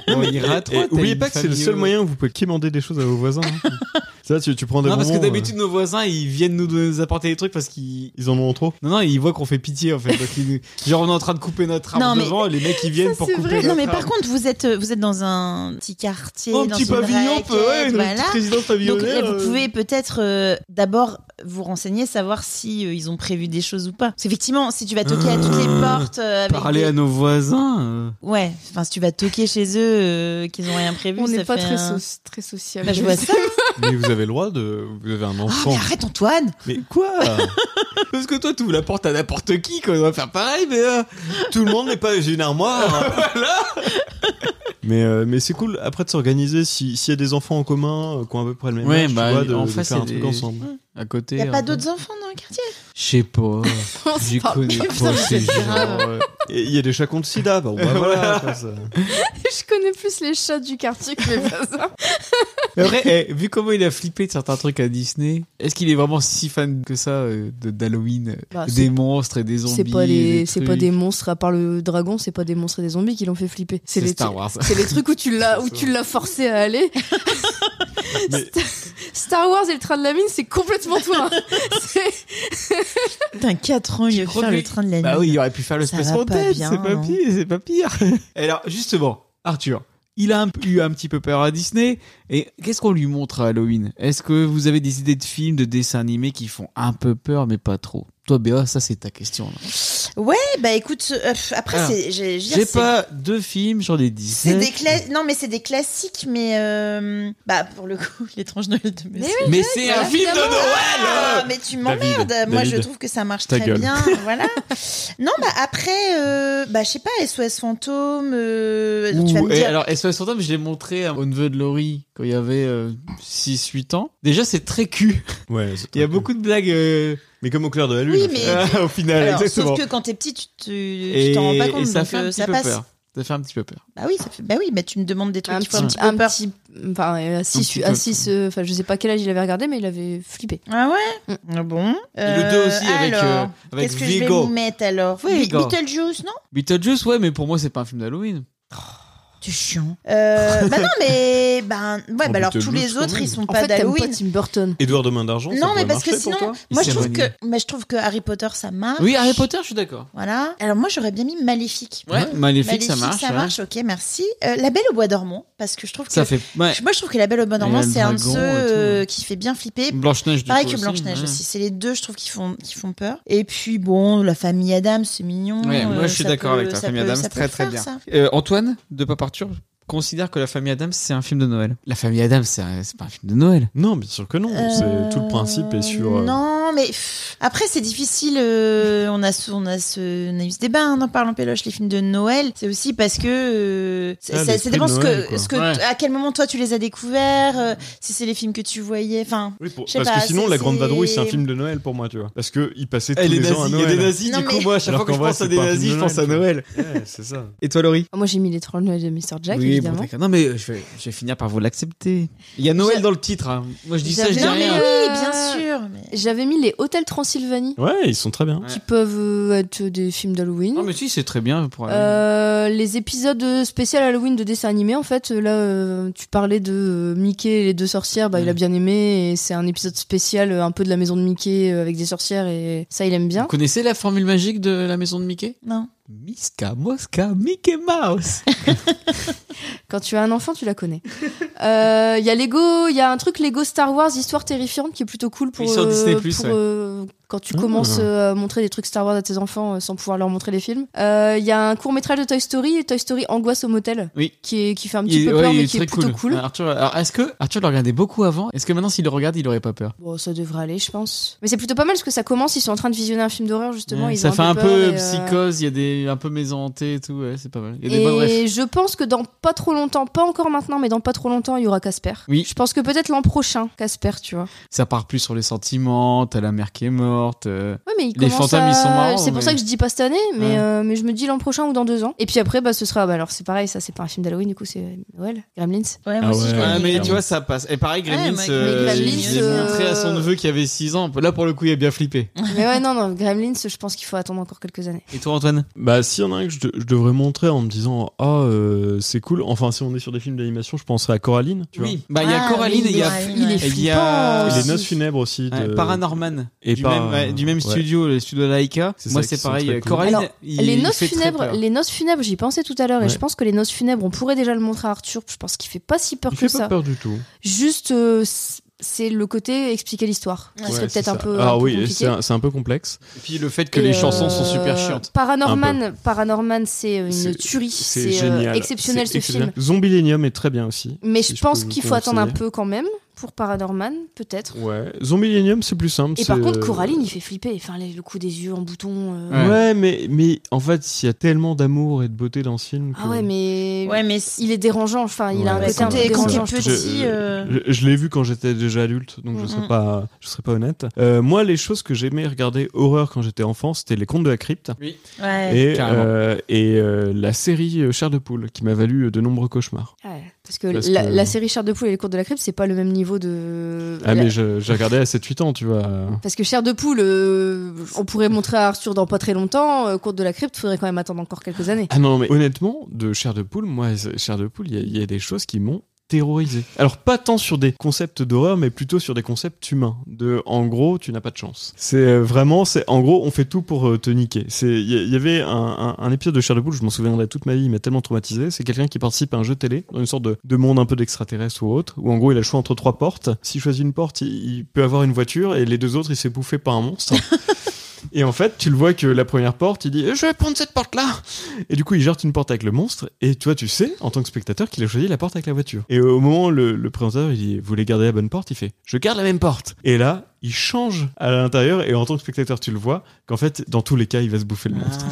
Speaker 3: On ira à
Speaker 4: *laughs* Et
Speaker 3: trois, t'as
Speaker 4: Oubliez
Speaker 3: une
Speaker 4: pas que c'est le
Speaker 3: famille euh.
Speaker 4: seul
Speaker 3: au-
Speaker 4: moyen où vous pouvez quémander des choses à vos voisins. hein. euh. *laughs* ça, tu, tu prends des
Speaker 3: Non, parce que
Speaker 4: bonbons,
Speaker 3: d'habitude, nos voisins, ils viennent nous, nous apporter des trucs parce qu'ils.
Speaker 4: euh, ils en ont trop.
Speaker 3: Non, non, ils voient qu'on fait pitié en fait. Donc, ils nous- Genre, on est en train de couper notre arbre
Speaker 2: Non, mais-
Speaker 3: devant, et les mecs ils viennent
Speaker 5: Ça,
Speaker 3: pour
Speaker 5: c'est
Speaker 3: couper.
Speaker 5: vrai.
Speaker 3: notre
Speaker 2: Non mais par
Speaker 3: arbre.
Speaker 2: contre vous êtes vous êtes dans un petit quartier,
Speaker 3: Oh, un
Speaker 2: dans
Speaker 3: petit
Speaker 2: une
Speaker 3: pavillon,
Speaker 2: raquette,
Speaker 3: ouais, une
Speaker 2: voilà.
Speaker 3: petite résidence
Speaker 2: Donc là,
Speaker 3: pavillonnaire.
Speaker 2: vous
Speaker 3: euh.
Speaker 2: pouvez peut-être euh, d'abord vous renseigner, savoir si euh, ils ont prévu des choses ou pas. Parce qu'effectivement, si tu vas toquer à toutes les portes, euh, avec
Speaker 3: Parler
Speaker 2: des-
Speaker 3: à nos
Speaker 4: euh.
Speaker 3: voisins.
Speaker 2: ouais, enfin si tu vas toquer chez eux euh, qu'ils ont rien prévu,
Speaker 5: On
Speaker 2: ça
Speaker 5: n'est pas
Speaker 2: fait
Speaker 5: très,
Speaker 2: un-
Speaker 5: so- très sociable.
Speaker 2: Bah, je vois ça.
Speaker 4: mais vous avez le droit de. Vous avez un
Speaker 2: Ah
Speaker 4: enfant.
Speaker 2: mais arrête Antoine.
Speaker 4: mais, quoi
Speaker 3: *laughs* Parce que toi, tu ouvres la porte à n'importe qui, quoi. On va faire pareil, mais. euh,
Speaker 4: Tout le monde n'est pas j'ai une *laughs* armoire. Mais euh, mais c'est cool. Après de s'organiser, si- s'il y a des enfants en commun euh, qui ont à peu près le même
Speaker 3: Ouais,
Speaker 4: âge, tu
Speaker 3: bah,
Speaker 4: vois, de,
Speaker 3: en
Speaker 4: de
Speaker 3: face,
Speaker 4: faire
Speaker 3: il y
Speaker 4: un
Speaker 3: a
Speaker 4: truc
Speaker 3: des-
Speaker 4: ensemble.
Speaker 3: À côté.
Speaker 2: Il y a pas
Speaker 3: hein.
Speaker 2: d'autres enfants dans le quartier
Speaker 3: Je
Speaker 2: *laughs*
Speaker 3: sais pas.
Speaker 5: On se
Speaker 3: J'y
Speaker 5: parle *laughs*
Speaker 3: connais
Speaker 5: plus.
Speaker 3: pas ces
Speaker 2: c'est grave.
Speaker 3: gens.
Speaker 4: Et Il y a des chats contre sida. Bah, *laughs* bah, voilà. quoi, ça.
Speaker 5: Je connais plus les chats du quartier que mes voisins.
Speaker 3: Après, eh, vu comment il a flippé de certains trucs à Disney, est-ce qu'il est vraiment si fan que ça euh, de- d'Halloween
Speaker 5: Bah,
Speaker 3: Des monstres et des zombies.
Speaker 5: C'est pas,
Speaker 3: et
Speaker 5: les,
Speaker 3: des
Speaker 5: c'est pas
Speaker 3: trucs.
Speaker 5: des monstres, à part le dragon, c'est pas des monstres et des zombies qui l'ont fait flipper. C'est
Speaker 3: C'est
Speaker 5: les,
Speaker 3: Star
Speaker 5: *laughs*
Speaker 3: Wars.
Speaker 5: c'est les trucs où tu
Speaker 3: *laughs*
Speaker 5: l'as, où tu l'as forcé à aller.
Speaker 4: Mais-
Speaker 5: Star Wars et le train de la mine, c'est
Speaker 3: *laughs*
Speaker 5: complètement toi. C'est-
Speaker 2: Putain, 4 ans, il va
Speaker 3: crois
Speaker 2: faire
Speaker 3: que-
Speaker 2: le train de la nuit.
Speaker 3: Bah oui, il aurait pu faire le
Speaker 2: Ça
Speaker 3: Space
Speaker 2: va
Speaker 3: Mountain,
Speaker 2: pas
Speaker 3: c'est
Speaker 2: bien,
Speaker 3: pas
Speaker 2: non
Speaker 3: pire, c'est pas pire. *laughs* Alors, justement, Arthur, il a un- eu un petit peu peur à Disney, et qu'est-ce qu'on lui montre à Halloween Est-ce que vous avez des idées de films, de dessins animés qui font un peu peur, mais pas trop Toi, Béa, ça c'est ta question. là.
Speaker 2: Ouais, bah écoute, euh, pff, après
Speaker 3: Alors,
Speaker 2: c'est j'ai je veux dire,
Speaker 3: Ah. J'ai
Speaker 2: c'est-
Speaker 3: pas deux films, j'en ai dix.
Speaker 2: c'est des cla- non mais c'est des classiques mais euh, bah pour le coup *laughs* l'étrange Noël de Monsieur.
Speaker 3: Mais c'est un
Speaker 5: voilà,
Speaker 3: film de
Speaker 5: évidemment.
Speaker 3: Noël
Speaker 2: Ah, mais tu
Speaker 4: David,
Speaker 2: m'emmerdes. Moi, je
Speaker 4: David.
Speaker 2: trouve que ça marche
Speaker 4: Ta
Speaker 2: très
Speaker 3: *laughs*
Speaker 4: gueule.
Speaker 2: bien. Voilà. Non, bah après, euh, bah je sais pas, SOS fantôme. euh, tu vas
Speaker 3: Ouh,
Speaker 2: me
Speaker 3: et
Speaker 2: dire.
Speaker 3: alors, SOS Fantôme, je l'ai montré à- au neveu de Laurie quand il avait 6-8 ans. Déjà, c'est très cul.
Speaker 4: Ouais, c'est
Speaker 3: Il y a
Speaker 4: très
Speaker 3: beaucoup de blagues euh,
Speaker 4: Mais comme au clair de la lune.
Speaker 2: Oui,
Speaker 4: en fait. *laughs*
Speaker 2: mais-
Speaker 3: au final,
Speaker 2: Alors,
Speaker 3: exactement.
Speaker 2: sauf que quand t'es petit, tu te- tu
Speaker 3: Et-
Speaker 2: t'en rends pas compte,
Speaker 3: et ça
Speaker 2: donc
Speaker 3: fait un
Speaker 2: euh,
Speaker 3: petit
Speaker 2: ça
Speaker 3: peu
Speaker 2: passe.
Speaker 3: peur. Ça fait un petit peu peur.
Speaker 2: Bah oui, ça fait... bah oui, mais tu me demandes des trucs
Speaker 5: un
Speaker 2: qui font
Speaker 5: petit,
Speaker 2: un petit
Speaker 5: un
Speaker 2: peu peur.
Speaker 5: petit- enfin, euh, à
Speaker 3: petit
Speaker 5: 6,
Speaker 3: peu.
Speaker 5: à six, euh, enfin, je sais pas quel âge il avait regardé, mais il avait flippé.
Speaker 2: Ah ouais Ah Bon.
Speaker 3: Et le 2 aussi avec,
Speaker 2: alors,
Speaker 3: euh, avec
Speaker 2: Qu'est-ce que je vais vous
Speaker 3: Vigo.
Speaker 2: mettre alors Bi-
Speaker 3: Vigo.
Speaker 2: Beetlejuice, non
Speaker 3: Beetlejuice, ouais, mais pour moi, c'est pas un film d'Halloween.
Speaker 2: Tu chiant.
Speaker 3: *laughs*
Speaker 2: Euh, bah non, mais ben ouais,
Speaker 4: Oh,
Speaker 2: bah alors tous
Speaker 4: Beetlejuice,
Speaker 2: les
Speaker 4: quand
Speaker 2: autres,
Speaker 4: même.
Speaker 2: ils sont
Speaker 5: En
Speaker 2: pas
Speaker 5: fait, t'aimes pas
Speaker 2: d'Halloween.
Speaker 5: Tim Burton.
Speaker 4: Édouard de Main d'Argent, ça
Speaker 2: Non, mais
Speaker 4: pourrait
Speaker 2: parce que
Speaker 4: marcher pour
Speaker 2: sinon,
Speaker 4: toi
Speaker 2: moi
Speaker 3: Il
Speaker 2: je trouve que,
Speaker 3: s'est
Speaker 2: mais je trouve que Harry Potter ça marche.
Speaker 3: Oui, Harry Potter, je suis d'accord.
Speaker 2: Voilà. Alors moi j'aurais bien mis Maléfique.
Speaker 3: Ouais, Maléfique,
Speaker 2: Maléfique,
Speaker 3: ça marche.
Speaker 2: ça
Speaker 3: ouais.
Speaker 2: marche. Ok, merci. Euh, La Belle au bois dormant, parce que je trouve que
Speaker 3: Ça fait. Ouais.
Speaker 2: moi je trouve que La Belle au bois dormant
Speaker 3: le
Speaker 2: c'est un de
Speaker 3: dragon
Speaker 2: ceux
Speaker 3: et tout,
Speaker 2: euh,
Speaker 3: ouais.
Speaker 2: qui fait bien flipper.
Speaker 3: Blanche-Neige, du
Speaker 2: Pareil
Speaker 3: coup,
Speaker 2: que Blanche-Neige
Speaker 3: ouais.
Speaker 2: aussi. C'est les deux, je trouve, qui font, qui font peur. Et puis, bon, la famille Adam, c'est mignon.
Speaker 3: Ouais, moi
Speaker 2: euh,
Speaker 3: je suis
Speaker 2: ça
Speaker 3: d'accord
Speaker 2: peut-
Speaker 3: avec toi.
Speaker 2: ça
Speaker 3: Famille
Speaker 2: peut-
Speaker 3: Adams,
Speaker 2: ça peut
Speaker 3: très
Speaker 2: le
Speaker 3: très
Speaker 2: faire,
Speaker 3: bien.
Speaker 2: ça.
Speaker 3: Euh, Antoine de Paparture considère que La Famille Adams c'est un film de Noël. La Famille Adams c'est un- c'est pas un film de Noël.
Speaker 4: Non, bien sûr que non. C'est tout le
Speaker 2: Euh,
Speaker 4: principe est sur. euh,
Speaker 2: Non, mais pff, après, c'est difficile. euh, on, a, ce- on, a ce, on a eu ce débat hein, dans Parlons Péloche, les films de Noël. C'est aussi parce que. euh, c'est-
Speaker 4: Ah,
Speaker 2: ça,
Speaker 4: l'esprit
Speaker 2: ça dépend
Speaker 4: de
Speaker 2: ce
Speaker 4: Noël,
Speaker 2: que,
Speaker 4: quoi.
Speaker 2: ce que
Speaker 3: Ouais.
Speaker 2: à quel moment toi tu les as découverts, euh, si c'est les films que tu voyais. Enfin.
Speaker 4: Oui, pour-
Speaker 2: Je sais
Speaker 4: parce
Speaker 2: pas,
Speaker 4: que sinon,
Speaker 2: c'est-
Speaker 4: La Grande
Speaker 2: c'est-
Speaker 4: Vadrouille, c'est un film de Noël pour moi, tu vois. Parce que il passait tous
Speaker 3: Eh,
Speaker 4: les ans
Speaker 3: nazis,
Speaker 4: à
Speaker 3: il y a
Speaker 4: Noël.
Speaker 3: des nazis,
Speaker 2: Non,
Speaker 3: du coup,
Speaker 2: mais-
Speaker 3: moi, à chaque
Speaker 4: Alors
Speaker 3: fois que je
Speaker 4: qu'en vrai,
Speaker 3: pense à
Speaker 4: c'est
Speaker 3: des
Speaker 4: pas un film
Speaker 3: nazis, je
Speaker 4: de
Speaker 3: pense à Noël.
Speaker 4: Noël, Ouais, c'est ça.
Speaker 3: Et toi, Laurie
Speaker 5: Ah, Moi, j'ai mis les Trolls Noël de Mr. Jack,
Speaker 3: Oui, bon,
Speaker 5: évidemment.
Speaker 3: d'accord. Non, mais euh, je vais, je vais finir par vous l'accepter. Il y a Noël
Speaker 5: Je-
Speaker 3: dans le titre. hein. Moi, je dis ça, je
Speaker 5: J'avais-
Speaker 3: dis
Speaker 2: Non, mais
Speaker 3: rien.
Speaker 2: oui,
Speaker 5: Euh,
Speaker 2: bien sûr. mais-
Speaker 5: J'avais mis les Hôtels Transylvanie,
Speaker 4: Ouais, ils sont très bien.
Speaker 3: Ouais.
Speaker 5: qui peuvent euh, être des films d'Halloween.
Speaker 3: Non, mais si, c'est très bien pour.
Speaker 5: Euh, les épisodes spéciaux Halloween de dessins animés, en fait, là, euh, tu parlais de euh, Mickey et les deux sorcières, bah, il
Speaker 3: Ouais.
Speaker 5: a bien aimé, et c'est un épisode spécial euh, un peu de la maison de Mickey euh, avec des sorcières, et ça, il aime bien.
Speaker 3: Vous connaissez la formule magique de la maison de Mickey
Speaker 2: Non.
Speaker 3: Miska, Mosca, Mickey Mouse.
Speaker 5: Quand tu as un enfant, tu
Speaker 3: *laughs*
Speaker 5: la connais. Euh, Il y a Lego, il y a un truc Lego Star Wars, histoire terrifiante, qui est plutôt cool pour,
Speaker 3: Oui, sur Disney+,
Speaker 5: pour,
Speaker 3: ouais.
Speaker 5: euh, quand tu
Speaker 4: Ah.
Speaker 5: commences euh, à montrer des trucs Star Wars à tes enfants euh, sans pouvoir leur montrer les films. Euh, Il y a un court métrage de Toy Story, Toy Story Angoisse au motel,
Speaker 3: Oui.
Speaker 5: qui, est, qui fait un petit
Speaker 3: Il-
Speaker 5: peu
Speaker 3: ouais,
Speaker 5: peur,
Speaker 3: il
Speaker 5: mais
Speaker 3: est
Speaker 5: qui est
Speaker 3: très
Speaker 5: plutôt cool.
Speaker 3: Ah, Arthur, alors, est-ce que Arthur le regardait beaucoup avant Est-ce que maintenant, s'il le regarde, il aurait pas peur
Speaker 5: Bon, ça devrait aller, je pense. Mais c'est plutôt pas mal parce que ça commence, ils sont en train de visionner un film d'horreur, justement.
Speaker 3: Ouais,
Speaker 5: ils
Speaker 3: Ça
Speaker 5: ont
Speaker 3: fait un peu
Speaker 5: peur et, euh,
Speaker 3: psychose, il y a des un peu maison hantée et tout, ouais, c'est pas mal. Il y a des bonnes refs.
Speaker 5: Et je pense que dans pas trop longtemps, pas encore maintenant, mais dans pas trop longtemps, il y aura Casper.
Speaker 3: Oui.
Speaker 5: Je pense que peut-être l'an prochain, Casper, tu vois.
Speaker 3: Ça part plus sur les sentiments, t'as la mère qui est morte. euh.
Speaker 5: Ouais, mais il
Speaker 3: Les
Speaker 5: commence
Speaker 3: fantômes,
Speaker 5: à-
Speaker 3: ils sont marrants,
Speaker 5: C'est pour
Speaker 3: mais-
Speaker 5: ça que je dis pas cette année, mais,
Speaker 3: Ouais.
Speaker 5: euh, mais je me dis l'an prochain ou dans deux ans. Et puis après, bah, ce sera. Bah, alors, c'est pareil, ça, c'est pas un film d'Halloween, du coup, c'est euh, Noël. *laughs* Gremlins.
Speaker 2: Ouais,
Speaker 4: Ah
Speaker 2: moi aussi, je
Speaker 4: ouais.
Speaker 2: l'avais
Speaker 3: Ouais,
Speaker 4: oui,
Speaker 3: mais
Speaker 4: clairement.
Speaker 3: tu vois, ça passe. Et pareil, Gremlins,
Speaker 2: mais-
Speaker 3: euh,
Speaker 5: mais
Speaker 3: il
Speaker 5: Gremlins,
Speaker 3: l'a montré
Speaker 5: euh,
Speaker 3: à son neveu qui avait 6 ans. Là, pour le coup, il a bien flippé.
Speaker 5: mais ouais, non, non, Gremlins, je pense qu'il faut attendre encore quelques années.
Speaker 3: Et toi, Antoine
Speaker 4: Bah, s'il y en a un que je, de- je devrais montrer en me disant Ah, euh, c'est cool. Enfin, si on est sur des films d'animation, je penserais à Coraline. Tu vois.
Speaker 3: Bah, il y a
Speaker 2: Ah,
Speaker 3: Coraline
Speaker 2: oui,
Speaker 3: et il y a.
Speaker 2: Coraline,
Speaker 5: il est
Speaker 2: ouais.
Speaker 3: et il y a-
Speaker 5: flippant
Speaker 4: Et
Speaker 5: aussi.
Speaker 4: les Noces funèbres aussi.
Speaker 3: Ouais,
Speaker 4: De...
Speaker 3: Paranorman.
Speaker 4: et
Speaker 3: du,
Speaker 4: par-
Speaker 3: même, ouais, du même
Speaker 4: ouais.
Speaker 3: studio, le studio de Laika.
Speaker 4: C'est
Speaker 3: Moi,
Speaker 4: ça,
Speaker 3: c'est
Speaker 4: qui sont
Speaker 3: pareil.
Speaker 4: très
Speaker 3: euh,
Speaker 4: cool.
Speaker 3: Coraline,
Speaker 5: Alors,
Speaker 3: il,
Speaker 5: les
Speaker 3: il
Speaker 5: noces
Speaker 3: fait très
Speaker 5: funèbres,
Speaker 3: peur.
Speaker 5: les noces funèbres, j'y pensais tout à l'heure et
Speaker 4: Ouais.
Speaker 5: je pense que les noces funèbres, on pourrait déjà le montrer à Arthur. Je pense qu'il fait pas si peur
Speaker 4: Il
Speaker 5: que
Speaker 4: fait pas
Speaker 5: ça.
Speaker 4: peur du tout.
Speaker 5: Juste, euh, c- c'est le côté expliquer l'histoire. qui
Speaker 2: Ouais,
Speaker 5: serait
Speaker 4: Ouais, c'est
Speaker 5: peut-être un
Speaker 4: ça.
Speaker 5: peu.
Speaker 4: Ah
Speaker 5: un peu
Speaker 4: oui,
Speaker 5: compliqué.
Speaker 4: c'est un, c'est un peu complexe.
Speaker 3: Et puis le fait que
Speaker 5: Et,
Speaker 3: les chansons
Speaker 5: euh,
Speaker 3: sont super chiantes.
Speaker 5: Paranorman, Paranorman, c'est une
Speaker 4: C'est-
Speaker 5: tuerie.
Speaker 4: C'est
Speaker 5: C'est euh,
Speaker 4: génial.
Speaker 5: exceptionnel
Speaker 4: C'est
Speaker 5: ce film.
Speaker 4: exceptionnel. Zombielenium est très bien aussi.
Speaker 5: Mais
Speaker 4: Si
Speaker 5: je
Speaker 4: je
Speaker 5: pense
Speaker 4: peux vous
Speaker 5: qu'il faut attendre un
Speaker 4: conseiller.
Speaker 5: peu quand même pour Paranorman, peut-être.
Speaker 4: Ouais. Zombielenium, c'est plus simple.
Speaker 5: Et par
Speaker 4: c'est,
Speaker 5: contre,
Speaker 4: euh,
Speaker 5: Coraline, il fait flipper. Enfin, les- le coup des yeux en bouton. euh,
Speaker 3: Ouais.
Speaker 4: Ouais, mais, mais en fait, il y a tellement d'amour et de beauté dans ce film.
Speaker 5: Ah
Speaker 4: que-
Speaker 5: ouais, mais
Speaker 2: Ouais, mais
Speaker 5: il est dérangeant. Enfin, il a un
Speaker 4: Ouais,
Speaker 5: côté un peu
Speaker 4: écoutez,
Speaker 2: quand t'es
Speaker 5: dérangeant. je trouve.
Speaker 2: petit.
Speaker 4: Je-
Speaker 2: euh,
Speaker 4: Je, je l'ai vu quand j'étais déjà adulte, donc je serais
Speaker 2: Mhm.
Speaker 4: pas, je serais pas honnête. Euh, moi, les choses que j'aimais regarder horreur quand j'étais enfant, c'était les contes de la crypte
Speaker 2: Ouais.
Speaker 4: et,
Speaker 3: Carrément.
Speaker 4: euh, et euh, la série euh, Chair de poule, qui m'a valu euh, de nombreux cauchemars.
Speaker 5: Ouais, parce que,
Speaker 4: Parce
Speaker 5: la,
Speaker 4: que-
Speaker 5: la série Chair de poule et les cours de la crypte, c'est pas le même niveau de.
Speaker 4: Ah
Speaker 5: la-
Speaker 4: mais je- j'ai regardé à 7-8 ans, tu vois.
Speaker 5: Parce que Chair de poule, euh, on pourrait montrer à Arthur dans pas très longtemps. Euh, cours de la crypte, faudrait quand même attendre encore quelques années.
Speaker 4: Ah non, mais honnêtement, de Chair de poule, moi, c'est- Chair de poule, il y a- il y, a des choses qui m'ont terrorisé. Alors pas tant sur des concepts d'horreur, mais plutôt sur des concepts humains. De, en gros, tu n'as pas de chance. C'est euh, vraiment, c'est en gros, on fait tout pour euh, te niquer. C'est, il y, a- il y avait un, un- un épisode de Chair de poule, je m'en souviendrai toute ma vie, il m'a tellement traumatisé. C'est quelqu'un qui participe à un jeu télé dans une sorte de, de monde un peu d'extraterrestre ou autre, où en gros, il a le choix entre trois portes. S'il choisit une porte, il, il peut avoir une voiture et les deux autres, il s'est bouffé par un monstre. Et en fait, tu le vois que la première porte, il dit Eh, Je vais prendre cette porte-là et du coup, il jarte une porte avec le monstre. Et toi, tu sais, en tant que spectateur, qu'il a choisi la porte avec la voiture. Et au moment où le, le présentateur, il dit Vous voulez garder la bonne porte Il fait Je garde la même porte. Et là, il change à l'intérieur. Et en tant que spectateur, tu le vois qu'en fait, dans tous les cas, il va se bouffer le
Speaker 3: Ah.
Speaker 4: monstre.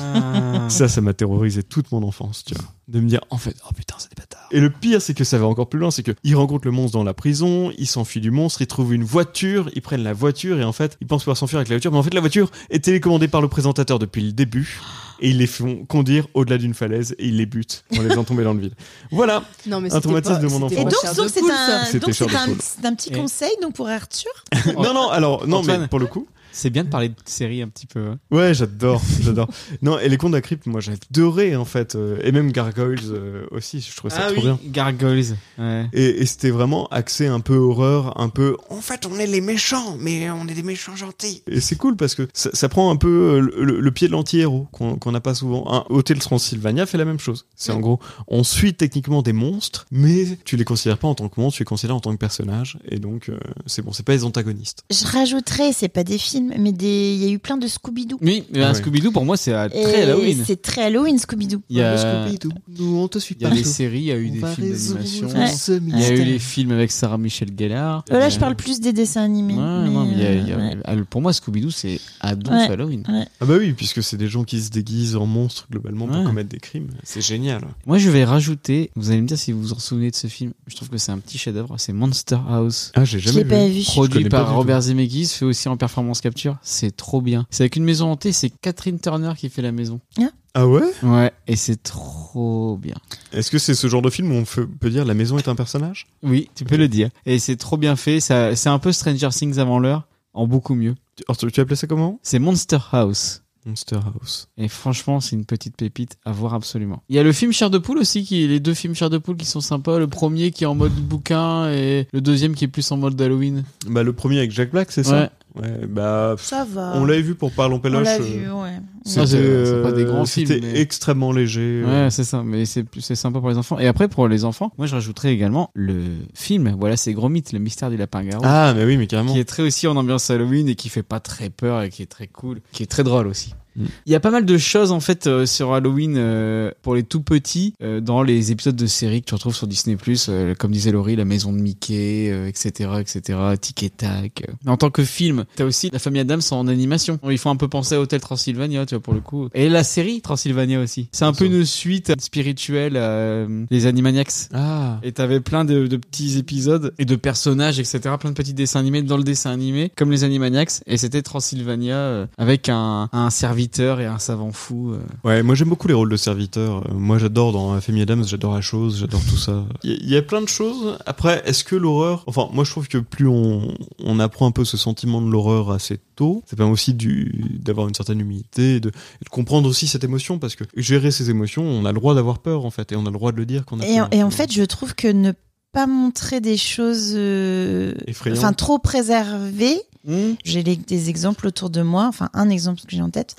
Speaker 4: Ça, ça m'a terrorisé toute mon enfance, tu vois. De me dire, en fait, oh putain, c'est des bâtards. Et le pire, c'est que ça va encore plus loin, c'est que ils rencontrent le monstre dans la prison, ils s'enfuient du monstre, ils trouvent une voiture, ils prennent la voiture et en fait, ils pensent pouvoir s'enfuir avec la voiture, mais en fait, la voiture est télécommandée par le présentateur depuis le début. et ils les font conduire au-delà d'une falaise et ils les butent en les faisant tomber dans le *laughs* vide. Voilà,
Speaker 5: Non, mais
Speaker 4: Un traumatisme de mon
Speaker 5: c'était
Speaker 2: Et
Speaker 4: enfance.
Speaker 5: pas
Speaker 2: donc,
Speaker 5: cher
Speaker 2: donc
Speaker 5: de
Speaker 2: c'est
Speaker 5: poule, ça.
Speaker 2: un,
Speaker 4: C'était
Speaker 2: donc
Speaker 4: cher
Speaker 2: c'est
Speaker 4: de
Speaker 2: un,
Speaker 4: poule.
Speaker 2: c'est un petit
Speaker 3: Et-
Speaker 2: conseil donc pour Arthur.
Speaker 4: non, non, alors, non,
Speaker 3: Antoine.
Speaker 4: mais pour le coup,
Speaker 3: C'est bien de parler de série un petit peu. hein.
Speaker 4: ouais, j'adore, j'adore. Non, et les contes de la crypte, moi j'adorais en fait, euh, et même Gargoyles euh, aussi, je trouvais ça trop bien.
Speaker 3: Ah Gargoyles. Ouais.
Speaker 4: Et, et c'était vraiment axé un peu horreur, un peu.
Speaker 1: En fait, on est les méchants, mais on est des méchants gentils.
Speaker 4: Et c'est cool parce que ça, ça prend un peu euh, le, le- le pied de l'anti-héros qu'on qu'on n'a pas souvent. Un Hôtel Transylvania fait la même chose. C'est en gros, on suit techniquement des monstres, mais tu les considères pas en tant que monstres, tu les considères en tant que personnages. Et donc, euh, c'est bon, c'est pas les antagonistes.
Speaker 2: Je rajouterais, c'est pas des films, mais des, il y a eu plein de Scooby-Doo.
Speaker 3: Oui, mais un
Speaker 4: Ah Ouais.
Speaker 3: Scooby-Doo pour moi c'est euh,
Speaker 2: Et
Speaker 3: très Halloween.
Speaker 2: C'est très Halloween Scooby-Doo.
Speaker 3: Il y a,
Speaker 1: Scooby-Doo, nous on te suit
Speaker 3: il y a
Speaker 1: pas.
Speaker 3: les séries, il y a eu
Speaker 1: on
Speaker 3: des
Speaker 1: va
Speaker 3: films d'animation.
Speaker 1: résoudre
Speaker 2: Ouais.
Speaker 1: ce
Speaker 3: Il y a
Speaker 1: mystère.
Speaker 3: eu
Speaker 2: C'était-
Speaker 3: les films avec Sarah Michel Gellar.
Speaker 2: Euh, Là,
Speaker 3: Euh,
Speaker 2: je parle plus des dessins animés.
Speaker 3: ouais,
Speaker 2: mais,
Speaker 3: non, mais il y a- il y a-
Speaker 2: euh, ouais.
Speaker 3: ah, Pour moi, Scooby-Doo, c'est Adam
Speaker 2: Ouais.
Speaker 3: Halloween.
Speaker 4: Ah bah oui, puisque c'est des gens qui se déguisent en monstres globalement pour
Speaker 3: Ouais.
Speaker 4: commettre des crimes. C'est génial.
Speaker 3: Moi, je vais rajouter, vous allez me dire si vous vous en souvenez de ce film, je trouve que c'est un petit chef-d'œuvre, c'est Monster House.
Speaker 4: Ah, j'ai
Speaker 2: Je l'ai
Speaker 4: jamais
Speaker 2: pas
Speaker 4: vu.
Speaker 2: vu.
Speaker 3: Produit
Speaker 4: connais pas du
Speaker 3: par
Speaker 4: tout.
Speaker 3: Robert Zemeckis, fait aussi en performance capture. C'est trop bien. C'est avec une maison hantée, c'est Catherine Turner qui fait la maison.
Speaker 4: Ah ouais
Speaker 3: Ouais, et c'est trop bien.
Speaker 4: Est-ce que c'est ce genre de film où on fe- peut dire la maison est un personnage
Speaker 3: Oui, tu peux le dire. Et c'est trop bien fait. ça- C'est un peu Stranger Things avant l'heure, en beaucoup mieux.
Speaker 4: Tu- Arthur, tu appelais ça comment
Speaker 3: C'est Monster House.
Speaker 4: Monster House.
Speaker 3: Et franchement, c'est une petite pépite à voir absolument. Il y a le film Chair de poule aussi, qui, les deux films Chair de poule qui sont sympas. Le premier qui est en mode bouquin et le deuxième qui est plus en mode d'Halloween.
Speaker 4: Bah le premier avec Jack Black, c'est
Speaker 3: Ouais.
Speaker 4: ça Ouais, bah pff,
Speaker 2: Ça va.
Speaker 4: on l'avait vu pour Parlons
Speaker 2: On
Speaker 4: Péloche.
Speaker 2: l'a
Speaker 4: euh,
Speaker 2: vu, ouais.
Speaker 3: Ça, c'est- Ah, c'est pas des grands films,
Speaker 4: C'était
Speaker 3: mais-
Speaker 4: extrêmement léger. euh.
Speaker 3: Ouais, c'est ça. Mais c'est plus- c'est sympa pour les enfants. Et après, pour les enfants, moi, je rajouterais également le film. Voilà, c'est Gros Mythe, le mystère du lapin garou.
Speaker 4: Ah, mais oui, mais carrément.
Speaker 3: qui est très aussi en ambiance Halloween et qui fait pas très peur et qui est très cool, qui est très drôle aussi.
Speaker 4: Mm.
Speaker 3: Il y a pas mal de choses en fait euh, sur Halloween euh, pour les tout petits euh, dans les épisodes de séries que tu retrouves sur Disney+, euh, comme disait Laurie, la maison de Mickey, euh, etc., etc., Tic et Tac. euh. Mais en tant que film, t'as aussi la famille Adams en animation. Ils font un peu penser à Hôtel Transylvania, tu vois, pour le coup. Et la série Transylvania aussi. C'est un peu une suite spirituelle euh, des Animaniacs.
Speaker 4: Ah.
Speaker 3: Et t'avais plein de, de petits épisodes et de personnages, etc. Plein de petits dessins animés dans le dessin animé, comme les Animaniacs. Et c'était Transylvania euh, avec un, un serviteur et un savant fou. euh.
Speaker 4: Ouais, moi j'aime beaucoup les rôles de serviteurs. Euh, Moi j'adore dans euh, Famille Adams, j'adore la chose, j'adore tout ça. *laughs* Il y, a plein de choses. Après, est-ce que l'horreur. Enfin, moi je trouve que plus on, on apprend un peu ce sentiment de l'horreur assez tôt, ça permet aussi du- d'avoir une certaine humilité et de, et de comprendre aussi cette émotion parce que gérer ces émotions, on a le droit d'avoir peur en fait et on a le droit de le dire qu'on a
Speaker 2: Et, en-
Speaker 4: peur.
Speaker 2: et en fait, je trouve que ne pas montrer des choses, euh,
Speaker 4: Effrayant.
Speaker 2: enfin trop préservées.
Speaker 3: Hmm.
Speaker 2: J'ai les- des exemples autour de moi, enfin un exemple que j'ai en tête.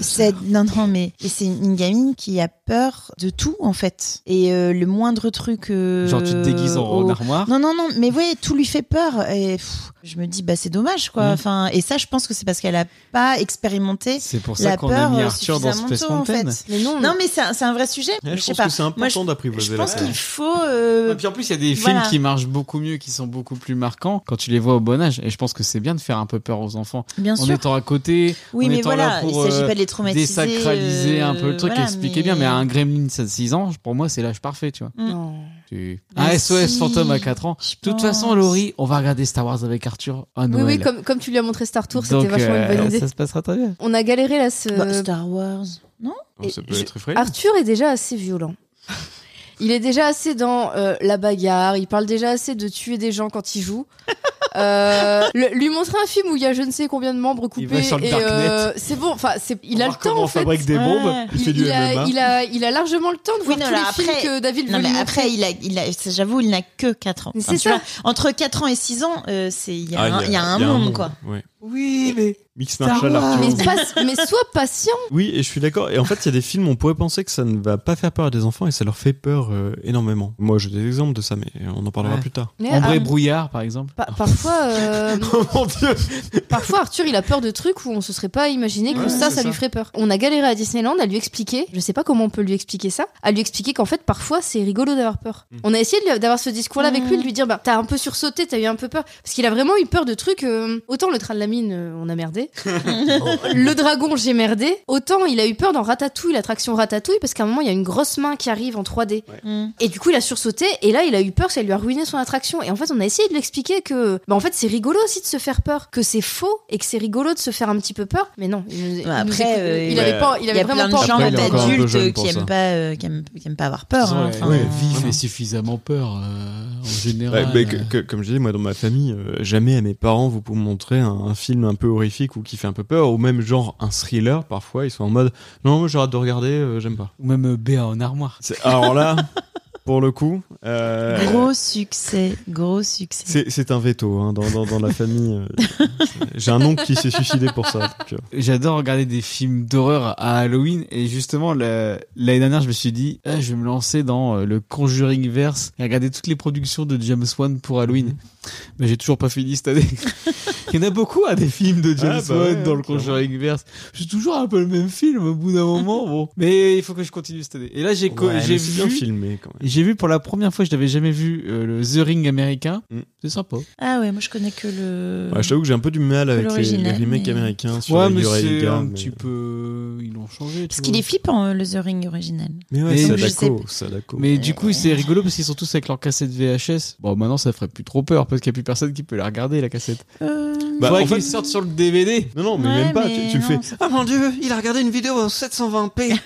Speaker 2: C'est non non mais et c'est une gamine qui a peur de tout en fait et euh, le moindre truc. euh,
Speaker 3: Genre, tu te déguises en
Speaker 2: au-
Speaker 3: armoire.
Speaker 2: Non non non mais ouais tout lui fait peur et pff, je me dis bah c'est dommage quoi.
Speaker 3: Mm.
Speaker 2: Enfin et ça je pense que c'est parce qu'elle a pas expérimenté
Speaker 3: C'est pour ça
Speaker 2: la
Speaker 3: qu'on a
Speaker 2: peur
Speaker 3: mis
Speaker 2: euh,
Speaker 3: Arthur dans
Speaker 2: suffisamment
Speaker 3: Space
Speaker 2: tôt en
Speaker 3: Mountain.
Speaker 2: fait. euh,
Speaker 5: Mais non,
Speaker 2: Non mais c'est un, c'est un vrai sujet.
Speaker 4: Ouais,
Speaker 2: je
Speaker 4: je
Speaker 2: sais
Speaker 4: pense
Speaker 2: pas.
Speaker 4: que c'est
Speaker 2: Moi, je-
Speaker 4: important
Speaker 2: Je
Speaker 4: d'apprivoiser la
Speaker 2: pense
Speaker 4: peur.
Speaker 2: qu'il faut. euh,
Speaker 3: Et puis en plus, il y a des films
Speaker 2: Voilà.
Speaker 3: qui marchent beaucoup mieux, qui sont beaucoup plus marquants quand tu les vois au bon âge. Et je pense que c'est bien de faire un peu peur aux enfants.
Speaker 2: Bien
Speaker 3: en
Speaker 2: sûr.
Speaker 3: étant à côté,
Speaker 2: Oui,
Speaker 3: en
Speaker 2: mais
Speaker 3: étant
Speaker 2: voilà,
Speaker 3: là pour,
Speaker 2: il s'agit
Speaker 3: euh,
Speaker 2: pas de les traumatiser.
Speaker 3: désacraliser un peu le
Speaker 2: euh,
Speaker 3: truc,
Speaker 2: voilà,
Speaker 3: expliquer bien. Mais à un gremlin de 6 ans, pour moi, c'est l'âge parfait, tu vois.
Speaker 5: non.
Speaker 3: Tu-
Speaker 2: Mais
Speaker 3: Un SOS
Speaker 2: si,
Speaker 3: fantôme à 4 ans.
Speaker 2: je
Speaker 3: De toute
Speaker 2: pense.
Speaker 3: façon, Laurie, on va regarder Star Wars avec Arthur à
Speaker 5: Oh. Oui,
Speaker 3: Noël.
Speaker 5: oui, comme, comme tu lui as montré Star Tour, c'était
Speaker 3: Donc,
Speaker 5: vachement une
Speaker 3: euh,
Speaker 5: bonne idée.
Speaker 3: Ça se passera très bien.
Speaker 5: On a galéré là ce.
Speaker 2: Bah, Star Wars. Non
Speaker 4: Oh, ça
Speaker 5: Et
Speaker 4: peut
Speaker 5: je-
Speaker 4: être
Speaker 2: ah,
Speaker 4: effrayant.
Speaker 5: Arthur est déjà assez violent. Il est déjà assez dans euh, la bagarre, il parle déjà assez de tuer des gens quand il
Speaker 4: *laughs*
Speaker 5: joue. Euh, le- lui montrer un film où il y a je ne sais combien de membres
Speaker 3: Il
Speaker 5: coupés
Speaker 3: va sur le
Speaker 5: et euh,
Speaker 3: Darknet.
Speaker 5: c'est bon, enfin c'est- il a
Speaker 4: Voir
Speaker 5: le
Speaker 4: comment
Speaker 5: temps en
Speaker 4: on
Speaker 5: fait.
Speaker 4: fabrique des hein.
Speaker 2: Ouais.
Speaker 4: bombes, il fait
Speaker 5: Il,
Speaker 4: du
Speaker 5: il a,
Speaker 4: MMA.
Speaker 5: il, a, il a largement le temps de voir
Speaker 2: non,
Speaker 5: tous
Speaker 2: là,
Speaker 5: les films
Speaker 2: après-
Speaker 5: que David
Speaker 2: Non,
Speaker 5: veut lui
Speaker 2: mais
Speaker 5: montrer.
Speaker 2: après, il a, il a, ça, j'avoue, il n'a que 4 ans.
Speaker 5: Mais
Speaker 2: Enfin,
Speaker 5: c'est
Speaker 2: tu
Speaker 5: ça.
Speaker 2: vois, entre 4 ans et 6 ans, euh, c'est il y, a
Speaker 4: Ah,
Speaker 2: un- il y a un
Speaker 4: il
Speaker 2: monde, quoi.
Speaker 4: Ouais.
Speaker 3: Oui, mais.
Speaker 4: Mix
Speaker 3: Star
Speaker 4: Marshall,
Speaker 3: Wars.
Speaker 4: Arthur.
Speaker 5: Mais, pas- mais sois patient.
Speaker 4: Oui, et je suis d'accord. Et en fait, il y a des films, on pourrait penser que ça ne va pas faire peur à des enfants et ça leur fait peur euh, énormément. Moi, j'ai des exemples de ça, mais on en parlera
Speaker 3: Ouais.
Speaker 4: plus tard.
Speaker 5: Mais,
Speaker 3: Ombre
Speaker 5: ah,
Speaker 3: et brouillard, par exemple.
Speaker 5: pa- parfois,
Speaker 4: *laughs*
Speaker 5: euh,
Speaker 4: Oh *laughs* mon dieu
Speaker 5: Parfois, Arthur, il a peur de trucs où on se serait pas imaginé que
Speaker 3: Ouais,
Speaker 5: ça,
Speaker 3: c'est
Speaker 5: ça lui
Speaker 3: ça.
Speaker 5: ferait peur. On a galéré à Disneyland à lui expliquer, je sais pas comment on peut lui expliquer ça, à lui expliquer qu'en fait, parfois, c'est rigolo d'avoir peur.
Speaker 3: Mm.
Speaker 5: On a essayé de lui- d'avoir ce discours-là avec lui, de lui dire, bah, t'as un peu sursauté, t'as eu un peu peur. Parce qu'il a vraiment eu peur de trucs, euh, autant le train de la Jasmine, euh, on
Speaker 3: *laughs*
Speaker 5: a merdé.
Speaker 3: Oh.
Speaker 5: le dragon, j'ai merdé. Autant il a eu peur dans Ratatouille, l'attraction Ratatouille, parce qu'à un moment, il y a une grosse main qui arrive en 3D.
Speaker 2: Mm.
Speaker 5: Et du coup, il a sursauté et là, il a eu peur, ça lui a ruiné son attraction. Et en fait, on a essayé de l'expliquer que, bah, en fait, c'est rigolo aussi de se faire peur, que c'est faux et que c'est rigolo de se faire un petit peu peur. Mais non, il, nous- il
Speaker 2: Bah,
Speaker 5: nous
Speaker 2: après,
Speaker 5: écoute-
Speaker 2: euh,
Speaker 5: il avait pas, il
Speaker 2: Il y
Speaker 5: avait
Speaker 2: a plein
Speaker 5: vraiment
Speaker 2: de
Speaker 5: pas
Speaker 2: gens
Speaker 4: Après, il est encore un peu jeune
Speaker 2: d'adultes
Speaker 4: pour
Speaker 2: qui
Speaker 4: ça.
Speaker 2: aiment pas, euh, qui aiment, qui aiment pas avoir peur. hein, enfin.
Speaker 3: ouais, vif et suffisamment peur euh, en général.
Speaker 4: Ouais, mais que- que- comme je disais, moi, dans ma famille, euh, jamais à mes parents vous pouvez montrer un, un film un peu horrifique ou qui fait un peu peur, ou même genre un thriller, parfois, ils sont en mode non, moi, j'arrête de regarder, euh, j'aime pas.
Speaker 3: Ou même euh, BA en armoire.
Speaker 4: C'est- Alors là, *laughs* pour le coup, euh,
Speaker 2: Gros succès, gros succès.
Speaker 4: c'est c'est un veto hein, dans, dans- dans la famille. euh, J'ai un oncle qui s'est suicidé pour ça. donc, euh,
Speaker 3: J'adore regarder des films d'horreur à Halloween et justement le- l'année dernière je me suis dit Ah, je vais me lancer dans euh, le Conjuring verse et regarder toutes les productions de James Wan pour
Speaker 4: Mhm.
Speaker 3: Halloween. Mais j'ai toujours pas fini cette
Speaker 4: *laughs*
Speaker 3: année. Il y en a beaucoup à des films de James
Speaker 4: Ah, bah
Speaker 3: Wan
Speaker 4: ouais,
Speaker 3: dans le
Speaker 4: clairement.
Speaker 3: Conjuring verse. C'est toujours un peu le même film au bout d'un moment bon. Mais il faut que je continue cette année. Et là j'ai co-
Speaker 4: ouais,
Speaker 3: j'ai
Speaker 4: mais c'est bien
Speaker 3: vu
Speaker 4: filmé quand même.
Speaker 3: j'ai vu pour la première fois je n'avais jamais vu euh, le The Ring américain.
Speaker 4: Mm.
Speaker 3: C'est sympa.
Speaker 2: Ah ouais, moi je connais que le.
Speaker 5: Euh,
Speaker 4: Ouais, je t'avoue que j'ai un peu du mal avec les, les
Speaker 2: l'original,
Speaker 4: remakes
Speaker 2: mais-
Speaker 4: américains sur
Speaker 3: Ouais
Speaker 4: les
Speaker 3: mais c'est
Speaker 4: Eureka,
Speaker 3: un
Speaker 4: mais-
Speaker 3: petit peu ils l'ont changé. tu
Speaker 2: Parce qu'il
Speaker 3: vois.
Speaker 2: est flippant, euh, le The Ring original.
Speaker 4: Mais ouais,
Speaker 3: Mais
Speaker 4: ça
Speaker 2: je sais-
Speaker 4: d'accord, ça d'accord.
Speaker 3: Mais du coup, c'est rigolo parce qu'ils sont tous avec leur cassette VHS. Bon, maintenant, ça ferait plus trop peur parce qu'il n'y a plus personne qui peut la regarder, la cassette.
Speaker 2: Euh,
Speaker 4: Bah,
Speaker 3: Faudrait
Speaker 4: en fait-
Speaker 3: qu'ils sortent sur le DVD.
Speaker 4: Non, non, mais
Speaker 2: Ouais,
Speaker 4: même pas,
Speaker 2: mais
Speaker 4: tu, tu le fais.
Speaker 2: non, c'est-
Speaker 1: Oh mon dieu, il a regardé une vidéo en 720p.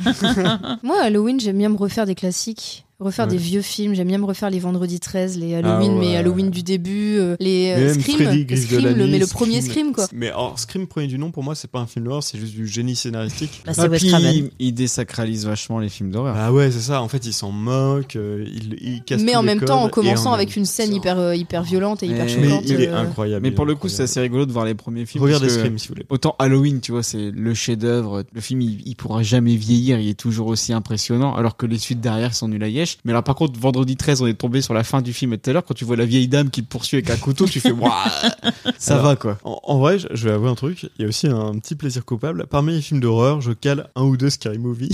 Speaker 5: Moi, Halloween, j'aime bien me refaire des classiques. Refaire
Speaker 4: Ouais.
Speaker 5: des vieux films, j'aime bien me refaire les Vendredis 13, les Halloween,
Speaker 4: Ah ouais.
Speaker 5: mais Halloween du début, euh, les
Speaker 4: Mais
Speaker 5: euh,
Speaker 4: même
Speaker 5: Scream,
Speaker 4: Freddy, Gris de
Speaker 5: Scream,
Speaker 4: la
Speaker 5: le-
Speaker 4: nuit,
Speaker 5: mais le premier Scream, quoi.
Speaker 4: Mais alors, Scream, premier du nom, pour moi, c'est pas un film noir, c'est juste du génie scénaristique.
Speaker 2: bah, c'est
Speaker 3: Et
Speaker 2: Wes
Speaker 3: Ah, puis,
Speaker 2: Craven.
Speaker 3: ils désacralisent vachement les films d'horreur.
Speaker 4: Ah ouais, c'est ça, en fait, ils s'en moquent, euh, ils, ils cassent
Speaker 5: Mais
Speaker 4: tous
Speaker 5: en
Speaker 4: les
Speaker 5: même
Speaker 4: codes,
Speaker 5: temps, en
Speaker 4: et
Speaker 5: commençant
Speaker 4: en
Speaker 5: avec
Speaker 4: même
Speaker 5: une scène
Speaker 4: temps-
Speaker 5: hyper, euh, hyper violente et hyper
Speaker 3: Mais-
Speaker 4: Mais
Speaker 5: choquante.
Speaker 4: il est
Speaker 5: euh,
Speaker 4: incroyable.
Speaker 3: Mais
Speaker 4: il est
Speaker 3: pour le coup, c'est
Speaker 4: incroyable.
Speaker 3: assez rigolo de voir les premiers films.
Speaker 4: Regardez
Speaker 3: parce que-
Speaker 4: Scream, si vous voulez.
Speaker 3: Autant Halloween, tu vois, c'est le chef-d'œuvre. Le film, il, il pourra jamais vieillir. Il est toujours aussi impressionnant. Alors que les suites derrière sont nulles à yesh. Mais alors, par contre, vendredi 13, on est tombé sur la fin du film. Et tout à l'heure, quand tu vois la vieille dame qui le poursuit *laughs* avec un couteau, tu fais, Ouah, ça
Speaker 4: Alors,
Speaker 3: va, quoi.
Speaker 4: En, en vrai, je, je vais avouer un truc, il y a aussi un petit plaisir coupable. Parmi les films d'horreur, je cale un ou deux Scary
Speaker 3: *laughs*
Speaker 4: Movie.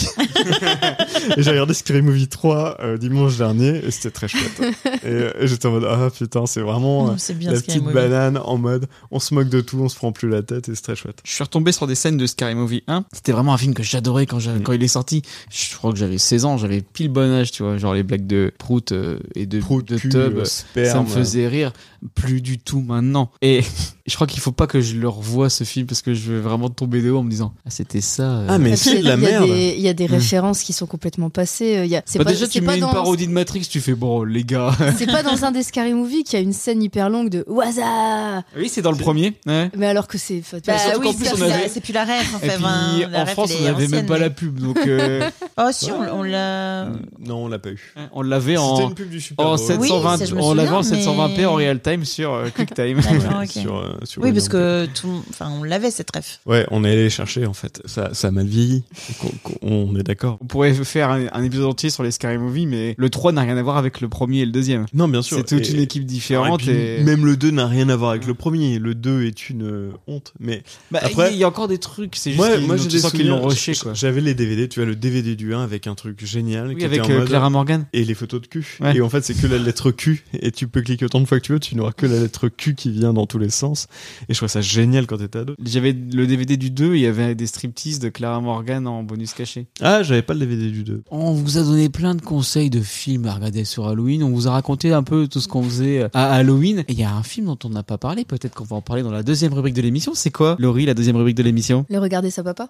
Speaker 4: et j'ai regardé Scary Movie 3 euh, dimanche dernier, et c'était très chouette. et euh, j'étais en mode, ah putain, c'est vraiment... euh,
Speaker 2: Non, c'est bien
Speaker 4: la
Speaker 2: ce qu'il y a
Speaker 4: petite
Speaker 2: de mauvais.
Speaker 4: banane en mode on se moque de tout, on se prend plus la tête et c'est très chouette.
Speaker 3: Je suis retombé sur des scènes de Scary Movie 1. C'était vraiment un film que j'adorais quand,
Speaker 4: Mm.
Speaker 3: j'avais- quand il est sorti. Je crois que j'avais 16 ans, j'avais pile bon âge, tu vois. Genre les blagues de Prout euh, et de,
Speaker 4: Prout,
Speaker 3: de
Speaker 4: cul,
Speaker 3: Tub.
Speaker 4: euh,
Speaker 3: Ça
Speaker 4: sperme.
Speaker 3: me faisait rire. Plus du tout maintenant. Et *laughs* je crois qu'il faut pas que je le revoie ce film parce que je vais vraiment tomber de haut en me disant Ah, c'était ça. euh.
Speaker 4: Ah, mais
Speaker 5: parce
Speaker 4: c'est
Speaker 5: qu'il
Speaker 4: de
Speaker 5: y a-
Speaker 4: la
Speaker 5: il y a
Speaker 4: merde.
Speaker 5: des- Il y a des
Speaker 3: Mm.
Speaker 5: références qui sont complètement passées. euh, il y a- C'est
Speaker 3: Bah,
Speaker 5: pas,
Speaker 3: déjà,
Speaker 5: c'est
Speaker 3: tu
Speaker 5: pas
Speaker 3: mets une
Speaker 5: dans-
Speaker 3: parodie de Matrix, tu fais Bon, les gars. *laughs*
Speaker 5: C'est pas dans un des Scary Movie qu'il y a une scène hyper longue de Waza
Speaker 3: oui, c'est dans le premier. Ouais.
Speaker 5: Mais alors que c'est. enfin, tu
Speaker 2: Bah
Speaker 5: vois, surtout
Speaker 2: oui,
Speaker 5: qu'en
Speaker 3: plus,
Speaker 2: parce
Speaker 3: on
Speaker 2: que
Speaker 3: avait-
Speaker 2: c'est- c'est plus la rêve. En
Speaker 3: Et
Speaker 2: fait, ben,
Speaker 3: puis
Speaker 2: la
Speaker 3: en
Speaker 2: rêve,
Speaker 3: France,
Speaker 2: elle
Speaker 3: on
Speaker 2: est
Speaker 3: n'avait même
Speaker 2: ancienne,
Speaker 3: pas la
Speaker 2: mais-
Speaker 3: pub, donc euh,
Speaker 2: Oh si, on, on l'a.
Speaker 4: Euh, Non, on l'a pas eu.
Speaker 3: on l'avait
Speaker 4: C'était
Speaker 3: en,
Speaker 4: une pub du Super
Speaker 3: en
Speaker 4: Bowl.
Speaker 2: Oui, ça,
Speaker 3: 720,
Speaker 2: je me
Speaker 3: on l'avait en
Speaker 2: souviens, mais-
Speaker 3: 720p en real time sur euh,
Speaker 2: *laughs*
Speaker 3: QuickTime.
Speaker 2: D'accord, Ah, ok.
Speaker 4: *laughs* Sur, euh, sur
Speaker 2: Oui,
Speaker 4: une
Speaker 2: parce
Speaker 4: ampoule.
Speaker 2: que tout, le monde- enfin, on l'avait cette rêve.
Speaker 4: Ouais, on est allé les chercher en fait. Ça, ça a mal vieilli. Qu'on- qu'on- On est d'accord.
Speaker 3: On pourrait faire un, un épisode entier sur les Scary Movie, mais le 3 n'a rien à voir avec le premier et le deuxième.
Speaker 4: Non, bien sûr.
Speaker 3: C'est toute
Speaker 4: et- Ah,
Speaker 3: une équipe différente.
Speaker 4: et puis,
Speaker 3: et...
Speaker 4: Même le 2 n'a rien à voir avec le premier. Le 2 est une euh, honte. Mais
Speaker 3: Bah,
Speaker 4: après-
Speaker 3: il y a encore des trucs, c'est juste
Speaker 4: moi,
Speaker 3: qu'ils
Speaker 4: moi
Speaker 3: l'ont-
Speaker 4: j'ai
Speaker 3: tu
Speaker 4: des
Speaker 3: sens qu'ils l'ont
Speaker 4: souvenirs.
Speaker 3: rushé,
Speaker 4: J-
Speaker 3: quoi.
Speaker 4: J'avais les DVD. Tu as le DVD du 1 avec un truc génial.
Speaker 3: Oui,
Speaker 4: qui
Speaker 3: avec
Speaker 4: était en
Speaker 3: euh,
Speaker 4: mode-
Speaker 3: Clara Morgan.
Speaker 4: et les photos de cul.
Speaker 3: Ouais.
Speaker 4: Et en fait, c'est que la lettre Q. Et tu peux cliquer autant de fois que tu veux, tu n'auras que la lettre Q qui vient dans tous les sens. Et je trouve ça génial quand t'es ado.
Speaker 3: J'avais le DVD du 2, il y avait des striptease de Clara Morgan en bonus caché.
Speaker 4: Ah, j'avais pas le DVD du 2.
Speaker 3: On vous a donné plein de conseils de films à regarder sur Halloween. On vous a raconté un peu tout ce qu'on faisait euh, à Halloween. Et il y a un film dont on n'a pas parlé. Peut-être qu'on va en parler dans la deuxième rubrique de l'émission. C'est quoi, Laurie, la deuxième rubrique de l'émission
Speaker 5: Le regarder sa papa.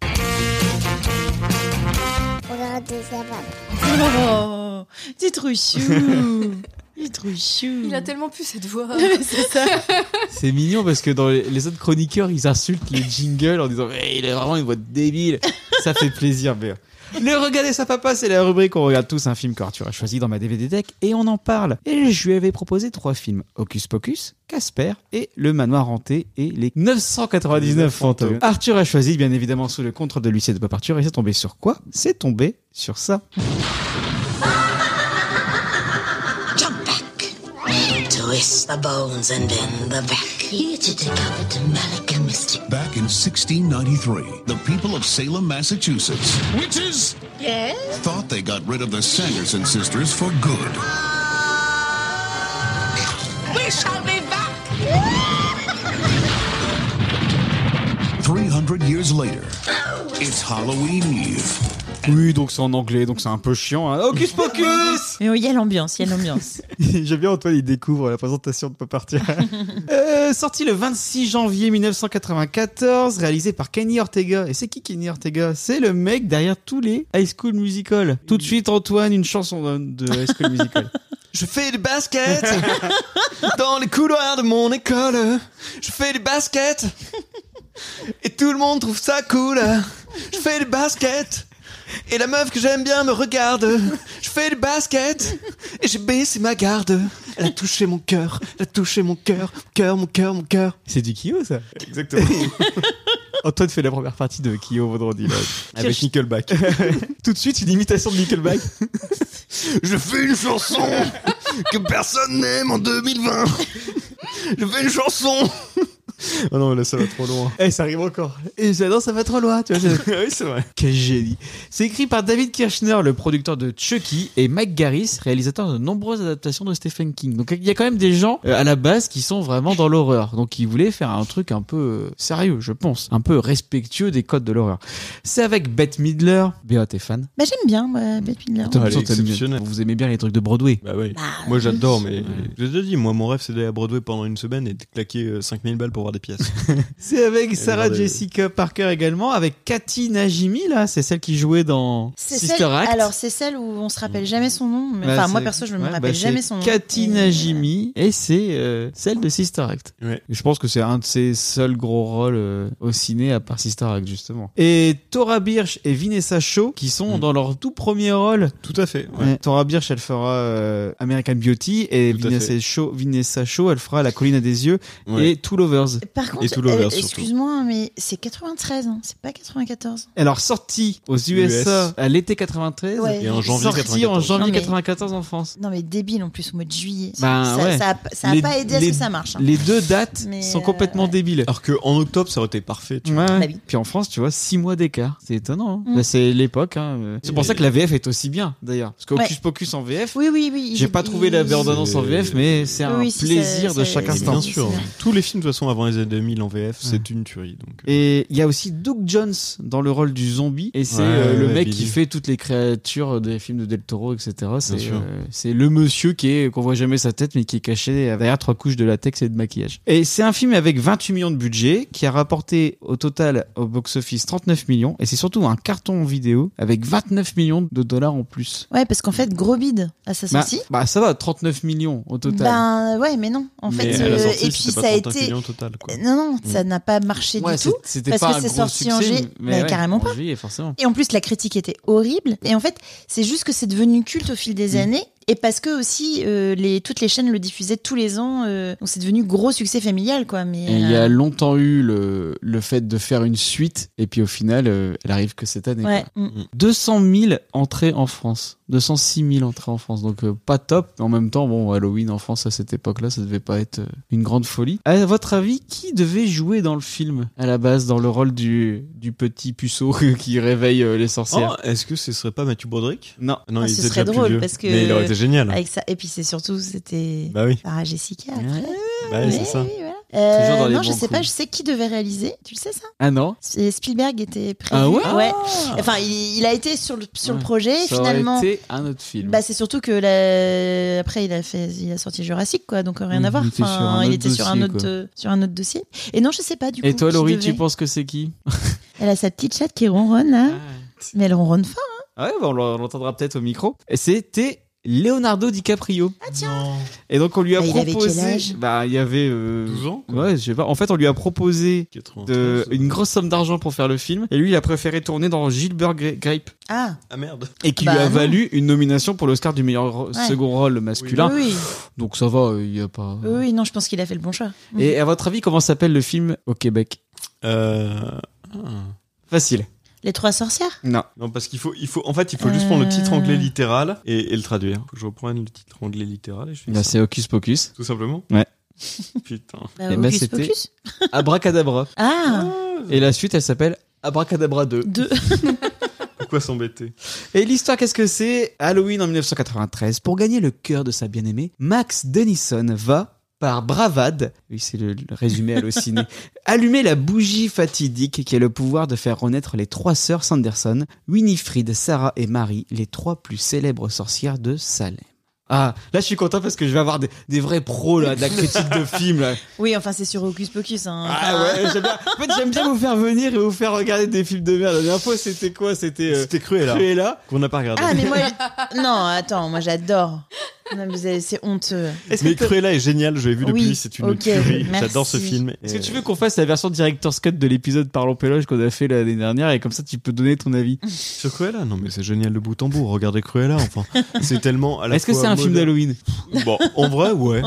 Speaker 2: Oh, t'es trop chou. Il est trop chou.
Speaker 5: Il a tellement pu cette *laughs* voix.
Speaker 2: c'est ça.
Speaker 3: C'est mignon parce que dans les les autres chroniqueurs, ils insultent les jingles en disant Eh, il a vraiment une voix de débile. Ça fait plaisir, mais. Le regarder sa papa, c'est la rubrique où on regarde tous un film qu'Arthur a choisi dans ma DVD Tech et on en parle. Et je lui avais proposé trois films Hocus Pocus, Casper et Le Manoir Hanté et les 999 fantômes. Arthur a choisi, bien évidemment, sous le contrôle de l'huissier de Pop Arthur et c'est tombé sur quoi C'est tombé sur ça.
Speaker 7: Jump back. Twist the bones and bend the back. Here to discover demonic and mystic.
Speaker 8: Back in 1693, the people of Salem, Massachusetts, witches,
Speaker 7: Yes?
Speaker 8: thought they got rid of the Sanderson sisters for good.
Speaker 7: We shall be back.
Speaker 8: 300 years later, it's Halloween Eve.
Speaker 3: Oui, donc c'est en anglais, donc c'est un peu chiant. hein. Hocus pocus
Speaker 2: Mais oui, il y a l'ambiance, il y a l'ambiance.
Speaker 3: J'aime bien Antoine, il découvre la présentation de Pas partir. Euh, sorti le 26 janvier 1994, réalisé par Kenny Ortega. Et c'est qui Kenny Ortega C'est le mec derrière tous les High School Musical. Tout de suite, Antoine, une chanson de High School Musical.
Speaker 1: Je fais du basket *laughs* dans les couloirs de mon école. Je fais du basket et tout le monde trouve ça cool. Je fais du basket et la meuf que j'aime bien me regarde. Je fais du basket et j'ai baissé ma garde. Elle a touché mon cœur, elle a touché mon cœur, mon cœur, mon cœur, mon cœur.
Speaker 3: *laughs* c'est du Kyo, ça
Speaker 4: Exactement. Antoine fait la première partie de Kyo vendredi là, avec
Speaker 3: *laughs*
Speaker 4: Nickelback.
Speaker 3: Tout de suite, une imitation de Nickelback.
Speaker 1: Je fais une chanson que personne n'aime en 2020. Je fais une chanson.
Speaker 4: Ah non, mais là ça va trop loin.
Speaker 3: Eh, ça arrive encore. Et j'adore, ça va trop loin, tu vois. oui, c'est vrai. Quel génie. C'est écrit par David Kirchner, le producteur de Chucky, et Mike Garris, réalisateur de nombreuses adaptations de Stephen King. Donc, il y a quand même des gens euh, à la base qui sont vraiment dans l'horreur. Donc, ils voulaient faire un truc un peu euh, sérieux, je pense. Un peu respectueux des codes de l'horreur. C'est avec Bette Midler. Béa, t'es fan
Speaker 2: bah, j'aime bien,
Speaker 3: Mm.
Speaker 2: ouais, Bette Midler.
Speaker 4: Putain, elle est
Speaker 3: Attention, t'aimes bien-
Speaker 4: exceptionnelle.
Speaker 3: Vous aimez bien les trucs de Broadway.
Speaker 4: Bah oui.
Speaker 2: Ah,
Speaker 4: Moi j'adore, mais j'ai déjà dit, moi mon rêve c'est d'aller à Broadway pendant une semaine et de claquer euh, 5000 balles pour voir
Speaker 2: *laughs*
Speaker 4: des pièces.
Speaker 3: C'est avec Sarah
Speaker 4: regardez.
Speaker 3: Jessica Parker également, avec Cathy Najimy, là. C'est celle qui jouait dans
Speaker 2: C'est
Speaker 3: Sister
Speaker 2: celle-
Speaker 3: Act.
Speaker 2: Alors, c'est celle où on se rappelle jamais son nom. mais-
Speaker 3: Ouais,
Speaker 2: Enfin, moi,
Speaker 3: c'est-
Speaker 2: perso, je me
Speaker 3: ouais,
Speaker 2: rappelle
Speaker 3: Mm. bah,
Speaker 2: jamais
Speaker 3: c'est
Speaker 2: son nom.
Speaker 3: Cathy
Speaker 2: Et- euh,
Speaker 3: Najimy et c'est euh, celle de Sister Act.
Speaker 4: Ouais.
Speaker 3: Je pense que c'est un de ses seuls gros rôles euh, au ciné à part Sister Act justement. Et Tora Birch et Vanessa Shaw qui sont
Speaker 4: Mm.
Speaker 3: dans leur tout premier rôle.
Speaker 4: Tout à fait. ouais.
Speaker 3: Ouais. Tora Birch elle fera euh, American Beauty et
Speaker 4: Tout à
Speaker 3: Vanessa
Speaker 4: fait.
Speaker 3: Shaw, Vanessa Shaw elle fera La colline à des yeux
Speaker 4: Ouais.
Speaker 3: et Two Lovers.
Speaker 2: Par contre,
Speaker 4: Et tout l'over,
Speaker 2: euh,
Speaker 4: surtout.
Speaker 2: excuse-moi, mais c'est 93, hein, c'est pas 94.
Speaker 3: Alors sortie aux USA à l'été 93
Speaker 2: Ouais.
Speaker 4: Et en janvier
Speaker 3: sortie en
Speaker 4: 94.
Speaker 3: janvier
Speaker 2: Non, mais-
Speaker 3: 94 en France.
Speaker 2: Non, mais débile en plus, au mois de juillet.
Speaker 3: Bah,
Speaker 2: ça,
Speaker 3: ouais.
Speaker 2: ça, a- ça a
Speaker 3: Les-
Speaker 2: pas aidé à ce
Speaker 3: les-
Speaker 2: que ça marche. hein.
Speaker 3: Les deux dates
Speaker 2: *laughs* Mais,
Speaker 3: sont
Speaker 2: euh,
Speaker 3: complètement
Speaker 2: ouais.
Speaker 3: débiles.
Speaker 4: Alors que en octobre ça aurait été parfait. Tu
Speaker 3: Ouais.
Speaker 2: Bah oui.
Speaker 3: Puis en France, tu vois, 6 mois d'écart. C'est étonnant. hein.
Speaker 2: Mm.
Speaker 3: Bah, c'est l'époque. hein. Euh, C'est pour
Speaker 4: Et-
Speaker 3: ça que la VF est aussi bien, d'ailleurs. Parce que
Speaker 2: Ouais.
Speaker 3: Hocus Pocus en VF,
Speaker 2: Oui, oui, oui.
Speaker 3: j'ai
Speaker 2: il-
Speaker 3: pas trouvé la
Speaker 2: il-
Speaker 3: bande annonce en
Speaker 4: C'est-
Speaker 3: VF, mais c'est un
Speaker 2: Oui, si,
Speaker 3: plaisir
Speaker 2: c'est-
Speaker 3: de
Speaker 2: c'est- c'est-
Speaker 3: chaque
Speaker 4: vois.
Speaker 3: instant.
Speaker 4: Bien
Speaker 2: c'est
Speaker 4: sûr.
Speaker 2: vrai.
Speaker 4: Tous les films de toute façon avant les années 2000 en VF, c'est une tuerie. Donc. euh,
Speaker 3: Et il y a aussi Doug Jones dans le rôle du zombie. Et c'est
Speaker 4: Ouais,
Speaker 3: euh, le
Speaker 4: ouais,
Speaker 3: mec
Speaker 4: Billy.
Speaker 3: qui fait toutes les créatures des films de Del Toro, etc. C'est
Speaker 4: sûr.
Speaker 3: euh, c'est le monsieur qui est qu'on voit jamais sa tête, mais qui est caché derrière trois couches de latex et de maquillage. Et c'est un film avec 28 millions de budget qui a rapporté au total au box-office 39 millions. Et c'est surtout un carton vidéo avec 29 millions de dollars en plus.
Speaker 2: Ouais, parce qu'en fait, gros bide à sa
Speaker 3: Bah,
Speaker 2: sortie.
Speaker 3: bah, ça va, 39 millions au total.
Speaker 2: Ben ouais, mais non. En
Speaker 4: Mais
Speaker 2: fait,
Speaker 4: à la
Speaker 2: euh,
Speaker 4: sortie,
Speaker 2: et
Speaker 4: c'était
Speaker 2: puis ça
Speaker 4: pas
Speaker 2: a été.
Speaker 4: 35
Speaker 2: Euh,
Speaker 4: millions au total. Quoi.
Speaker 2: Non, non, ça n'a pas marché
Speaker 3: Mm. Ouais,
Speaker 2: du tout.
Speaker 3: c'est- c'était
Speaker 2: parce
Speaker 3: pas
Speaker 2: que
Speaker 3: un
Speaker 2: c'est
Speaker 3: gros
Speaker 2: sorti en
Speaker 3: succès,
Speaker 2: G-
Speaker 3: mais
Speaker 2: bah, carrément
Speaker 3: en
Speaker 2: pas.
Speaker 3: juillet, forcément.
Speaker 2: Et en plus, la critique était horrible. Et en fait, c'est juste que c'est devenu culte au fil des
Speaker 3: Mm.
Speaker 2: années. Et parce que aussi, euh, les, toutes les chaînes le diffusaient tous les ans. euh, donc c'est devenu gros succès familial, quoi. Mais
Speaker 3: Et il y
Speaker 2: euh,
Speaker 3: a longtemps eu le, le fait de faire une suite, et puis au final, euh, elle arrive que cette année.
Speaker 2: ouais,
Speaker 3: quoi.
Speaker 2: mm.
Speaker 3: 200 000 entrées en France. 206 000 entrées en France. Donc euh, pas top, mais en même temps, bon, Halloween en France à cette époque-là, ça devait pas être euh, une grande folie. À votre avis, qui devait jouer dans le film, à la base, dans le rôle du, du petit puceau *laughs* qui réveille euh, les sorcières
Speaker 4: Oh, Est-ce que ce serait pas Mathieu Broderick
Speaker 3: Non.
Speaker 4: Non,
Speaker 2: Ah,
Speaker 4: il
Speaker 2: ce
Speaker 4: était
Speaker 2: serait
Speaker 4: déjà plus
Speaker 2: drôle,
Speaker 4: vieux.
Speaker 2: parce que- Ah,
Speaker 4: Mais il aurait été génial.
Speaker 2: avec ça. Et puis c'est surtout, c'était
Speaker 4: Bah oui,
Speaker 2: Sarah Jessica.
Speaker 4: bah, oui, c'est ça.
Speaker 2: oui, voilà. Euh,
Speaker 3: Toujours dans les
Speaker 2: non, je
Speaker 3: bons
Speaker 2: sais
Speaker 3: coups.
Speaker 2: pas, je sais qui devait réaliser. Tu le sais ça
Speaker 3: Ah non
Speaker 2: C'est- Spielberg était prévu.
Speaker 3: Ah ouais
Speaker 2: Enfin, il, il a été sur le, sur
Speaker 3: Ouais.
Speaker 2: le projet.
Speaker 3: Ça aurait
Speaker 2: finalement,
Speaker 3: été un autre film.
Speaker 2: Bah, c'est surtout que la- après il a fait il a sorti Jurassic quoi donc euh, rien
Speaker 3: Oui,
Speaker 2: à voir
Speaker 3: Mm, il était sur un
Speaker 2: il était sur un
Speaker 3: autre dossier,
Speaker 2: autre
Speaker 3: quoi.
Speaker 2: euh, sur un autre dossier et non je sais pas du coup
Speaker 3: et toi,
Speaker 2: qui
Speaker 3: Laurie,
Speaker 2: devait.
Speaker 3: tu penses que c'est qui
Speaker 2: elle a sa petite chatte qui ronronne là mais elle ronronne fort
Speaker 3: Ah ouais, bah on l'en- on l'entendra peut-être au micro. Et c'était Leonardo DiCaprio. Ah
Speaker 4: Non.
Speaker 3: Et donc on lui a
Speaker 2: Bah, il avait
Speaker 3: proposé.
Speaker 2: quel âge
Speaker 3: bah il y avait. euh,
Speaker 4: 12 ans, quoi.
Speaker 3: Ouais, je sais pas. En fait, on lui a proposé.
Speaker 4: 93,
Speaker 3: de-
Speaker 4: euh.
Speaker 3: une grosse somme d'argent pour faire le film et lui il a préféré tourner dans Gilbert Gra- Grape
Speaker 2: ah
Speaker 4: Ah merde.
Speaker 3: et qui
Speaker 2: Bah,
Speaker 3: lui a
Speaker 2: non.
Speaker 3: valu une nomination pour l'Oscar du meilleur ro-
Speaker 2: Ouais.
Speaker 3: second rôle masculin
Speaker 2: oui
Speaker 3: donc ça va euh, il y a pas
Speaker 2: oui, oui, non je pense qu'il a fait le bon choix
Speaker 3: et à votre avis comment s'appelle le film au Québec
Speaker 4: Euh,
Speaker 3: facile
Speaker 2: les trois sorcières
Speaker 3: non
Speaker 4: Non, parce qu'il faut, il faut, en fait, il faut juste prendre le titre
Speaker 2: Euh.
Speaker 4: anglais littéral et, et le traduire. Faut que je reprenne le titre anglais littéral et je fais
Speaker 3: Là,
Speaker 4: ça.
Speaker 3: c'est Hocus Pocus
Speaker 4: Tout simplement
Speaker 3: Ouais.
Speaker 4: *laughs* Putain.
Speaker 2: bah,
Speaker 3: Eh ben,
Speaker 2: Hocus
Speaker 3: c'était-
Speaker 2: Pocus
Speaker 3: Abracadabra
Speaker 2: ah
Speaker 3: et la suite elle s'appelle Abracadabra 2 *laughs*
Speaker 2: deux
Speaker 4: Pourquoi s'embêter
Speaker 3: Et l'histoire, qu'est-ce que c'est Halloween en 1993. Pour gagner le cœur de sa bien-aimée, Max Denison va par bravade, oui c'est le, le résumé *laughs* halluciné, allumer la bougie fatidique qui a le pouvoir de faire renaître les trois sœurs Sanderson, Winifred, Sarah et Marie, les trois plus célèbres sorcières de Salem. Ah, là je suis content parce que je vais avoir des, des vrais pros là, de la critique *laughs* de film. Là.
Speaker 2: Oui, enfin, c'est sur Hocus Pocus. Hein.
Speaker 3: Ah ouais, j'aime bien. En fait, j'aime bien vous faire venir et vous faire regarder des films de merde. La dernière fois, c'était quoi C'était euh,
Speaker 4: C'était cruel là.
Speaker 3: Cruella.
Speaker 4: Qu'on n'a pas regardé.
Speaker 2: Ah, mais moi. *laughs* non, attends, moi j'adore. Non, mais c'est- C'est honteux.
Speaker 3: Est-ce que
Speaker 4: mais
Speaker 3: t'as-
Speaker 4: Cruella est génial, je l'ai vu
Speaker 2: Oui,
Speaker 4: depuis, c'est une
Speaker 2: ok,
Speaker 4: tuerie.
Speaker 2: merci.
Speaker 4: J'adore ce film. et-
Speaker 3: Est-ce que tu veux qu'on fasse la version director's cut de l'épisode Parlons Péloge qu'on a fait l'année dernière et comme ça tu peux donner ton avis
Speaker 4: Sur Cruella Non, mais c'est génial de bout en bout. Regardez Cruella, enfin. *laughs* C'est tellement. à la
Speaker 3: Est-ce que
Speaker 4: fois
Speaker 3: c'est un film
Speaker 4: moderne-
Speaker 3: d'Halloween
Speaker 4: Bon, en vrai, ouais.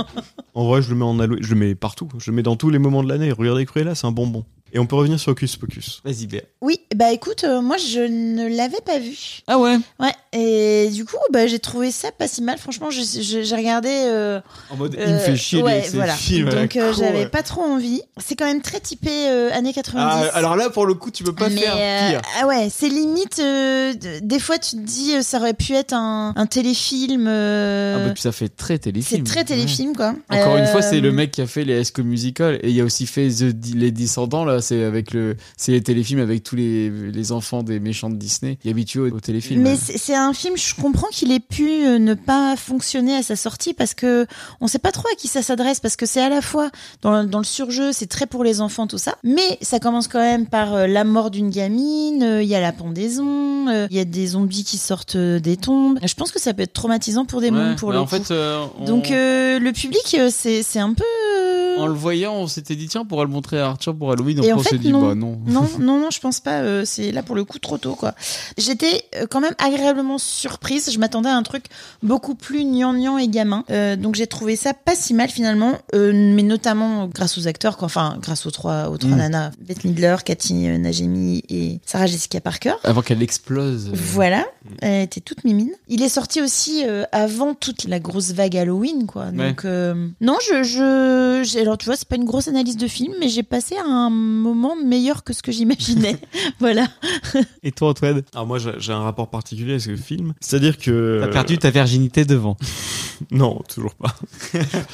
Speaker 4: En vrai, je le mets en Halloween. Je le mets partout. Je le mets dans tous les moments de l'année. Regardez Cruella, c'est un bonbon. Et on peut revenir sur Hocus Pocus.
Speaker 3: Vas-y, Béa.
Speaker 2: Oui, bah écoute, euh, moi je ne l'avais pas vu.
Speaker 3: Ah ouais
Speaker 2: Ouais, et du coup, bah, j'ai trouvé ça pas si mal. Franchement, je- je- j'ai regardé. euh,
Speaker 3: En mode,
Speaker 2: euh,
Speaker 3: il me fait chier
Speaker 2: ouais,
Speaker 3: les,
Speaker 2: voilà.
Speaker 3: films.
Speaker 2: Donc euh, j'avais pas trop envie. C'est quand même très typé euh, années 90.
Speaker 3: Ah, alors là, pour le coup, tu peux pas
Speaker 2: Mais,
Speaker 3: faire
Speaker 2: euh,
Speaker 3: pire.
Speaker 2: ah ouais, c'est limite. euh, d- des fois, tu te dis, euh, ça aurait pu être un, un téléfilm. euh,
Speaker 3: Ah bah, puis ça fait très
Speaker 2: c'est
Speaker 3: téléfilm.
Speaker 2: très téléfilm, quoi.
Speaker 3: Ouais. Encore une fois, c'est le
Speaker 2: Euh,
Speaker 3: mec qui a fait les High School Musical et il y a aussi fait The- Les Descendants là, c'est avec le, c'est les téléfilms avec tous les, les enfants des méchants de Disney, qui habitués aux, aux téléfilms.
Speaker 2: Mais c'est c'est un film, je comprends qu'il ait pu euh, ne pas fonctionner à sa sortie parce que on sait pas trop à qui ça s'adresse parce que c'est à la fois dans, dans le surjeu, c'est très pour les enfants tout ça, mais ça commence quand même par euh, la mort d'une gamine, euh, il y a la pendaison, euh, il y a des zombies qui sortent euh, des tombes. Je pense que ça peut être traumatisant pour des mômes pour le
Speaker 3: Bah, en
Speaker 2: coup.
Speaker 3: fait,
Speaker 2: Donc euh, le public euh, c'est c'est un peu euh,
Speaker 3: en le voyant, on s'était dit tiens, on pourra le montrer à Arthur pour Halloween.
Speaker 2: Et en
Speaker 3: on s'est
Speaker 2: fait,
Speaker 3: dit
Speaker 2: non.
Speaker 3: bah non.
Speaker 2: Non, non, non, je pense pas. euh, c'est là pour le coup trop tôt, quoi. J'étais euh, quand même agréablement surprise. Je m'attendais à un truc beaucoup plus gnangnan et gamin. Euh, donc j'ai trouvé ça pas si mal finalement, euh, mais notamment grâce aux acteurs, quoi. Enfin, grâce aux trois, aux trois
Speaker 3: Mm.
Speaker 2: nanas, Beth Midler, Cathy euh, Najemi et Sarah Jessica Parker.
Speaker 3: *laughs* Avant qu'elle explose. euh,
Speaker 2: Voilà,
Speaker 4: mm.
Speaker 2: elle était toute mimine. Il est sorti aussi euh, avant toute la grosse vague Halloween, quoi.
Speaker 3: Ouais.
Speaker 2: Donc euh, non, je, je, j'ai- alors tu vois, c'est pas une grosse analyse de film, mais j'ai passé un moment meilleur que ce que
Speaker 4: *laughs*
Speaker 2: j'imaginais. voilà.
Speaker 3: Et toi, Antoine,
Speaker 4: Alors, Ah, moi, j'ai j'ai un rapport particulier à ce film. C'est-à-dire que.
Speaker 3: t'as perdu ta virginité devant. *laughs*
Speaker 4: Non, toujours *laughs* pas.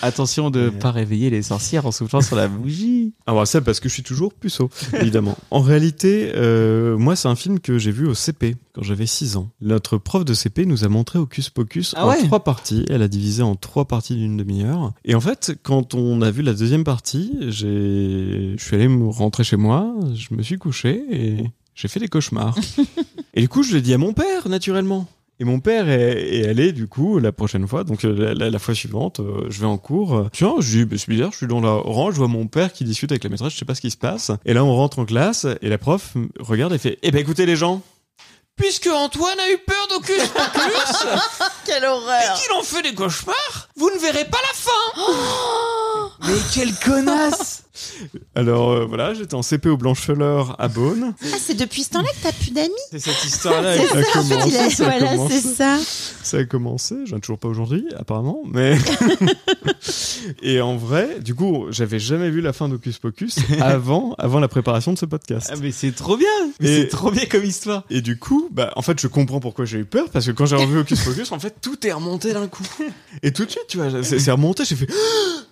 Speaker 3: Attention de
Speaker 4: Ouais.
Speaker 3: pas réveiller les sorcières en soufflant sur la bougie.
Speaker 4: Ah bah ça parce que je suis toujours puceau, *laughs* évidemment. en réalité, euh, moi c'est un film que j'ai vu au CP quand j'avais 6 ans. Notre prof de CP nous a montré Hocus Pocus
Speaker 3: Ah
Speaker 4: en
Speaker 3: ouais
Speaker 4: trois parties. Elle a divisé en trois parties d'une demi-heure. Et en fait, quand on a vu la deuxième partie, j'ai, je suis allé me rentrer chez moi, je me suis couché et j'ai fait des *laughs* cauchemars. et du coup, je l'ai dit à mon père, naturellement. Et mon père est, est allé, du coup, la prochaine fois, donc euh, la, la- la fois suivante, euh, je vais en cours. euh, Tiens, je dis, bah, c'est bizarre, je suis dans la orange, je vois mon père qui discute avec la maîtresse, je sais pas ce qui se passe. Et là, on rentre en classe, et la prof me regarde et fait Eh ben écoutez les gens, puisque Antoine a eu peur d'Ocus Pocus
Speaker 2: Quelle horreur
Speaker 1: Qu'il en fait des cauchemars Vous ne verrez pas la fin
Speaker 2: *gasps*
Speaker 3: Mais quelle connasse
Speaker 4: Alors euh, voilà, j'étais en CP au Blanchefeleur à Beaune.
Speaker 2: Ah, c'est depuis ce temps-là que t'as plus d'amis.
Speaker 3: *laughs* C'est cette histoire-là.
Speaker 4: Ça a
Speaker 2: En fait, il
Speaker 4: commencé,
Speaker 2: a-
Speaker 4: ça a
Speaker 2: voilà,
Speaker 4: commencé.
Speaker 2: c'est ça.
Speaker 4: Ça a commencé, j'en ai toujours pas aujourd'hui, apparemment, mais. *laughs* et en vrai, du coup, j'avais jamais vu la fin d'Ocus Pocus avant, avant la préparation de ce podcast.
Speaker 3: Ah mais c'est trop bien. Mais
Speaker 4: Et-
Speaker 3: c'est trop bien comme histoire.
Speaker 4: Et du coup, bah, en fait, je comprends pourquoi j'ai eu peur, parce que quand j'ai revu Hocus Pocus, en fait, tout est remonté d'un coup. Et tout de suite, tu vois, c'est c'est remonté, j'ai fait, *gasps*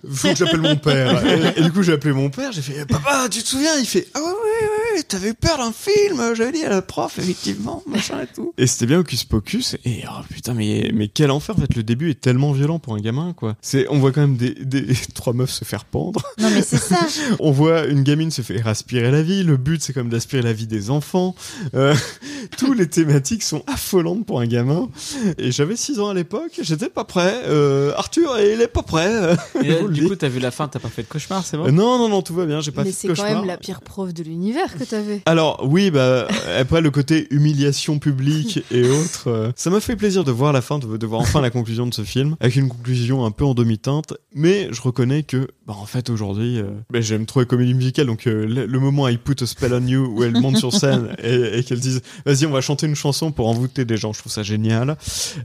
Speaker 4: Ah faut que j'appelle mon père. Et, et du coup, j'ai appelé mon père, j'ai fait, papa,
Speaker 1: Papa, tu te souviens Il fait Ah ouais, ouais, ouais, ouais, t'avais eu peur d'un film J'avais dit à la prof, effectivement, machin et tout.
Speaker 4: Et c'était bien Hocus Pocus. Et oh putain, mais, mais quel enfer. En fait, le début est tellement violent pour un gamin, quoi. C'est, on voit quand même des, des *laughs* trois meufs se faire pendre.
Speaker 2: Non, mais c'est ça.
Speaker 4: On voit une gamine se faire aspirer la vie. Le but, c'est comme d'aspirer la vie des enfants. Euh, *laughs* tous les thématiques sont affolantes pour un gamin. Et j'avais 6 ans à l'époque. J'étais pas prêt. Euh, Arthur, il est pas prêt. Euh,
Speaker 3: *laughs* Et là,
Speaker 4: vous le
Speaker 3: du
Speaker 4: dites.
Speaker 3: coup, t'as vu la fin, t'as pas fait de cauchemar, c'est bon
Speaker 4: non, non, non, tout va bien. J'ai pas
Speaker 5: Mais
Speaker 4: fait
Speaker 5: c'est
Speaker 4: de
Speaker 5: quand
Speaker 4: cauchemar.
Speaker 5: même la pire prof de l'univers que t'avais.
Speaker 4: Alors oui, bah après le côté humiliation publique et autres, euh, ça m'a fait plaisir de voir la fin, de, de voir enfin la conclusion de ce film, avec une conclusion un peu en demi-teinte, mais je reconnais que bah en fait aujourd'hui, euh, bah, j'aime trop les comédies musicales, donc euh, le, le moment I Put a Spell on You où elle monte
Speaker 3: *laughs*
Speaker 4: sur scène et, et qu'elle dise vas-y on va chanter une chanson pour envoûter des gens, je trouve ça génial.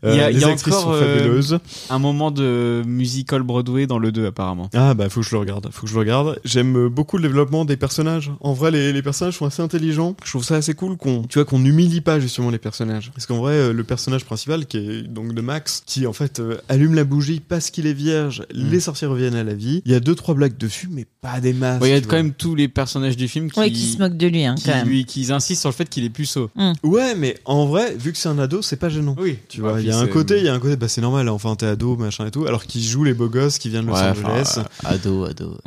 Speaker 4: Euh,
Speaker 3: Il y a- il
Speaker 4: les
Speaker 3: y a
Speaker 4: actrices
Speaker 3: encore,
Speaker 4: sont
Speaker 3: euh,
Speaker 4: fabuleuses.
Speaker 3: Un moment de musical Broadway dans le 2 apparemment.
Speaker 4: Ah bah faut que je le regarde, faut que je le regarde. J'aime euh, beaucoup le développement des personnages. En vrai, les, les personnages sont assez intelligents. Je trouve ça assez cool qu'on, tu vois, qu'on humilie pas justement les personnages. Parce qu'en vrai, euh, le personnage principal qui est donc de Max, qui en fait euh, allume la bougie parce qu'il est vierge,
Speaker 3: Mm.
Speaker 4: les sorcières reviennent à la vie. Il y a deux trois blagues dessus, mais pas des masses.
Speaker 3: Ouais, il y a
Speaker 4: tu
Speaker 3: quand
Speaker 4: vois.
Speaker 3: même tous les personnages du film qui,
Speaker 2: Ouais, qui se moquent de lui, hein,
Speaker 3: qui
Speaker 2: quand même.
Speaker 3: lui- qui insistent sur le fait qu'il est puceau.
Speaker 4: Ouais, mais en vrai, vu que c'est un ado, c'est pas gênant.
Speaker 3: Oui, Bah,
Speaker 4: Tu vois, il y a un côté, il y a un côté, bah c'est normal, enfin t'es ado, machin et tout, alors qu'il joue les beaux gosses qui viennent de Los Angeles.
Speaker 3: euh,
Speaker 9: ado, ado.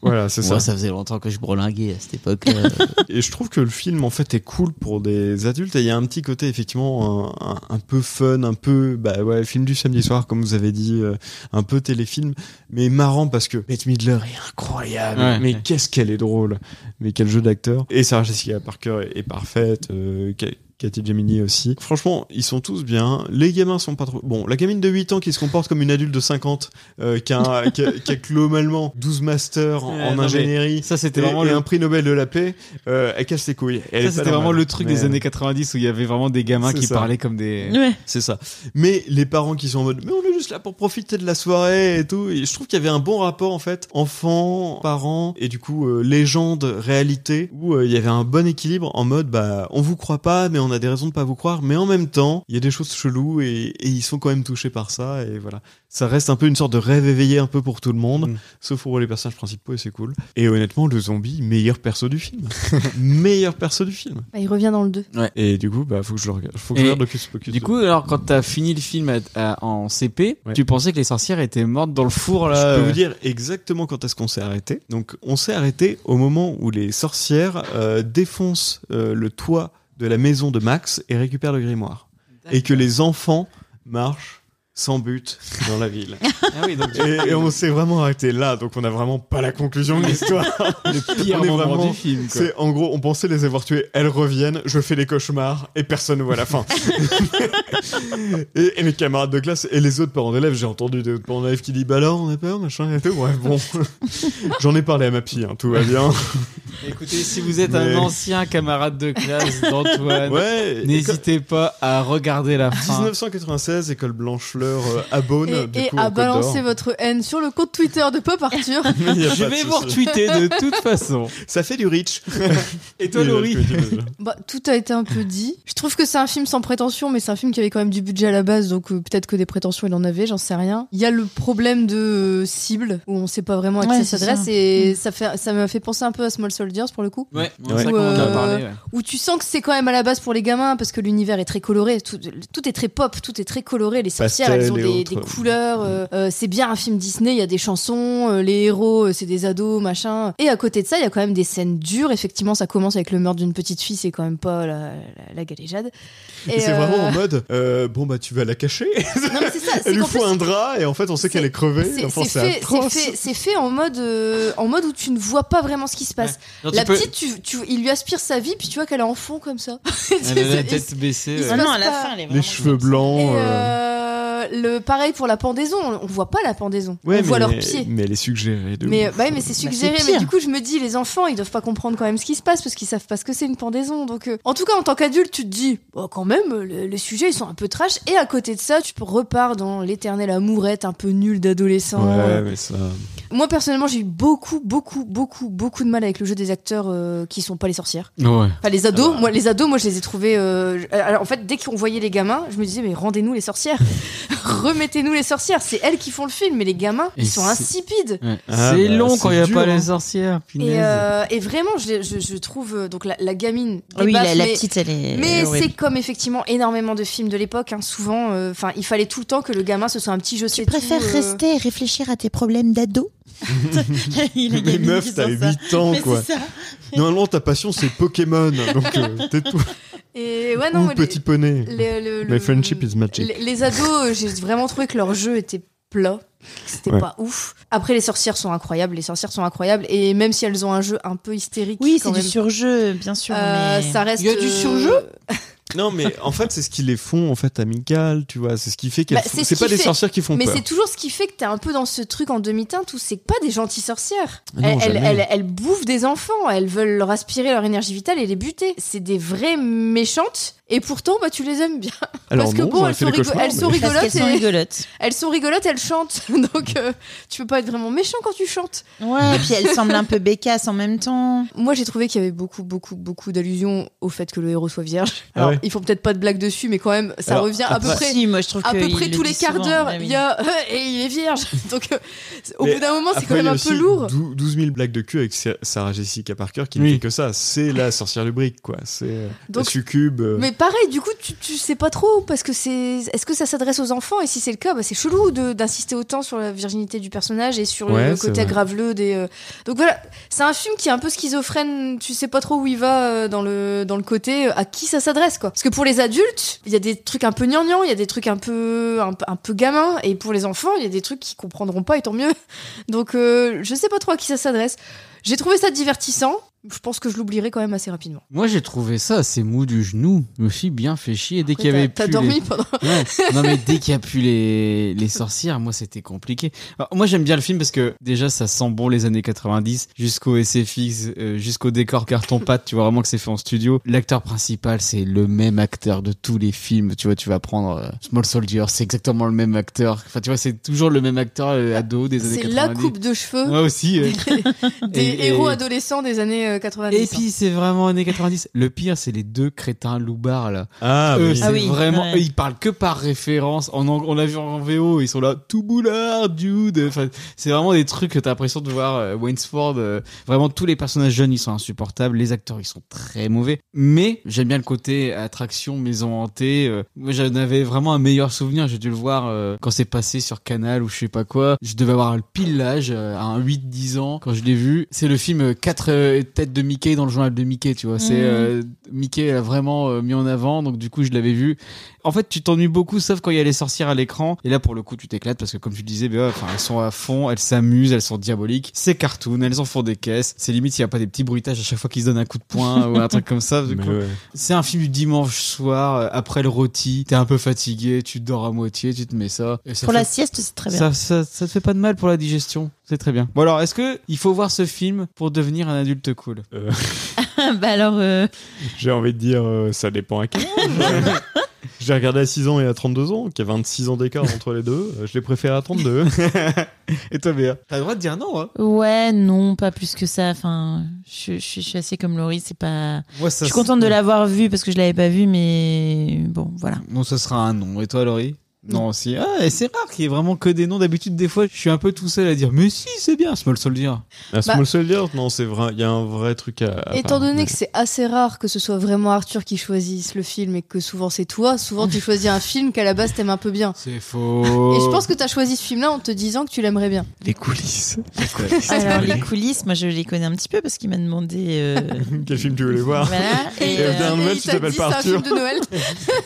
Speaker 4: Voilà, c'est ça.
Speaker 9: Moi, ça faisait longtemps que je brolinguais à cette
Speaker 3: *laughs*
Speaker 9: époque. euh,
Speaker 4: Et je trouve que le film en fait est cool pour des adultes et il y a un petit côté effectivement un, un- un peu fun, un peu bah ouais film du samedi soir comme vous avez dit, euh, un peu téléfilm, mais marrant parce que Bette Midler est incroyable,
Speaker 3: Ouais,
Speaker 4: mais
Speaker 3: ouais.
Speaker 4: qu'est-ce qu'elle est drôle, mais quel jeu d'acteur et Sarah Jessica Parker est, est parfaite, euh, Ka- Cathy Gemini aussi. Franchement, ils sont tous bien. Les gamins sont pas trop. Bon, la gamine de 8 ans qui se comporte comme une adulte de 50, euh, qui, a, un- qui, a, qui a globalement 12 masters en-
Speaker 3: Ouais, non,
Speaker 4: en
Speaker 3: mais
Speaker 4: ingénierie.
Speaker 3: Ça, c'était
Speaker 4: Et,
Speaker 3: vraiment
Speaker 4: et
Speaker 3: le
Speaker 4: un prix Nobel de la paix, euh, elle casse ses couilles.
Speaker 3: Ça,
Speaker 4: Elle est pas
Speaker 3: c'était
Speaker 4: normale.
Speaker 3: vraiment le truc
Speaker 4: Mais,
Speaker 3: des
Speaker 4: euh,
Speaker 3: années 90 où il y avait vraiment des gamins
Speaker 4: C'est
Speaker 3: qui
Speaker 4: ça.
Speaker 3: parlaient comme des.
Speaker 2: Ouais.
Speaker 4: C'est ça. Mais les parents qui sont en mode, mais on est juste là pour profiter de la soirée et tout. Et je trouve qu'il y avait un bon rapport en fait, enfant, parents et du coup euh, légende, réalité, où euh, il y avait un bon équilibre en mode, bah on vous croit pas, mais on a des raisons de pas vous croire. Mais en même temps, il y a des choses cheloues et, et ils sont quand même touchés par ça. Et voilà, ça reste un peu une sorte de rêve éveillé un peu pour tout le monde,
Speaker 3: Mm.
Speaker 4: sauf pour les personnages principaux et c'est cool. Et honnêtement, le zombie, meilleur perso
Speaker 3: *laughs*
Speaker 4: du film, meilleur perso du film.
Speaker 5: Bah, il revient dans le 2.
Speaker 4: Et du coup, bah, faut que je le regarde. Faut que
Speaker 3: Et
Speaker 4: je regarde Hocus Pocus.
Speaker 3: Du coup, alors quand t'as fini le film à- à- en CP,
Speaker 4: Ouais.
Speaker 3: tu pensais que les sorcières étaient mortes dans le four là.
Speaker 4: je peux
Speaker 3: euh,
Speaker 4: vous dire exactement quand est-ce qu'on s'est arrêté. Donc, on s'est arrêté au moment où les sorcières euh, défoncent euh, le toit de la maison de Max et récupèrent le grimoire. Et que les enfants marchent sans but dans la ville.
Speaker 3: Ah oui, donc
Speaker 4: et, et on s'est vraiment arrêté là, donc on n'a vraiment pas la conclusion de l'histoire.
Speaker 3: *laughs* le pire
Speaker 4: on est
Speaker 3: moment
Speaker 4: vraiment-
Speaker 3: du film. Quoi.
Speaker 4: C'est en gros, on pensait les avoir tués, elles reviennent, je fais des cauchemars et personne ne voit
Speaker 3: *laughs*
Speaker 4: la fin. et, et mes camarades de classe et les autres parents d'élèves, j'ai entendu des autres parents d'élèves qui disent bah là on a peur machin et tout. Ouais
Speaker 3: *laughs*
Speaker 4: bon, j'en ai parlé à ma fille, hein, tout va bien.
Speaker 3: Écoutez, si vous êtes
Speaker 4: Mais-
Speaker 3: un ancien camarade de classe d'Antoine,
Speaker 4: Ouais.
Speaker 3: n'hésitez bah, pas à regarder
Speaker 4: *laughs*
Speaker 3: la
Speaker 4: éco-
Speaker 3: fin.
Speaker 4: 1996, école Blanche-Fleur euh, à Beaune, du
Speaker 5: Et, et
Speaker 4: coup, en
Speaker 5: à
Speaker 4: Côte d'Or.
Speaker 5: balancer votre haine sur le compte Twitter de Pop Arthur.
Speaker 4: *laughs* Il y a
Speaker 3: Je
Speaker 4: pas de
Speaker 3: vais vous
Speaker 4: souci.
Speaker 3: retweeter de toute façon.
Speaker 4: Ça fait du rich.
Speaker 3: *laughs* Et toi,
Speaker 4: Il y a
Speaker 3: Laurie
Speaker 4: le côté déjà.
Speaker 5: Bah, tout a été un peu dit. Je trouve que c'est un film sans prétention, mais c'est un film qui avait quand même du budget à la base, donc euh, peut-être que des prétentions il en avait, j'en sais rien. Il y a le problème de euh, cible, où on sait pas vraiment à qui
Speaker 2: Ouais, c'est
Speaker 5: ça s'adresse,
Speaker 2: ça. Mm.
Speaker 5: et ça fait, ça m'a fait penser un peu à Small Soldiers pour le coup,
Speaker 3: Ouais,
Speaker 4: Ouais.
Speaker 3: c'est ça qu'on en a
Speaker 5: Euh,
Speaker 3: parlé. ouais.
Speaker 5: où tu sens que c'est quand même à la base pour les gamins, parce que l'univers est très coloré, tout, tout est très pop, tout est très coloré, les sorcières
Speaker 4: Pastel
Speaker 5: elles ont
Speaker 4: et
Speaker 5: des,
Speaker 4: autres.
Speaker 5: des couleurs, euh, euh, c'est bien un film Disney, il y a des chansons, euh, les héros euh, c'est des ados, machin. Et à côté de ça, il y a quand même des scènes dures, effectivement ça commence avec le meurtre d'une petite fille, c'est quand même pas la, la, la galéjade.
Speaker 4: Et c'est
Speaker 5: euh,
Speaker 4: vraiment en mode euh, bon bah tu vas la cacher.
Speaker 5: *laughs* Non, mais *laughs* c'est ça. c'est
Speaker 4: *laughs* Elle lui
Speaker 5: qu'en
Speaker 4: faut
Speaker 5: plus,
Speaker 4: un drap et en fait on sait
Speaker 5: c'est-
Speaker 4: qu'elle est crevée.
Speaker 5: c'est-
Speaker 4: Enfin,
Speaker 5: c'est fait, c'est
Speaker 4: atroce.
Speaker 5: fait, c'est fait en mode, euh, en mode où tu ne vois pas vraiment ce qui se passe.
Speaker 3: Genre,
Speaker 5: La
Speaker 3: tu peux-
Speaker 5: petite, tu, tu, il lui aspire sa vie, puis tu vois qu'elle est en fond comme ça. *laughs*
Speaker 3: Elle a la
Speaker 5: Et-
Speaker 3: tête baissée.
Speaker 5: ils
Speaker 3: ouais.
Speaker 5: se
Speaker 2: Oh, non, à
Speaker 5: passe
Speaker 2: la
Speaker 5: pas.
Speaker 2: fin, elle est
Speaker 4: Les
Speaker 2: vraiment-
Speaker 4: cheveux blancs.
Speaker 5: Et
Speaker 4: euh,
Speaker 5: euh, le pareil pour la pendaison, on on voit pas la pendaison,
Speaker 4: Ouais,
Speaker 5: on
Speaker 4: mais,
Speaker 5: voit leurs pieds.
Speaker 4: Mais elle est suggérée de
Speaker 5: Mais
Speaker 4: ouf.
Speaker 5: bah oui, mais c'est
Speaker 2: c'est
Speaker 5: suggéré. mais
Speaker 2: pire.
Speaker 5: du coup, je me dis, les enfants, ils doivent pas comprendre quand même ce qui se passe parce qu'ils savent pas ce que c'est une pendaison. Donc, euh, en tout cas, en tant qu'adulte, tu te dis, oh, quand même, le- les sujets ils sont un peu trash. Et à côté de ça, tu repars dans l'éternelle amourette un peu nulle d'adolescent. euh,
Speaker 4: Ouais, mais ça.
Speaker 5: Moi personnellement, j'ai eu beaucoup, beaucoup, beaucoup, beaucoup de mal avec le jeu des acteurs euh, qui sont pas les sorcières.
Speaker 3: Ouais.
Speaker 5: Enfin, les ados. Moi, les ados, moi, je les ai trouvés. euh, je- alors, en fait, dès qu'on voyait les gamins, je me disais, mais rendez-nous les sorcières, remettez-nous les sorcières. C'est elles qui font le film, mais les gamins,
Speaker 3: Et
Speaker 5: ils sont
Speaker 3: c'est-
Speaker 5: insipides.
Speaker 3: Ouais.
Speaker 4: Ah,
Speaker 3: c'est
Speaker 4: bah,
Speaker 3: long
Speaker 4: c'est
Speaker 3: quand il n'y a
Speaker 4: dur,
Speaker 3: pas
Speaker 4: hein.
Speaker 3: les sorcières.
Speaker 5: Et,
Speaker 3: Punaise.
Speaker 5: euh, et vraiment, je, je- je trouve euh, donc la, la gamine.
Speaker 2: Ah Oui,
Speaker 5: débat,
Speaker 2: la, la
Speaker 5: mais-
Speaker 2: petite, euh, elle est.
Speaker 5: Mais
Speaker 2: horrible.
Speaker 5: c'est comme effectivement énormément de films de l'époque. hein, souvent, enfin, il fallait tout le temps que le gamin ce soit un petit jeu. euh,
Speaker 2: Tu préfères rester et réfléchir à tes problèmes
Speaker 4: *laughs*
Speaker 2: d'ado *laughs* Il a
Speaker 4: Mais
Speaker 2: gagné
Speaker 4: meuf,
Speaker 2: dix
Speaker 4: t'as
Speaker 2: ans, ça.
Speaker 4: 8 ans,
Speaker 2: Mais
Speaker 4: quoi.
Speaker 2: c'est ça.
Speaker 4: Normalement, ta passion, c'est
Speaker 5: *laughs*
Speaker 4: Pokémon. Donc, euh, t'es tout.
Speaker 5: Et ouais, Ah non,
Speaker 4: Ou
Speaker 5: les-
Speaker 4: petit poney.
Speaker 5: le- le-
Speaker 4: My
Speaker 5: le-
Speaker 4: friendship is magic.
Speaker 5: Les, les ados, euh, j'ai vraiment trouvé que leur jeu était plat. que C'était
Speaker 4: Ouais.
Speaker 5: pas ouf. Après, les sorcières sont incroyables. Les sorcières sont incroyables. Et même si elles ont un jeu un peu hystérique,
Speaker 2: Oui,
Speaker 5: quand
Speaker 2: c'est du
Speaker 5: même,
Speaker 2: surjeu, bien sûr.
Speaker 5: euh,
Speaker 2: mais-
Speaker 5: ça reste.
Speaker 2: Il y a du
Speaker 5: euh,
Speaker 2: surjeu
Speaker 4: Non, mais en fait, c'est ce qui les font en fait amicales, tu vois. C'est ce qui fait qu'elles
Speaker 5: Bah,
Speaker 4: font-
Speaker 5: c'est ce
Speaker 4: C'est pas
Speaker 5: qui
Speaker 4: des
Speaker 5: fait.
Speaker 4: sorcières qui font
Speaker 5: Mais
Speaker 4: peur.
Speaker 5: c'est toujours ce qui fait que t'es un peu dans ce truc en demi-teinte où c'est pas des gentilles sorcières.
Speaker 4: Ah non,
Speaker 5: elles,
Speaker 4: jamais.
Speaker 5: elles- elles bouffent des enfants, elles veulent leur aspirer leur énergie vitale et les buter. C'est des vraies méchantes et pourtant bah, tu les aimes bien. *laughs*
Speaker 4: Alors
Speaker 5: parce que
Speaker 4: non,
Speaker 5: bon,
Speaker 4: j'aurais
Speaker 5: elles
Speaker 4: fait
Speaker 5: sont
Speaker 4: des
Speaker 5: rigo-
Speaker 4: cauchemars,
Speaker 5: elles sont
Speaker 4: mais-
Speaker 2: Parce
Speaker 5: rigolotes
Speaker 2: qu'elles sont
Speaker 5: et-
Speaker 2: rigolotes.
Speaker 5: Elles sont rigolotes, elles chantent. *laughs* Donc euh, tu peux pas être vraiment méchant quand tu chantes.
Speaker 2: Ouais, puis elles semblent un peu bécasses en même temps.
Speaker 5: Moi j'ai trouvé qu'il y avait beaucoup, beaucoup, beaucoup d'allusions au fait que le héros soit vierge.
Speaker 4: Ah
Speaker 5: Alors
Speaker 4: ouais.
Speaker 5: ils font peut-être pas de blague dessus, mais quand même ça
Speaker 4: Alors,
Speaker 5: revient à peu
Speaker 4: après-
Speaker 5: près.
Speaker 2: Bah, Si, moi je trouve
Speaker 5: à
Speaker 2: que
Speaker 5: peu
Speaker 2: il
Speaker 5: près
Speaker 2: le
Speaker 5: tous
Speaker 2: dit
Speaker 5: les quarts
Speaker 2: souvent,
Speaker 5: d'heure,
Speaker 2: mais oui.
Speaker 5: il y a *laughs* euh, et il est vierge. *laughs* Donc euh, au
Speaker 4: Mais
Speaker 5: bout d'un moment, c'est quand
Speaker 4: Après,
Speaker 5: même
Speaker 4: il y a
Speaker 5: un
Speaker 4: aussi
Speaker 5: peu lourd.
Speaker 4: 12 12 000 blagues de cul avec Sa- Sarah Jessica Parker qui
Speaker 3: Oui.
Speaker 4: ne fait que ça. C'est la sorcière lubrique, quoi. C'est euh, la
Speaker 5: Donc-
Speaker 4: succube. euh,
Speaker 5: Mais pareil, du coup, tu, tu sais pas trop parce que c'est. Est-ce que ça s'adresse aux enfants Et si c'est le cas, bah, c'est chelou de- d'insister autant sur la virginité du personnage et sur le-
Speaker 4: Ouais,
Speaker 5: le
Speaker 4: c'est
Speaker 5: côté
Speaker 4: vrai.
Speaker 5: graveleux des. euh, Donc voilà, c'est un film qui est un peu schizophrène. Tu sais pas trop où il va euh, dans le dans le côté euh, à qui ça s'adresse quoi. Parce que pour les adultes, il y a des trucs un peu gnangnans, il y a des trucs un peu un, peu- un peu gamins, et pour les enfants, il y a des trucs qu'ils comprendront pas et tant mieux. *laughs* Donc euh, je sais pas trop à qui ça s'adresse. J'ai trouvé ça divertissant. Je pense que je l'oublierai quand même assez rapidement.
Speaker 3: Moi j'ai trouvé ça assez mou du genou. Je me suis bien fait chier dès qu'il y avait
Speaker 5: Après, T'as
Speaker 3: plus
Speaker 5: t'as dormi
Speaker 3: les-
Speaker 5: pendant.
Speaker 3: Ouais. Non mais dès qu'il y a plus les, les sorcières, moi c'était compliqué. Alors, moi j'aime bien le film parce que déjà ça sent bon les années 90 jusqu'au SFX, euh, jusqu'au décor carton pâte, tu vois vraiment que c'est fait en studio. L'acteur principal c'est le même acteur de tous les films, tu vois tu vas prendre euh, Small Soldier, c'est exactement le même acteur. Enfin tu vois c'est toujours le même acteur euh, ado des années
Speaker 5: C'est
Speaker 3: 90.
Speaker 5: la coupe de cheveux
Speaker 3: Moi aussi. euh.
Speaker 5: *laughs* des
Speaker 3: Et- et-
Speaker 5: héros adolescents des années euh, 90.
Speaker 3: Et puis c'est vraiment années 90. Le pire c'est les deux crétins loubards là.
Speaker 4: Ah,
Speaker 3: Eux,
Speaker 4: oui.
Speaker 3: Euh, c'est
Speaker 2: Ah oui,
Speaker 3: vraiment,
Speaker 2: ouais.
Speaker 3: eux, ils parlent que par référence. En ang- on l'a vu en VO, ils sont là, tout boulard, dude. Enfin, c'est vraiment des trucs que t'as l'impression de voir euh, Waynesford. euh, vraiment, tous les personnages jeunes, ils sont insupportables. Les acteurs, ils sont très mauvais. Mais j'aime bien le côté attraction, maison hantée. euh. moi, j'en avais vraiment un meilleur souvenir. J'ai dû le voir euh, quand c'est passé sur Canal ou je sais pas quoi. Je devais avoir le pile l'âge, euh, à un 8-10 ans, quand je l'ai vu. C'est le film euh, Quatre euh, têtes de Mickey dans le journal de Mickey, tu vois. C'est euh, Mickey l'a vraiment euh, mis en avant, donc du coup, je l'avais vu. En fait, tu t'ennuies beaucoup, sauf quand il y a les sorcières à l'écran. Et là, pour le coup, tu t'éclates parce que, comme tu le disais, bah, enfin, elles sont à fond, elles s'amusent, elles sont diaboliques. C'est cartoon, elles en font des caisses. C'est limite, il n'y a pas des petits bruitages à chaque fois qu'ils se donnent un coup de *laughs* poing ou un truc comme ça. Du
Speaker 4: Mais
Speaker 3: coup,
Speaker 4: ouais.
Speaker 3: c'est un film du dimanche soir, euh, après le rôti, t'es un peu fatigué, tu dors à moitié, tu te mets ça. Et ça
Speaker 2: Pour
Speaker 3: fait-
Speaker 2: *laughs* la sieste, c'est très bien.
Speaker 3: ça, ça, ça te fait pas de mal pour la digestion. C'est très bien. Bon alors, est-ce que il faut voir ce film pour devenir un adulte cool
Speaker 2: bah alors, euh,
Speaker 4: J'ai envie de dire, euh, ça dépend
Speaker 5: *laughs*
Speaker 4: à *laughs* quel âge. Je l'ai regardé à 6 ans et à 32 ans, qui a 26 ans d'écart entre les deux. Euh, Je l'ai préféré à 32.
Speaker 3: *laughs* Et toi, Béa T'as le droit de dire non, hein
Speaker 2: ouais, non, pas plus que ça. Enfin, je, je- je suis assez comme Laurie, c'est pas.
Speaker 3: Moi, ça
Speaker 2: je suis contente de l'avoir vu parce que je l'avais pas vu, mais bon, *laughs* voilà.
Speaker 3: Bon, ce sera un non. Et toi, Laurie non aussi. Ah, et c'est rare qu'il y ait vraiment que des noms. D'habitude, des fois, je suis un peu tout seul à dire Mais si, c'est bien, Small Soldier.
Speaker 4: Un Small Soldier, non, c'est vrai. Il y a un vrai truc à. à
Speaker 5: Bah- Étant
Speaker 4: part.
Speaker 5: donné que c'est assez rare que ce soit vraiment Arthur qui choisisse le film et que souvent c'est toi, souvent tu choisis un film qu'à la base t'aimes un peu bien.
Speaker 3: C'est faux.
Speaker 5: Et
Speaker 2: Oh.
Speaker 5: je pense que t'as choisi ce film-là en te disant que tu l'aimerais bien.
Speaker 4: Les coulisses.
Speaker 2: Alors, les coulisses, moi je les connais un petit peu parce qu'il m'a demandé. euh,
Speaker 4: *laughs* Quel film tu voulais voir
Speaker 5: Ah,
Speaker 2: Voilà.
Speaker 4: Et
Speaker 2: Et,
Speaker 4: au
Speaker 2: euh,
Speaker 4: dernier moment,
Speaker 5: il
Speaker 4: tu
Speaker 5: t'a
Speaker 4: t'appelles
Speaker 5: dit, c'est un
Speaker 4: Arthur.
Speaker 5: film de Noël.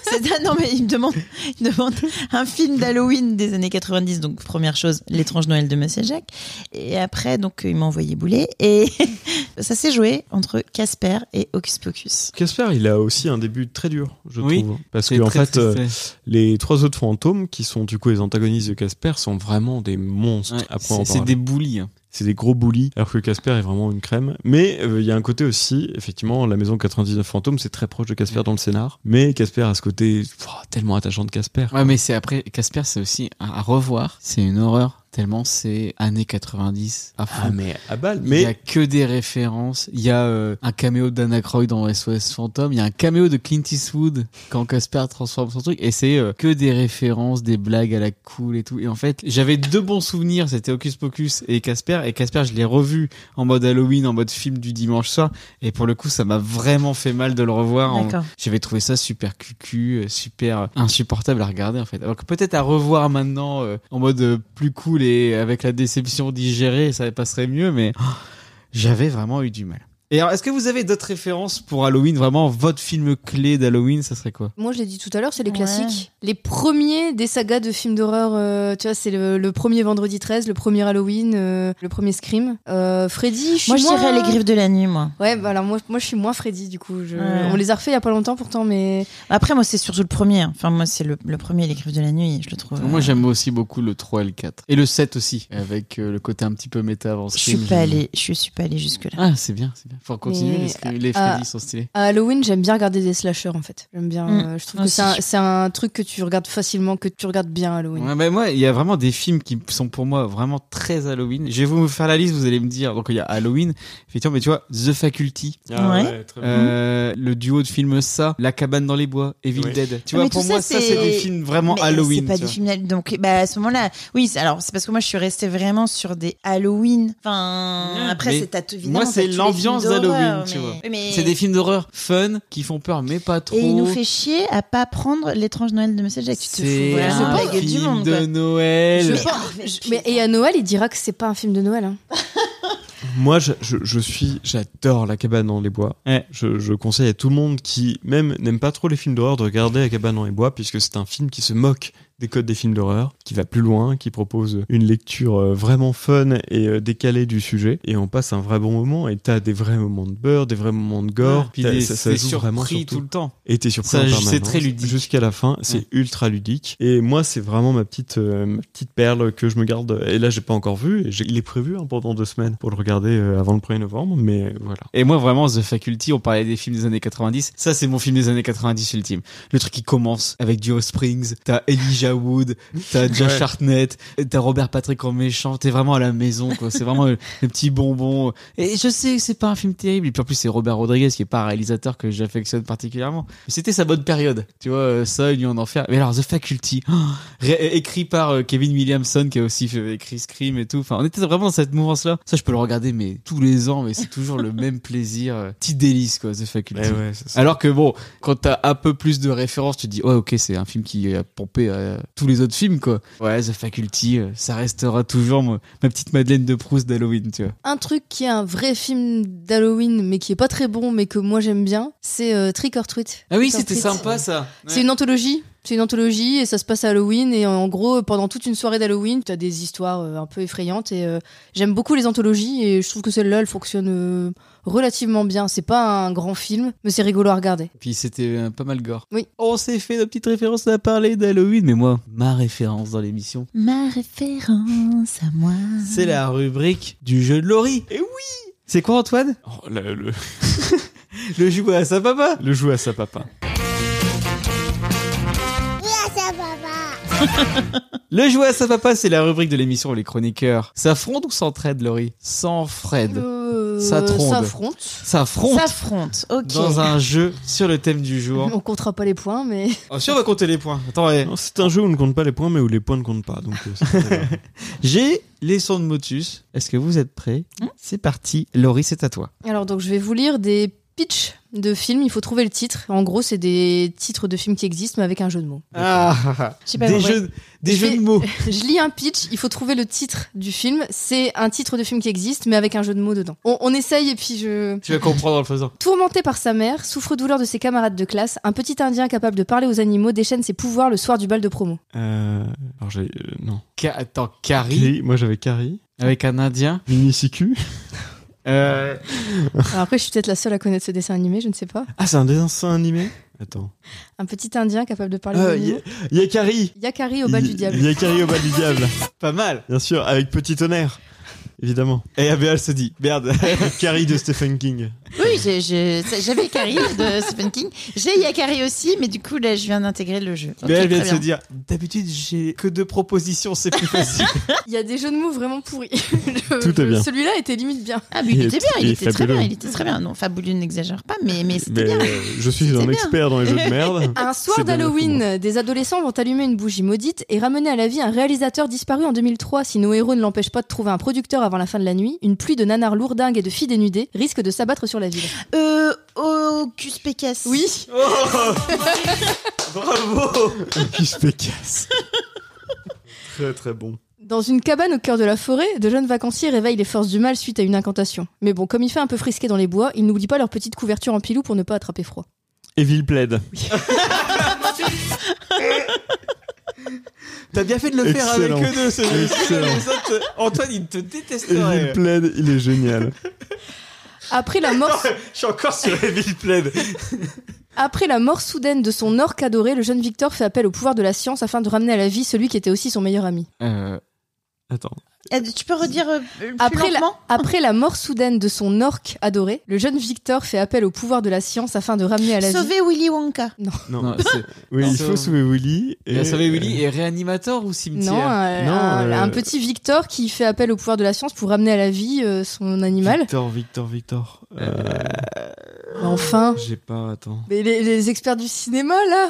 Speaker 2: c'est ça, non, mais il me demande, il me demande un film d'Halloween des années 90. Donc, première chose, L'étrange Noël de Monsieur Jacques. Et après, donc, il m'a envoyé bouler. Et *laughs* ça s'est joué entre Casper et Hocus Pocus.
Speaker 4: Casper, il a aussi un début très dur, je
Speaker 3: Oui.
Speaker 4: trouve. Parce
Speaker 3: C'est
Speaker 4: que, en
Speaker 3: très
Speaker 4: fait, euh,
Speaker 3: triste.
Speaker 4: les trois autres fantômes, qui sont du coup les antagonistes de Casper, sont vraiment des monstres
Speaker 3: Ouais,
Speaker 4: à
Speaker 3: c'est-
Speaker 4: prendre
Speaker 3: c'est des bullies. hein.
Speaker 4: C'est des gros bullies, alors que Casper est vraiment une crème. Mais euh, il y a un côté aussi, effectivement, la maison 99 fantômes, c'est très proche de Casper dans le scénar. Mais Casper a ce côté pouah, tellement attachant de Casper.
Speaker 3: Ouais, mais c'est après, Casper, c'est aussi à, à revoir. C'est une horreur, tellement c'est années 90 à fond.
Speaker 4: Ah, mais à balle.
Speaker 3: Il y a
Speaker 4: Mais
Speaker 3: que des références. Il y a euh, un caméo d'Anna Croy dans SOS Fantôme. Il y a un caméo de Clint Eastwood quand Casper transforme son truc. Et c'est euh, que des références, des blagues à la cool et tout. Et en fait, j'avais deux bons souvenirs. C'était Hocus Pocus et Casper. Et Casper, je l'ai revu en mode Halloween, en mode film du dimanche soir. Et pour le coup, ça m'a vraiment fait mal de le revoir. en-
Speaker 2: D'accord.
Speaker 3: J'avais trouvé ça super cucu, euh, super insupportable à regarder en fait. Alors que peut-être à revoir maintenant euh, en mode euh, plus cool et avec la déception digérée, ça passerait mieux, mais oh, j'avais vraiment eu du mal. Et alors, est-ce que vous avez d'autres références pour Halloween Vraiment, votre film clé d'Halloween, ça serait quoi
Speaker 5: *laughs* Moi, je l'ai dit tout à l'heure, c'est les
Speaker 2: Ouais.
Speaker 5: classiques. Les premiers des sagas de films d'horreur, euh, tu vois, c'est le, le premier Vendredi 13, le premier Halloween, euh, le premier Scream. Euh, Freddy, je suis
Speaker 2: Moi, je
Speaker 5: moins-
Speaker 2: dirais les griffes de la nuit, moi.
Speaker 5: Ouais, bah alors moi, moi, je suis moins Freddy, du coup. Je-
Speaker 2: Ouais.
Speaker 5: On les a refaits il y a pas longtemps, pourtant, mais...
Speaker 2: Après, moi, c'est surtout le premier. hein. Enfin, moi, c'est le, le premier, les griffes de la nuit, je le trouve.
Speaker 10: Moi,
Speaker 2: euh,
Speaker 10: j'aime aussi beaucoup le 3 et le 4. Et le 7 aussi, avec euh, le côté un petit peu méta avant
Speaker 2: je suis
Speaker 10: Scream,
Speaker 2: pas
Speaker 10: j'aime
Speaker 2: allée, je suis pas allée jusque là.
Speaker 10: bien. Ah, c'est bien, c'est bien. Faut continuer,
Speaker 5: Mais,
Speaker 10: les, Scream-
Speaker 2: euh,
Speaker 10: les
Speaker 5: ah,
Speaker 10: Freddy sont stylés.
Speaker 5: À Halloween, j'aime bien regarder des slashers, en fait. J'aime bien...
Speaker 2: Mm.
Speaker 5: euh, je trouve
Speaker 2: Moi
Speaker 5: que c'est un,
Speaker 2: aussi.
Speaker 5: c'est un truc que tu regardes facilement, que tu regardes bien Halloween.
Speaker 3: Ouais, bah, moi, il y a vraiment des films qui sont pour moi vraiment très Halloween. Je vais vous faire la liste, vous allez me dire. Donc, il y a Halloween, effectivement, mais tu vois, The Faculty,
Speaker 2: Ah ouais,
Speaker 4: très
Speaker 3: euh, le duo de films Ça, La cabane dans les bois, Evil
Speaker 4: Oui.
Speaker 3: Dead. Tu
Speaker 2: Ah, Mais
Speaker 3: vois,
Speaker 2: tout
Speaker 3: pour
Speaker 2: ça,
Speaker 3: moi, ça,
Speaker 2: c'est-
Speaker 3: c'est des films vraiment
Speaker 2: Mais
Speaker 3: Halloween.
Speaker 2: C'est pas
Speaker 3: tu
Speaker 2: des
Speaker 3: vois.
Speaker 2: films d'Halloween. Donc, bah, à ce moment-là, oui, c'est- alors c'est parce que moi, je suis restée vraiment sur des Halloween. Enfin,
Speaker 3: Ouais,
Speaker 2: après,
Speaker 3: mais
Speaker 2: c'est tatoué.
Speaker 3: moi, c'est l'ambiance d'Halloween, tu vois. C'est des films d'horreur fun qui font peur, mais pas trop.
Speaker 2: Et il nous fait chier à pas prendre l'étrange Noël de Message Jack. Tu te fous
Speaker 3: C'est
Speaker 2: vraiment de
Speaker 3: un
Speaker 2: la gueule du
Speaker 3: film
Speaker 2: monde.
Speaker 3: de
Speaker 2: quoi.
Speaker 3: Noël.
Speaker 5: Je pense- Je- mais, et à Noël, il dira que c'est pas un film de Noël. hein.
Speaker 4: Moi, je, je- je suis, j'adore La cabane dans les bois.
Speaker 3: Ouais.
Speaker 4: Je, je conseille à tout le monde qui même n'aime pas trop les films d'horreur de regarder La cabane dans les bois, puisque c'est un film qui se moque des codes des films d'horreur, qui va plus loin, qui propose une lecture euh, vraiment fun et euh, décalée du sujet, et on passe un vrai bon moment. Et t'as des vrais moments de beurre, des vrais moments de gore,
Speaker 3: Puis
Speaker 4: t'as-
Speaker 3: des,
Speaker 4: ça, ça
Speaker 3: des
Speaker 4: joue vraiment
Speaker 3: surpris
Speaker 4: sur tout.
Speaker 3: tout le temps.
Speaker 4: Et t'es surpris
Speaker 3: Ça,
Speaker 4: en
Speaker 3: c'est
Speaker 4: permanence.
Speaker 3: très ludique.
Speaker 4: Jusqu'à la fin, c'est
Speaker 3: Ouais.
Speaker 4: ultra ludique. Et moi, c'est vraiment ma petite, euh, ma petite perle que je me garde. Et là, j'ai pas encore vu. Et j'ai- il est prévu hein, pendant deux semaines pour le regarder euh, avant le 1er novembre. Mais euh, voilà.
Speaker 3: Et moi, vraiment, The Faculty, on parlait des films des années 90. Ça, c'est mon film des années 90 ultime. Le truc qui commence avec du Springs, t'as Elijah Wood, t'as Josh
Speaker 4: Ouais.
Speaker 3: Hartnett, t'as Robert Patrick en méchant, t'es vraiment à la maison, quoi. C'est vraiment le, le petit bonbon. Et je sais que c'est pas un film terrible. Et puis en plus, c'est Robert Rodriguez qui est pas un réalisateur que j'affectionne particulièrement. Mais c'était sa bonne période. Tu vois, euh, ça, Union en enfer. Mais alors, The Faculty, *gasps* oh, ré- écrit par euh, Kevin Williamson qui a aussi fait- écrit Scream et tout. Enfin, on était vraiment dans cette mouvance là. Ça, je peux le regarder mais tous les ans, mais c'est toujours le même plaisir, euh, petit délice quoi, The
Speaker 4: Eh
Speaker 3: Faculty. Alors que bon, quand t'as un peu plus de références, tu te dis ouais ok c'est un film qui a pompé euh, tous les autres films quoi. Ouais The Faculty, euh, ça restera toujours moi, ma petite Madeleine de Proust d'Halloween tu vois.
Speaker 5: Un truc qui est un vrai film d'Halloween, mais qui est pas très bon, mais que moi j'aime bien, c'est euh, Trick or Treat.
Speaker 3: Ah oui
Speaker 5: Trick or
Speaker 3: c'était
Speaker 5: Treat.
Speaker 3: sympa ça.
Speaker 5: C'est une anthologie. C'est une anthologie et ça se passe à Halloween. Et en gros, pendant toute une soirée d'Halloween, t'as des histoires euh, un peu effrayantes. Et euh, j'aime beaucoup les anthologies et je trouve que celle-là, elle fonctionne euh, relativement bien. C'est pas un grand film, mais c'est rigolo à regarder.
Speaker 3: Puis c'était euh, pas mal gore.
Speaker 5: Oui.
Speaker 3: On s'est fait nos petites références à parler d'Halloween mais moi ma référence dans l'émission
Speaker 2: Ma référence à moi.
Speaker 3: C'est la rubrique du jeu de Laurie. Et Eh oui C'est quoi Antoine
Speaker 4: Oh, le, le-
Speaker 3: Le jouet à sa papa
Speaker 4: le jouet à sa papa.
Speaker 3: *laughs* Le jouet à sa papa, c'est la rubrique de l'émission où les chroniqueurs s'affrontent ou s'entraident, Laurie S'enfraident.
Speaker 5: Euh,
Speaker 3: Ça tronde.
Speaker 5: s'affronte.
Speaker 3: S'affrontent
Speaker 2: S'affronte, ok.
Speaker 3: dans un jeu sur le thème du *laughs* jour.
Speaker 5: On comptera pas les points, mais. *laughs*
Speaker 3: Ensuite, on va compter les points. Attends, ouais.
Speaker 4: *laughs* Non, C'est un jeu où on ne compte pas les points, mais où les points ne comptent pas. Donc, euh, c'est très bien.
Speaker 3: j'ai les sons de motus. Est-ce que vous êtes prêts C'est parti. Laurie, c'est à toi.
Speaker 5: Alors donc je vais vous lire des pitchs de films, il faut trouver le titre. En gros, c'est des titres de films qui existent mais avec un jeu de mots.
Speaker 3: Ah,
Speaker 2: J'ai pas
Speaker 3: des
Speaker 2: compris.
Speaker 3: jeux, des
Speaker 5: Je
Speaker 3: jeux
Speaker 5: fais-
Speaker 3: de mots.
Speaker 5: je lis un pitch, il faut trouver le titre du film. C'est un titre de film qui existe mais avec un jeu de mots dedans. On, on essaye et puis je...
Speaker 3: Tu vas comprendre en le faisant.
Speaker 5: Tourmenté par sa mère, souffre-douleur de ses camarades de classe, un petit indien capable de parler aux animaux déchaîne ses pouvoirs le soir du bal de
Speaker 4: *laughs*
Speaker 5: promo.
Speaker 4: *laughs* Euh, alors, j'ai. euh, non.
Speaker 3: Ca- Attends, *laughs* Carrie
Speaker 4: Carrie, moi, j'avais Carrie.
Speaker 3: avec un indien.
Speaker 4: Minisicu.
Speaker 3: Euh,
Speaker 5: Alors après, je suis peut-être la seule à connaître ce dessin animé, je ne sais pas.
Speaker 4: Ah, c'est un dessin animé Attends.
Speaker 5: Un petit indien capable de parler aux
Speaker 4: Euh,
Speaker 5: animaux.
Speaker 4: y- y a Carrie.
Speaker 5: Yakari Ah, au bal du diable.
Speaker 4: Il y a Carrie au bal du diable.
Speaker 3: pas mal.
Speaker 4: Bien sûr, avec Petit Tonnerre. Évidemment.
Speaker 3: Et ABL se dit, merde.
Speaker 4: Carrie de Stephen King.
Speaker 2: Oui, j'ai- j'ai- ça- j'avais Carrie de Stephen King. J'ai Yakari aussi, mais du coup, là, je viens d'intégrer le jeu. Ok,
Speaker 3: Mais elle vient de
Speaker 2: très
Speaker 3: se
Speaker 2: bien.
Speaker 3: dire, d'habitude j'ai que deux propositions, c'est plus facile.
Speaker 5: Il y a des jeux de mots vraiment pourris. *laughs* Je-
Speaker 4: Tout est
Speaker 5: je-
Speaker 4: bien.
Speaker 5: Celui-là était limite bien.
Speaker 2: Ah, mais il,
Speaker 4: Il est-
Speaker 2: était bien, il
Speaker 4: il est
Speaker 2: était très
Speaker 4: fabuleux.
Speaker 2: bien, il était très bien. Non, fabuleux n'exagère pas, mais, mais c'était
Speaker 4: Mais
Speaker 2: bien.
Speaker 4: euh, je suis
Speaker 2: C'était
Speaker 4: un
Speaker 2: bien.
Speaker 4: expert dans les jeux de merde. *laughs*
Speaker 5: Un soir
Speaker 4: C'est bien
Speaker 5: d'Halloween, des adolescents vont allumer une bougie maudite et ramener à la vie un réalisateur disparu en 2003. Si nos héros ne l'empêchent pas de trouver un producteur avant la fin de la nuit, une pluie de nanars lourdingues et de filles dénudées risque de s'abattre sur la ville.
Speaker 2: Euh, Ocus Pécasse.
Speaker 5: Oui,
Speaker 4: Qui se fait casse. Très très bon.
Speaker 5: Dans une cabane au cœur de la forêt, de jeunes vacanciers réveillent les forces du mal suite à une incantation. Mais bon, comme il fait un peu frisqué dans les bois, ils n'oublient pas leur petite couverture en pilou pour ne pas attraper froid.
Speaker 4: Evil plaid.
Speaker 3: T'as bien fait de le
Speaker 4: Excellent.
Speaker 3: faire avec eux deux, ce
Speaker 4: Excellent. *laughs*
Speaker 3: les autres, Antoine, il te détesterait.
Speaker 4: Evil plaid, il est génial.
Speaker 3: *laughs*
Speaker 5: Après la mort,
Speaker 3: Je suis encore sur Evil Plaid.
Speaker 5: *laughs* après la mort soudaine de son orc adoré, le jeune Victor fait appel au pouvoir de la science afin de ramener à la vie celui qui était aussi son meilleur ami.
Speaker 10: *laughs* Euh,
Speaker 4: Attends.
Speaker 2: Eh, Tu peux redire euh, plus
Speaker 5: Après la,
Speaker 2: lentement
Speaker 5: après la mort soudaine de son orc adoré, le jeune Victor fait appel au pouvoir de la science afin de ramener à la vie.
Speaker 2: Sauver Willy Wonka.
Speaker 4: Non.
Speaker 10: non, c'est-
Speaker 4: Oui,
Speaker 10: Non.
Speaker 4: il faut sauver Willy.
Speaker 10: Il
Speaker 4: Et...
Speaker 10: y a Sauvé Willy
Speaker 3: euh,
Speaker 10: et Réanimateur ou Cimetière
Speaker 5: Non, un,
Speaker 4: Non,
Speaker 5: un-
Speaker 4: euh,
Speaker 5: un petit Victor qui fait appel au pouvoir de la science pour ramener à la vie euh, son animal.
Speaker 4: Victor, Victor, Victor. Euh,
Speaker 5: Mais Enfin,
Speaker 4: J'ai pas, attends.
Speaker 5: mais les, les experts du cinéma là,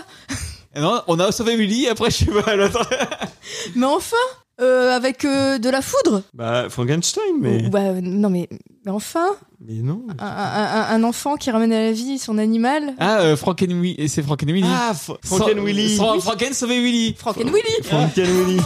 Speaker 3: Non, on a sauvé Willy, après je sais pas, l'autre.
Speaker 5: mais enfin, euh, avec euh, de la foudre.
Speaker 4: Bah, Frankenstein, mais.
Speaker 5: Ou- bah, euh, non mais, mais enfin,
Speaker 4: Mais non.
Speaker 5: un, un- un- un enfant qui ramène à la vie son animal.
Speaker 10: Ah, euh, Frankenwi- et c'est Frankenwilly.
Speaker 4: Ah, Franken Willy.
Speaker 3: Sans- Franken sauvé Willy.
Speaker 5: Franken Willy,
Speaker 4: Franken Willy.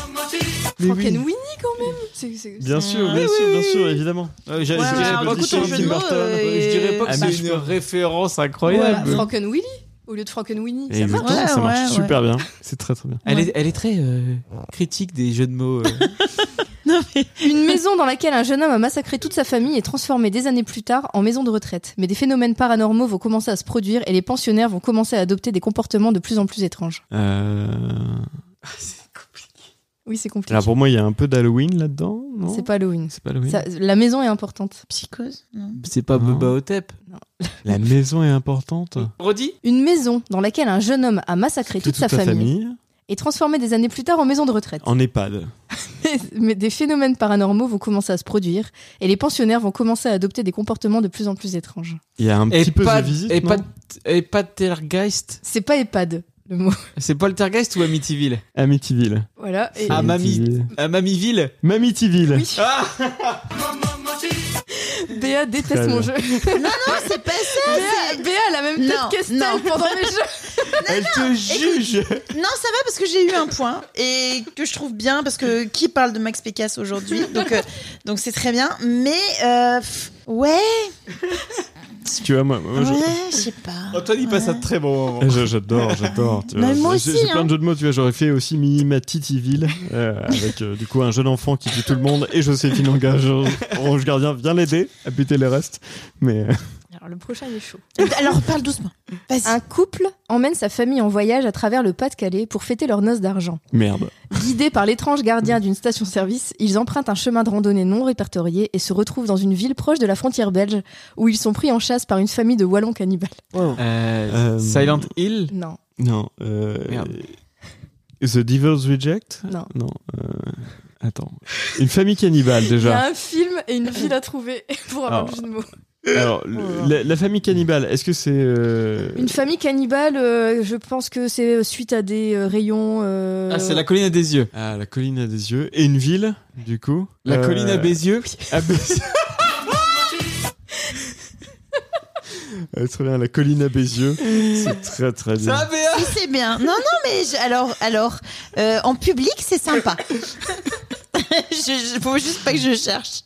Speaker 5: Franken Winnie quand même. C'est- c'est-
Speaker 4: Bien sûr, bien sûr, bien sûr, évidemment.
Speaker 3: Euh, je,
Speaker 2: Mmh. Ouais,
Speaker 3: je
Speaker 2: ouais, bah,
Speaker 3: dirais
Speaker 2: alors,
Speaker 3: pas
Speaker 2: du
Speaker 3: que
Speaker 2: coup, ton
Speaker 3: c'est-
Speaker 2: jeu de mots, euh,
Speaker 3: je dirais pas
Speaker 4: Ah,
Speaker 3: que
Speaker 4: mais
Speaker 3: c'est
Speaker 4: je
Speaker 3: une
Speaker 4: peux-
Speaker 3: référence
Speaker 5: Voilà,
Speaker 3: incroyable.
Speaker 5: ah,
Speaker 4: bah.
Speaker 5: Franken Willy au lieu de Franken Winnie.
Speaker 4: Et
Speaker 5: ça marche.
Speaker 4: exactement, ça
Speaker 2: Ouais,
Speaker 4: marche
Speaker 2: ouais,
Speaker 4: super bien. C'est très très bien.
Speaker 10: Elle, est, elle est très euh, critique des jeux de mots.
Speaker 3: *laughs*
Speaker 10: euh.
Speaker 5: Une maison dans laquelle un jeune homme a massacré toute sa famille est transformée des années plus tard en maison de retraite. Mais des phénomènes paranormaux vont commencer à se produire et les pensionnaires vont commencer à adopter des comportements de plus en plus étranges.
Speaker 4: Euh...
Speaker 5: Oui, c'est compliqué.
Speaker 4: Alors pour moi, il y a un peu d'Halloween là-dedans, non
Speaker 5: C'est pas Halloween.
Speaker 4: C'est pas Halloween.
Speaker 5: Ça- la maison est importante.
Speaker 2: Psychose non.
Speaker 10: c'est pas
Speaker 4: Non.
Speaker 10: Boba Otep.
Speaker 4: La maison est importante.
Speaker 3: Redis
Speaker 5: Une maison dans laquelle un jeune homme a massacré
Speaker 4: C'est
Speaker 5: toute, sa
Speaker 4: ta
Speaker 5: famille, est transformée des années plus tard en maison de retraite.
Speaker 4: En EHPAD.
Speaker 5: Mais, *laughs* mais des phénomènes paranormaux vont commencer à se produire et les pensionnaires vont commencer à adopter des comportements de plus en plus étranges.
Speaker 4: Il y a un
Speaker 10: Et
Speaker 4: petit peu
Speaker 10: pas,
Speaker 4: de visite.
Speaker 10: et
Speaker 4: non
Speaker 10: pas, et pas Tergeist.
Speaker 5: C'est pas EHPAD, le mot. *laughs*
Speaker 10: C'est Poltergeist ou Amityville
Speaker 4: Amityville.
Speaker 5: Voilà. Et-
Speaker 4: C'est
Speaker 10: Ah, Mamie.
Speaker 4: Amityville.
Speaker 10: Euh, Mamiville
Speaker 4: Mamityville.
Speaker 5: Oui. Béa déteste
Speaker 4: Très
Speaker 5: mon jeu.
Speaker 4: bien.
Speaker 2: Non, Bah, c'est pas ça. c'est-
Speaker 5: Béa, Béa, elle a même
Speaker 2: Non,
Speaker 5: tête que
Speaker 2: non.
Speaker 5: Stan pendant mes jeux.
Speaker 4: Elle te juge.
Speaker 2: Non, ça va parce que j'ai eu un point et que je trouve bien parce que qui parle de Max Pécasse aujourd'hui Donc euh, donc c'est très bien. Mais euh, pff, ouais,
Speaker 4: Tu vois, moi, moi, je-
Speaker 2: ouais, je sais pas.
Speaker 3: Antoine, il passe un très bon moment.
Speaker 4: Eh, je- j'adore, j'adore. tu
Speaker 2: Mais
Speaker 4: vois.
Speaker 2: moi
Speaker 4: J'ai-
Speaker 2: aussi,
Speaker 4: J'ai plein
Speaker 2: hein.
Speaker 4: de jeux de mots. Tu vois, j'aurais fait aussi Mimima Titiville euh, avec euh, du coup un jeune enfant qui tue tout le monde et Joséphine Angage, Orange Gardien, vient l'aider à buter les restes. Mais euh,
Speaker 5: *laughs* Alors le prochain est chaud.
Speaker 2: Alors parle doucement. Vas-y.
Speaker 5: Un couple emmène sa famille en voyage à travers le Pas-de-Calais pour fêter leurs noces d'argent.
Speaker 4: merde.
Speaker 5: Guidés par l'étrange gardien d'une station-service, ils empruntent un chemin de randonnée non répertorié et se retrouvent dans une ville proche de la frontière belge où ils sont pris en chasse par une famille de wallons cannibales.
Speaker 10: Euh,
Speaker 4: Euh,
Speaker 10: Silent Hill
Speaker 5: Non,
Speaker 4: Non. euh,
Speaker 10: Merde.
Speaker 4: The Devil's Reject
Speaker 5: non.
Speaker 4: Non. euh, Attends. Une famille cannibale
Speaker 5: Il y
Speaker 4: déjà.
Speaker 5: a un film et une ville à trouver *laughs* pour
Speaker 10: Ah.
Speaker 5: avoir
Speaker 4: Alors.
Speaker 5: le jeu de mots.
Speaker 4: Alors, le- la, la famille cannibale, est-ce que c'est. euh,
Speaker 5: Une famille cannibale, euh, je pense que c'est suite à des euh, rayons. euh,
Speaker 10: Ah, c'est la colline à des yeux.
Speaker 4: Ah, la colline à des yeux. Et une ville, du coup
Speaker 10: La
Speaker 4: Euh,
Speaker 10: colline à Bézieux
Speaker 3: *laughs*
Speaker 4: à Bézieux. Ah, très bien, la colline à Bézieux. C'est très très bien.
Speaker 3: Ça, Béa
Speaker 2: Si, c'est bien. Non, non, mais je- alors, alors, euh, en public, c'est
Speaker 3: *laughs*
Speaker 2: sympa. je, je- faut juste pas que je cherche.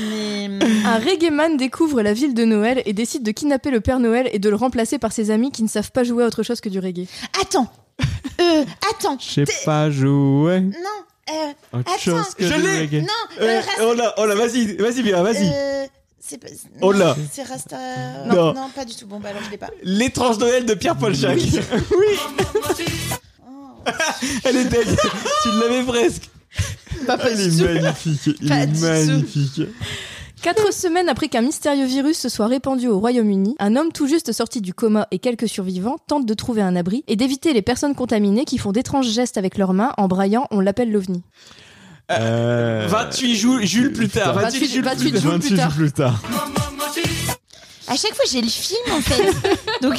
Speaker 2: Mais
Speaker 5: Un reggae man découvre la ville de Noël et décide de kidnapper le Père Noël et de le remplacer par ses amis qui ne savent pas jouer à autre chose que du reggae.
Speaker 2: attends, Euh, attends,
Speaker 4: Je sais pas jouer.
Speaker 2: non, euh,
Speaker 4: Autre
Speaker 2: Attends,
Speaker 4: chose que
Speaker 3: je
Speaker 4: du
Speaker 3: l'ai.
Speaker 4: reggae.
Speaker 2: non, euh, Rasta-
Speaker 3: Oh là, oh là, vas-y, vas-y, Béa, vas-y.
Speaker 2: euh, c'est pas- non,
Speaker 3: Oh là.
Speaker 2: c'est Rasta.
Speaker 3: Non.
Speaker 2: Non. pas du tout. Bon, bah alors je l'ai pas.
Speaker 3: L'étrange Noël de Pierre-Paul Jacques. *laughs*
Speaker 2: Oh.
Speaker 3: Elle est dingue. tu l'avais presque.
Speaker 4: Il est magnifique. Il
Speaker 2: Pas
Speaker 4: est
Speaker 2: du tout.
Speaker 4: magnifique.
Speaker 5: *laughs* Quatre semaines après qu'un mystérieux virus se soit répandu au Royaume-Uni, un homme tout juste sorti du coma et quelques survivants tentent de trouver un abri et d'éviter les personnes contaminées qui font d'étranges gestes avec leurs mains en braillant, on l'appelle l'OVNI.
Speaker 4: Euh,
Speaker 3: 28 jou- Jules plus tard. 28, Jules plus
Speaker 5: 28
Speaker 3: tard.
Speaker 5: jours plus
Speaker 4: 28 jours
Speaker 5: tard.
Speaker 4: plus tard.
Speaker 2: À chaque fois, j'ai le film
Speaker 3: *laughs*
Speaker 2: en fait. Donc,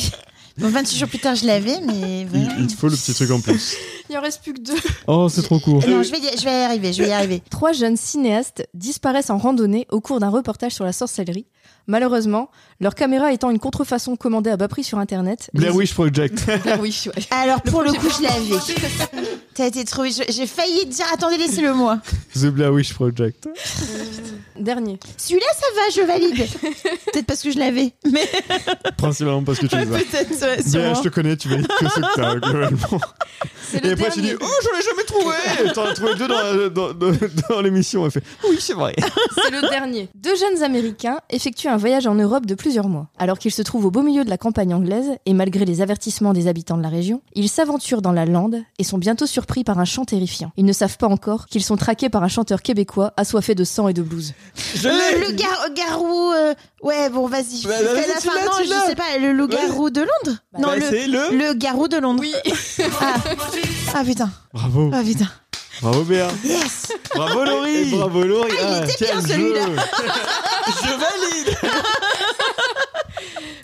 Speaker 2: bon, 28 jours plus tard, je l'avais, mais
Speaker 4: Il,
Speaker 2: voilà.
Speaker 4: il te faut le petit truc en plus.
Speaker 5: Il en reste plus que deux.
Speaker 4: Oh, c'est trop court.
Speaker 2: Non, je vais, y- je vais y arriver, je vais y arriver.
Speaker 5: *laughs* Trois jeunes cinéastes disparaissent en randonnée au cours d'un reportage sur la sorcellerie. Malheureusement, leur caméra étant une contrefaçon commandée à bas prix sur Internet.
Speaker 4: Blair Witch Project.
Speaker 5: Blair Witch, ouais.
Speaker 2: Alors, pour le coup, je
Speaker 1: *laughs*
Speaker 2: l'avais.
Speaker 5: l'avais.
Speaker 2: T'as été trop. je- J'ai failli dire, attendez, laissez-le moi.
Speaker 4: The Blair Witch Project.
Speaker 5: Dernier.
Speaker 2: Celui-là, ça va, je
Speaker 1: *laughs*
Speaker 2: valide. Peut-être parce que je l'avais. Mais
Speaker 4: Principalement parce
Speaker 2: *laughs*
Speaker 4: que
Speaker 5: *laughs*
Speaker 4: tu les as.
Speaker 2: peut-être, ouais,
Speaker 4: Blair,
Speaker 2: sûrement.
Speaker 4: je te connais, tu valides que ce que t'as globalement.
Speaker 5: C'est
Speaker 4: Et
Speaker 5: le
Speaker 4: après, tu dis
Speaker 5: dernier.
Speaker 4: Oh, j'en ai jamais trouvé T'en as trouvé deux dans, la- dans, dans- dans l'émission. Elle fait Oui, c'est vrai.
Speaker 5: C'est le dernier. Deux jeunes Américains effectuent un voyage en Europe de plusieurs mois. Alors qu'ils se trouvent au beau milieu de la campagne anglaise, et malgré les avertissements des habitants de la région, ils s'aventurent dans la lande et sont bientôt surpris par un chant terrifiant. Ils ne savent pas encore qu'ils sont traqués par un chanteur québécois assoiffé de sang et de blues.
Speaker 2: Euh, Le, le gar- garou. euh, Ouais, bon, vas-y.
Speaker 1: Bah,
Speaker 2: fais
Speaker 1: vas-y,
Speaker 2: la
Speaker 1: tu
Speaker 2: fin.
Speaker 1: l'as,
Speaker 2: Non,
Speaker 1: tu
Speaker 2: je
Speaker 1: l'as.
Speaker 2: sais pas. Le loup-garou de Londres Non,
Speaker 1: Bah,
Speaker 2: le,
Speaker 1: c'est le.
Speaker 2: le garou de Londres.
Speaker 5: *laughs* Oui.
Speaker 2: Ah. Ah, putain.
Speaker 4: Bravo.
Speaker 2: Ah putain.
Speaker 4: Bravo, Béa.
Speaker 2: Yes.
Speaker 4: Bravo, Laurie.
Speaker 10: Bravo Laurie
Speaker 2: Ah, Il
Speaker 3: Ah,
Speaker 2: était bien celui-là. *laughs*
Speaker 1: Je valide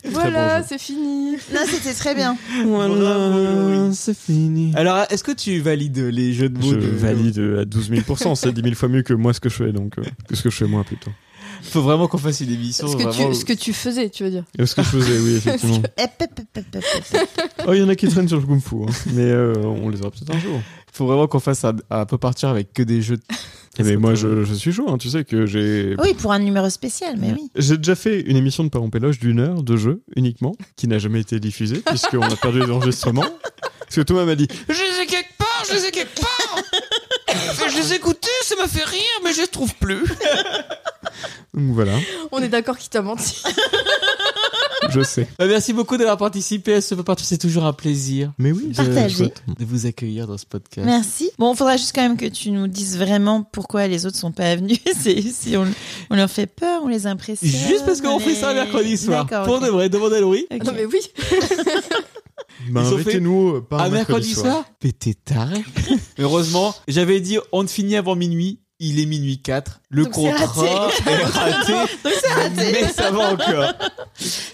Speaker 5: Voilà, c'est fini.
Speaker 2: Non, c'était très bien.
Speaker 4: Voilà, c'est fini.
Speaker 3: Alors, est-ce que tu valides les jeux de mots
Speaker 4: Je
Speaker 3: de
Speaker 4: valide euh, à 12 000 c'est 10 000 fois mieux que moi ce que je fais, donc euh, que ce que je fais moi plutôt.
Speaker 3: Faut vraiment qu'on fasse une émission.
Speaker 5: Ce que,
Speaker 3: vraiment-
Speaker 5: tu, ce que tu faisais, tu veux dire.
Speaker 4: Et ce que je faisais, oui, effectivement.
Speaker 2: Hep, hep, hep, hep, hep,
Speaker 1: *laughs*
Speaker 2: hep.
Speaker 4: Oh, il y en a qui traînent sur le Kung Fu, hein. mais euh, on les aura peut-être un jour.
Speaker 10: Faut vraiment qu'on fasse un, un peu partir avec que des *laughs* jeux. de-
Speaker 4: Et
Speaker 10: ben,
Speaker 4: mais Eh ben, moi, je,
Speaker 5: euh,
Speaker 4: je suis chaud, hein, tu sais que j'ai.
Speaker 2: Oui, pour un numéro spécial, mais oui.
Speaker 4: J'ai déjà fait une émission de Parents Péloche d'une heure de jeu uniquement, qui n'a jamais été diffusée, puisqu'on a perdu les enregistrements. Parce que Thomas m'a dit
Speaker 1: Je les ai quelque part, je les ai quelque part Je les ai écoutés, ça m'a fait rire, mais je les trouve plus
Speaker 4: Donc "Hum, voilà,
Speaker 5: On est d'accord qu'il t'a *laughs* menti.
Speaker 4: je sais.
Speaker 3: Bah, merci beaucoup d'avoir participé à ce peu partout. C'est toujours un plaisir
Speaker 4: Mais oui, c'est
Speaker 2: Partagez.
Speaker 4: chouette.
Speaker 3: de vous accueillir dans ce podcast.
Speaker 2: Merci. Bon, il faudra juste quand même que tu nous dises vraiment pourquoi les autres sont pas venus. *laughs* C'est si on, on leur fait peur, on les impressionne.
Speaker 3: Juste parce qu'on
Speaker 2: on
Speaker 3: fait
Speaker 2: les-
Speaker 3: ça mercredi soir.
Speaker 2: D'accord,
Speaker 3: Pour
Speaker 2: ok.
Speaker 3: de vrai, demandez à Laurie.
Speaker 2: Ok.
Speaker 5: Non, mais oui.
Speaker 4: Bah,
Speaker 3: Ils ont fait-
Speaker 4: invitez-nous euh, par
Speaker 3: À mercredi soir Mais t'es taré. *laughs* Heureusement, j'avais dit on finit avant minuit. Il est minuit 4. Le
Speaker 5: Donc c'est
Speaker 3: contrat est raté.
Speaker 2: Donc, c'est *laughs* raté.
Speaker 3: mais ça va encore.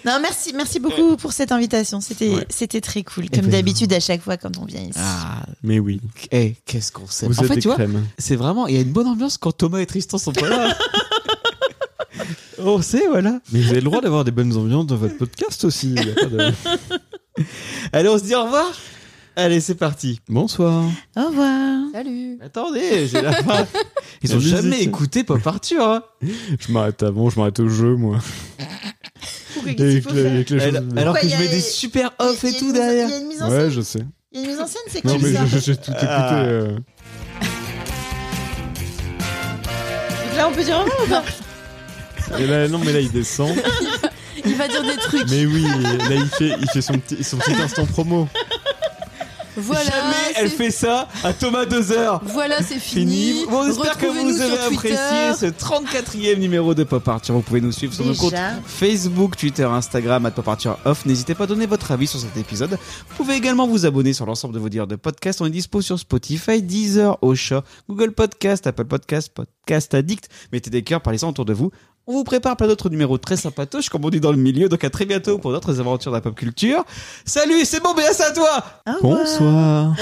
Speaker 2: Non, merci, merci beaucoup pour cette invitation. C'était,
Speaker 4: Ouais.
Speaker 2: c'était très cool.
Speaker 3: ben,
Speaker 2: Comme d'habitude à chaque fois quand on vient ici.
Speaker 3: Ah,
Speaker 4: Mais oui,
Speaker 3: eh, qu'est-ce qu'on sait.
Speaker 4: vous
Speaker 3: en
Speaker 4: êtes
Speaker 3: fait,
Speaker 4: des
Speaker 3: tu vois,
Speaker 4: crèmes.
Speaker 3: c'est vraiment, il y a une bonne ambiance quand Thomas et Tristan sont pas là. *laughs* on sait, voilà.
Speaker 4: Mais vous avez le droit d'avoir des bonnes ambiances dans votre podcast aussi. il y a *laughs* pas de-
Speaker 3: Allez, on se dit au revoir. Allez, c'est parti.
Speaker 4: Bonsoir.
Speaker 2: Au revoir.
Speaker 5: *laughs* Salut.
Speaker 3: Attendez, j'ai *laughs* la fin. Ils
Speaker 4: La
Speaker 3: ont jamais
Speaker 4: musique.
Speaker 3: écouté Pop Arthur. hein.
Speaker 4: Je m'arrête avant, je m'arrête au jeu, moi. Avec les- avec les
Speaker 3: Alors,
Speaker 4: choses-
Speaker 3: alors
Speaker 2: Pourquoi
Speaker 3: que
Speaker 2: il y
Speaker 3: je
Speaker 2: a-
Speaker 3: mets des super off
Speaker 2: Il
Speaker 3: et
Speaker 2: y a une
Speaker 3: tout
Speaker 2: mise-
Speaker 3: derrière.
Speaker 2: Il y a une mise en scène.
Speaker 4: Ouais, je sais.
Speaker 2: Il y a une mise en scène, c'est
Speaker 4: Non,
Speaker 2: comme
Speaker 4: mais
Speaker 2: ça.
Speaker 4: je- j'ai tout écouté.
Speaker 3: Ah.
Speaker 4: euh.
Speaker 2: Donc Là, on peut dire au revoir ou pas
Speaker 4: Et là, non, mais là, il descend.
Speaker 5: Il va dire des trucs.
Speaker 4: Mais oui, là, il fait, il fait son, petit, son petit instant promo.
Speaker 5: Voilà.
Speaker 3: Jamais elle
Speaker 5: c'est-
Speaker 3: fait ça à Thomas 2 heures.
Speaker 5: Voilà, c'est fini.
Speaker 3: Fini. Bon, on espère que
Speaker 5: Retrouvez-nous
Speaker 3: vous avez
Speaker 5: sur Twitter.
Speaker 3: apprécié ce 34e numéro de Pop Arthur. Vous pouvez nous suivre sur nos comptes
Speaker 2: Déjà.
Speaker 3: Facebook, Twitter, Instagram, at Pop Arthur Off. N'hésitez pas à donner votre avis sur cet épisode. Vous pouvez également vous abonner sur l'ensemble de vos dires de podcast. On est dispo sur Spotify, Deezer, Osha, Google Podcast, Apple Podcast, Podcast Addict. Mettez des cœurs, parlez ça autour de vous. On vous prépare plein d'autres numéros très sympatoches, comme on dit dans le milieu. Donc à très bientôt pour d'autres aventures de la pop culture. Salut, c'est bon, BS à toi!
Speaker 2: Au revoir.
Speaker 4: Bonsoir.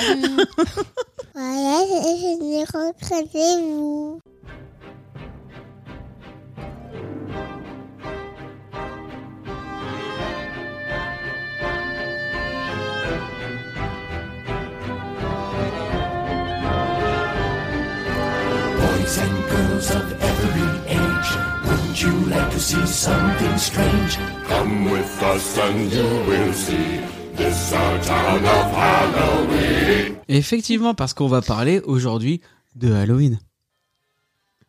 Speaker 6: Voilà, je vais rencontrer vous. Boys and girls of every age, wouldn't you like to see something strange? Come with us and you will see this our town of Halloween.
Speaker 3: Effectivement, parce qu'on va parler aujourd'hui de Halloween.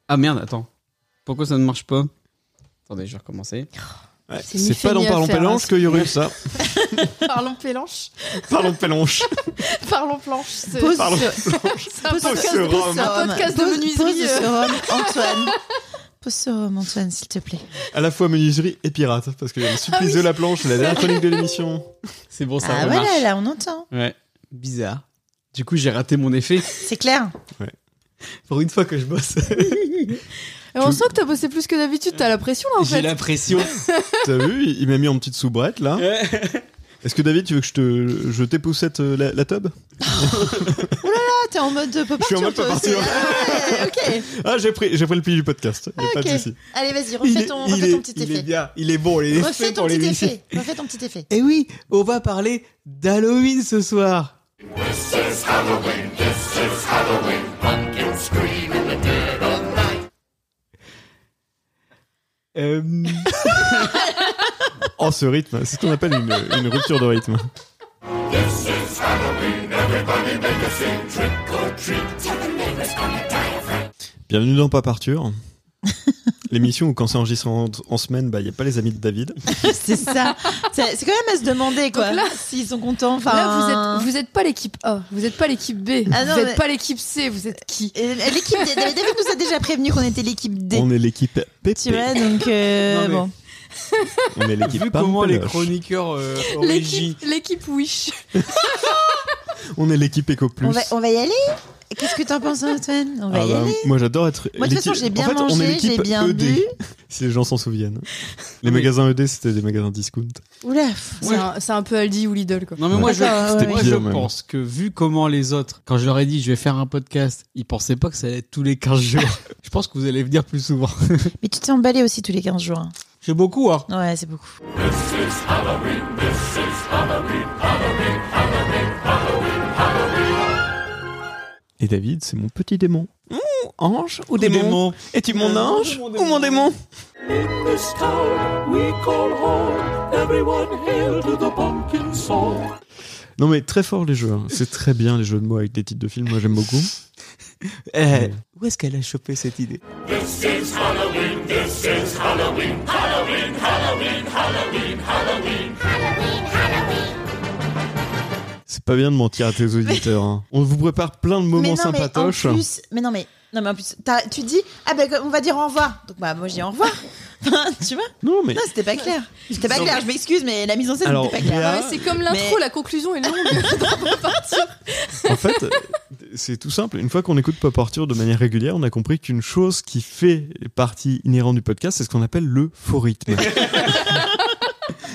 Speaker 3: Ah merde, attends. Pourquoi ça ne marche pas Attendez, je vais recommencer.
Speaker 5: C'est ni
Speaker 4: C'est
Speaker 5: fait
Speaker 4: pas dans
Speaker 5: ni à
Speaker 4: Parlons
Speaker 5: faire,
Speaker 4: Pélanche
Speaker 5: hein.
Speaker 4: qu'il y aurait eu ça.
Speaker 5: Parlons pélanche.
Speaker 4: *laughs* Parlons Pélanche.
Speaker 5: Parlons planche. c'est-
Speaker 2: Pose *laughs*
Speaker 4: Pardon.
Speaker 5: C'est un
Speaker 2: Pose
Speaker 5: podcast
Speaker 2: ce-
Speaker 4: Pose
Speaker 2: pose ce
Speaker 5: Un
Speaker 2: rhum.
Speaker 5: podcast de
Speaker 2: Pose-
Speaker 5: menuiserie,
Speaker 2: Pose ce
Speaker 5: euh.
Speaker 2: rhum, Antoine. Pose ce rhum, Antoine, s'il te plaît.
Speaker 4: À la fois menuiserie et pirate, parce
Speaker 5: Ah
Speaker 4: qu'il y a le supplice de la planche, la dernière chronique
Speaker 5: *laughs*
Speaker 4: de l'émission.
Speaker 3: C'est bon, ça
Speaker 2: ah
Speaker 3: remarche.
Speaker 2: voilà, là, on entend.
Speaker 3: Ouais, bizarre. Du coup, j'ai raté mon effet
Speaker 2: C'est clair.
Speaker 3: pour une fois que je
Speaker 2: *laughs*
Speaker 3: bosse.
Speaker 5: Et on sent que t'as bossé plus que d'habitude, t'as la pression là en
Speaker 3: j'ai
Speaker 5: fait.
Speaker 3: la pression.
Speaker 4: T'as vu, il il m'a mis en petite soubrette là. Est-ce que David, tu veux que je te je t'époussette euh, la, la tub
Speaker 2: Ah, t'es en mode pop
Speaker 4: Je suis en mode pop-arture.
Speaker 2: Ok.
Speaker 4: Ah, j'ai pris j'ai pris le pli du podcast.
Speaker 5: Ah,
Speaker 4: Y a pas de
Speaker 2: ok.
Speaker 4: souci.
Speaker 2: Allez, vas-y, refais ton, refais ton petit effet.
Speaker 3: bien, il est bon, il
Speaker 2: Refais ton petit effet. Refais ton petit effet.
Speaker 3: Et Eh oui, on va parler d'Halloween ce soir.
Speaker 6: This is Halloween, this is Halloween. Pumpkins scream in the dead of night.
Speaker 3: Euh,
Speaker 4: Oh, ce rythme, c'est ce qu'on appelle une, une rupture de rythme.
Speaker 6: This is Halloween, everybody make a scene. Trick or treat, tell the neighbors on the diaphragm.
Speaker 4: Bienvenue dans Pas Parture. L'émission où quand c'est enregistré en, en semaine, bah il y a pas les amis de David.
Speaker 2: *laughs* C'est ça. C'est c'est quand même à se demander, quoi.
Speaker 5: Donc là-
Speaker 2: S'ils sont contents. Enfin,
Speaker 5: Là, vous êtes, vous êtes pas l'équipe A, vous êtes pas l'équipe B,
Speaker 2: Ah non,
Speaker 5: vous êtes
Speaker 2: mais-
Speaker 5: pas l'équipe C, vous êtes qui
Speaker 2: Et L'équipe D. David David nous a déjà prévenu qu'on était l'équipe D.
Speaker 4: On est
Speaker 2: *laughs*
Speaker 4: l'équipe
Speaker 2: Tu
Speaker 4: Pépé.
Speaker 2: vois, donc euh,
Speaker 3: Non, mais-
Speaker 2: bon.
Speaker 4: On est l'équipe
Speaker 3: vu comment les
Speaker 4: Pampeloche.
Speaker 3: chroniqueurs euh, en régie-
Speaker 5: L'équipe l'équipe Wish.
Speaker 4: On est l'équipe Eco Plus.
Speaker 2: On va, on va y aller Qu'est-ce que t'en penses, Antoine On va
Speaker 4: Ah
Speaker 2: y
Speaker 4: bah,
Speaker 2: aller
Speaker 4: moi j'adore être.
Speaker 2: Moi, de toute
Speaker 4: l'équipe-
Speaker 2: façon, j'ai bien
Speaker 4: en fait, on est
Speaker 2: mangé,
Speaker 4: l'équipe E
Speaker 2: j'ai bien
Speaker 4: ED,
Speaker 2: bu.
Speaker 4: Si les gens s'en souviennent. Les
Speaker 3: Oui.
Speaker 4: magasins ED, c'était des magasins discount.
Speaker 2: Oula. pff.
Speaker 5: C'est un, c'est un peu Aldi ou Lidl quoi.
Speaker 3: Non mais moi je,
Speaker 2: D'accord,
Speaker 4: ouais,
Speaker 3: moi,
Speaker 4: ouais.
Speaker 3: je
Speaker 4: Pire, même.
Speaker 3: pense que vu comment les autres, quand je leur ai dit je vais faire un podcast, ils pensaient pas que ça allait être tous les 15 *laughs* jours. je pense que vous allez venir plus souvent.
Speaker 2: Mais tu t'es emballé aussi tous les 15 jours. hein.
Speaker 3: C'est beaucoup hein.
Speaker 2: Ouais, c'est beaucoup.
Speaker 6: This is Halloween, this is Halloween, Halloween, Halloween, Halloween, Halloween.
Speaker 4: Et David, c'est mon petit démon.
Speaker 2: Mmh,
Speaker 4: ange ou Es-tu
Speaker 3: mon ange Euh, ou mon démon
Speaker 6: In this town we call home, everyone hail to the pumpkin song.
Speaker 4: Non mais très fort les jeux. hein. C'est très bien les jeux de mots avec des titres de films. Moi j'aime beaucoup.
Speaker 3: Eh, où est-ce qu'elle a chopé cette idée
Speaker 6: This is Halloween, this is Halloween, Halloween, Halloween, Halloween, Halloween.
Speaker 4: C'est pas bien de mentir à tes auditeurs. hein. On vous prépare plein de moments
Speaker 2: mais non, mais en
Speaker 4: sympatoches.
Speaker 2: plus, mais non, mais, non, mais en plus, t'as- tu dis, ah ben, on va dire au revoir. Donc, bah, moi, je dis au revoir. *laughs* tu vois
Speaker 4: Non mais
Speaker 2: Non, c'était pas clair. C'était pas clair, je m'excuse, mais la mise en scène
Speaker 4: Alors,
Speaker 2: n'était pas claire.
Speaker 4: Léa-
Speaker 5: Ouais, c'est comme l'intro,
Speaker 2: Mais-
Speaker 5: la conclusion est longue.
Speaker 2: *laughs*
Speaker 4: en fait, c'est tout simple. Une fois qu'on écoute Pop Arthur de manière régulière, on a compris qu'une chose qui fait partie inhérente du podcast, c'est ce qu'on appelle le
Speaker 2: *laughs*
Speaker 4: faux rythme.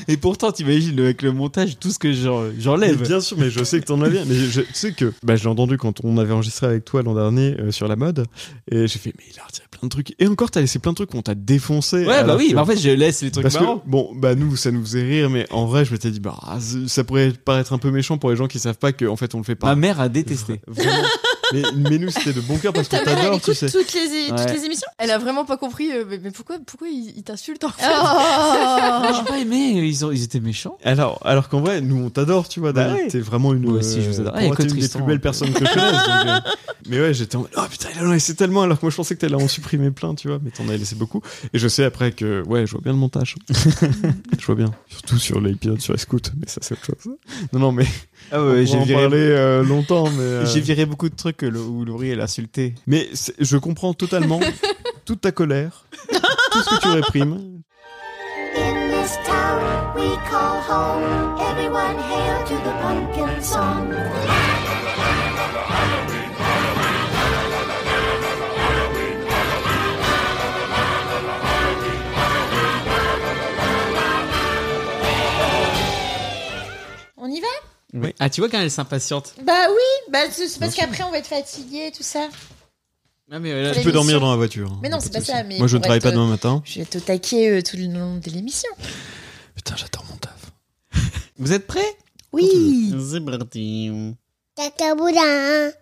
Speaker 3: Et pourtant, t'imagines avec le montage tout ce que j'en-
Speaker 4: Mais
Speaker 3: j'enlève.
Speaker 4: bien sûr, mais je sais que t'en as bien. Mais je, tu sais que bah, je l'ai entendu quand on avait enregistré avec toi l'an dernier euh, sur la mode. Et j'ai fait, mais il a retiré plein de trucs. Et encore, t'as laissé plein de trucs qu'on t'a défoncé.
Speaker 3: Ouais bah
Speaker 4: alors
Speaker 3: oui,
Speaker 4: que-
Speaker 3: mais en fait je laisse les trucs
Speaker 4: Parce
Speaker 3: marrants.
Speaker 4: que, bon, bah nous, ça nous faisait rire, mais en vrai, je m'étais dit, bah, ah, ça pourrait paraître un peu méchant pour les gens qui savent pas qu'en fait, on le fait pas.
Speaker 3: Ma mère a détesté.
Speaker 4: Vraiment. mais, mais nous, c'était de bon
Speaker 3: *laughs*
Speaker 4: cœur parce qu'on
Speaker 2: Ta mère, elle
Speaker 4: t'adore, tu
Speaker 2: écoute
Speaker 4: sais.
Speaker 2: toutes, les, toutes
Speaker 3: Ouais.
Speaker 2: les émissions.
Speaker 5: Elle a vraiment pas compris, euh, mais, mais pourquoi, pourquoi il, il t'insulte en fait
Speaker 2: Oh
Speaker 3: Ah, J'ai pas aimé, ils, ont, ils étaient méchants.
Speaker 4: Alors, alors qu'en vrai, nous, on t'adore, tu vois,
Speaker 3: Bah
Speaker 4: David.
Speaker 3: ouais.
Speaker 4: T'es vraiment une.
Speaker 3: Moi aussi, je vous
Speaker 4: euh,
Speaker 3: adore.
Speaker 4: pour
Speaker 3: Ah,
Speaker 4: moi,
Speaker 3: écoute,
Speaker 4: t'es une des
Speaker 3: Tristan,
Speaker 4: plus belles
Speaker 3: euh.
Speaker 4: personnes que je connaisse.
Speaker 10: *laughs*
Speaker 4: donc, euh, Mais ouais, j'étais en mode, oh putain, il en a laissé tellement, alors que moi, je pensais que t'allais en supprimer plein, tu vois, mais t'en as laissé beaucoup. Et je sais après que, ouais, je vois bien
Speaker 10: *laughs*
Speaker 4: le montage. je vois bien. Surtout sur l'épisode sur la scout, mais ça, c'est autre chose. Non, non, mais.
Speaker 10: Ah
Speaker 4: on pourra en parler euh, longtemps, mais. euh,
Speaker 10: J'ai viré beaucoup de trucs euh, le- où Laurie elle a insulté.
Speaker 4: Mais c'est- je
Speaker 10: *laughs*
Speaker 4: comprends totalement toute ta colère, tout ce que tu réprimes.
Speaker 6: In this town we call home, everyone hail to the pumpkin song.
Speaker 2: On y va
Speaker 3: Ah tu vois quand elle s'impatiente.
Speaker 2: Bah oui, bah, c'est c'est parce qu'après on va être fatigué, tout ça.
Speaker 3: Ah mais là,
Speaker 2: Faut
Speaker 4: Tu
Speaker 2: L'émission.
Speaker 4: peux dormir dans la voiture. hein.
Speaker 2: Mais non,
Speaker 4: Y a
Speaker 2: c'est
Speaker 4: de
Speaker 2: pas
Speaker 4: souci.
Speaker 2: ça, mais
Speaker 4: Moi, je ne
Speaker 2: pour
Speaker 4: travaille pas
Speaker 2: être-
Speaker 4: demain matin.
Speaker 2: Je vais te taquer euh, tout le long de l'émission.
Speaker 4: Putain, j'adore mon taf.
Speaker 3: vous êtes prêts
Speaker 2: Oui
Speaker 9: C'est parti.
Speaker 6: Tata Boudin.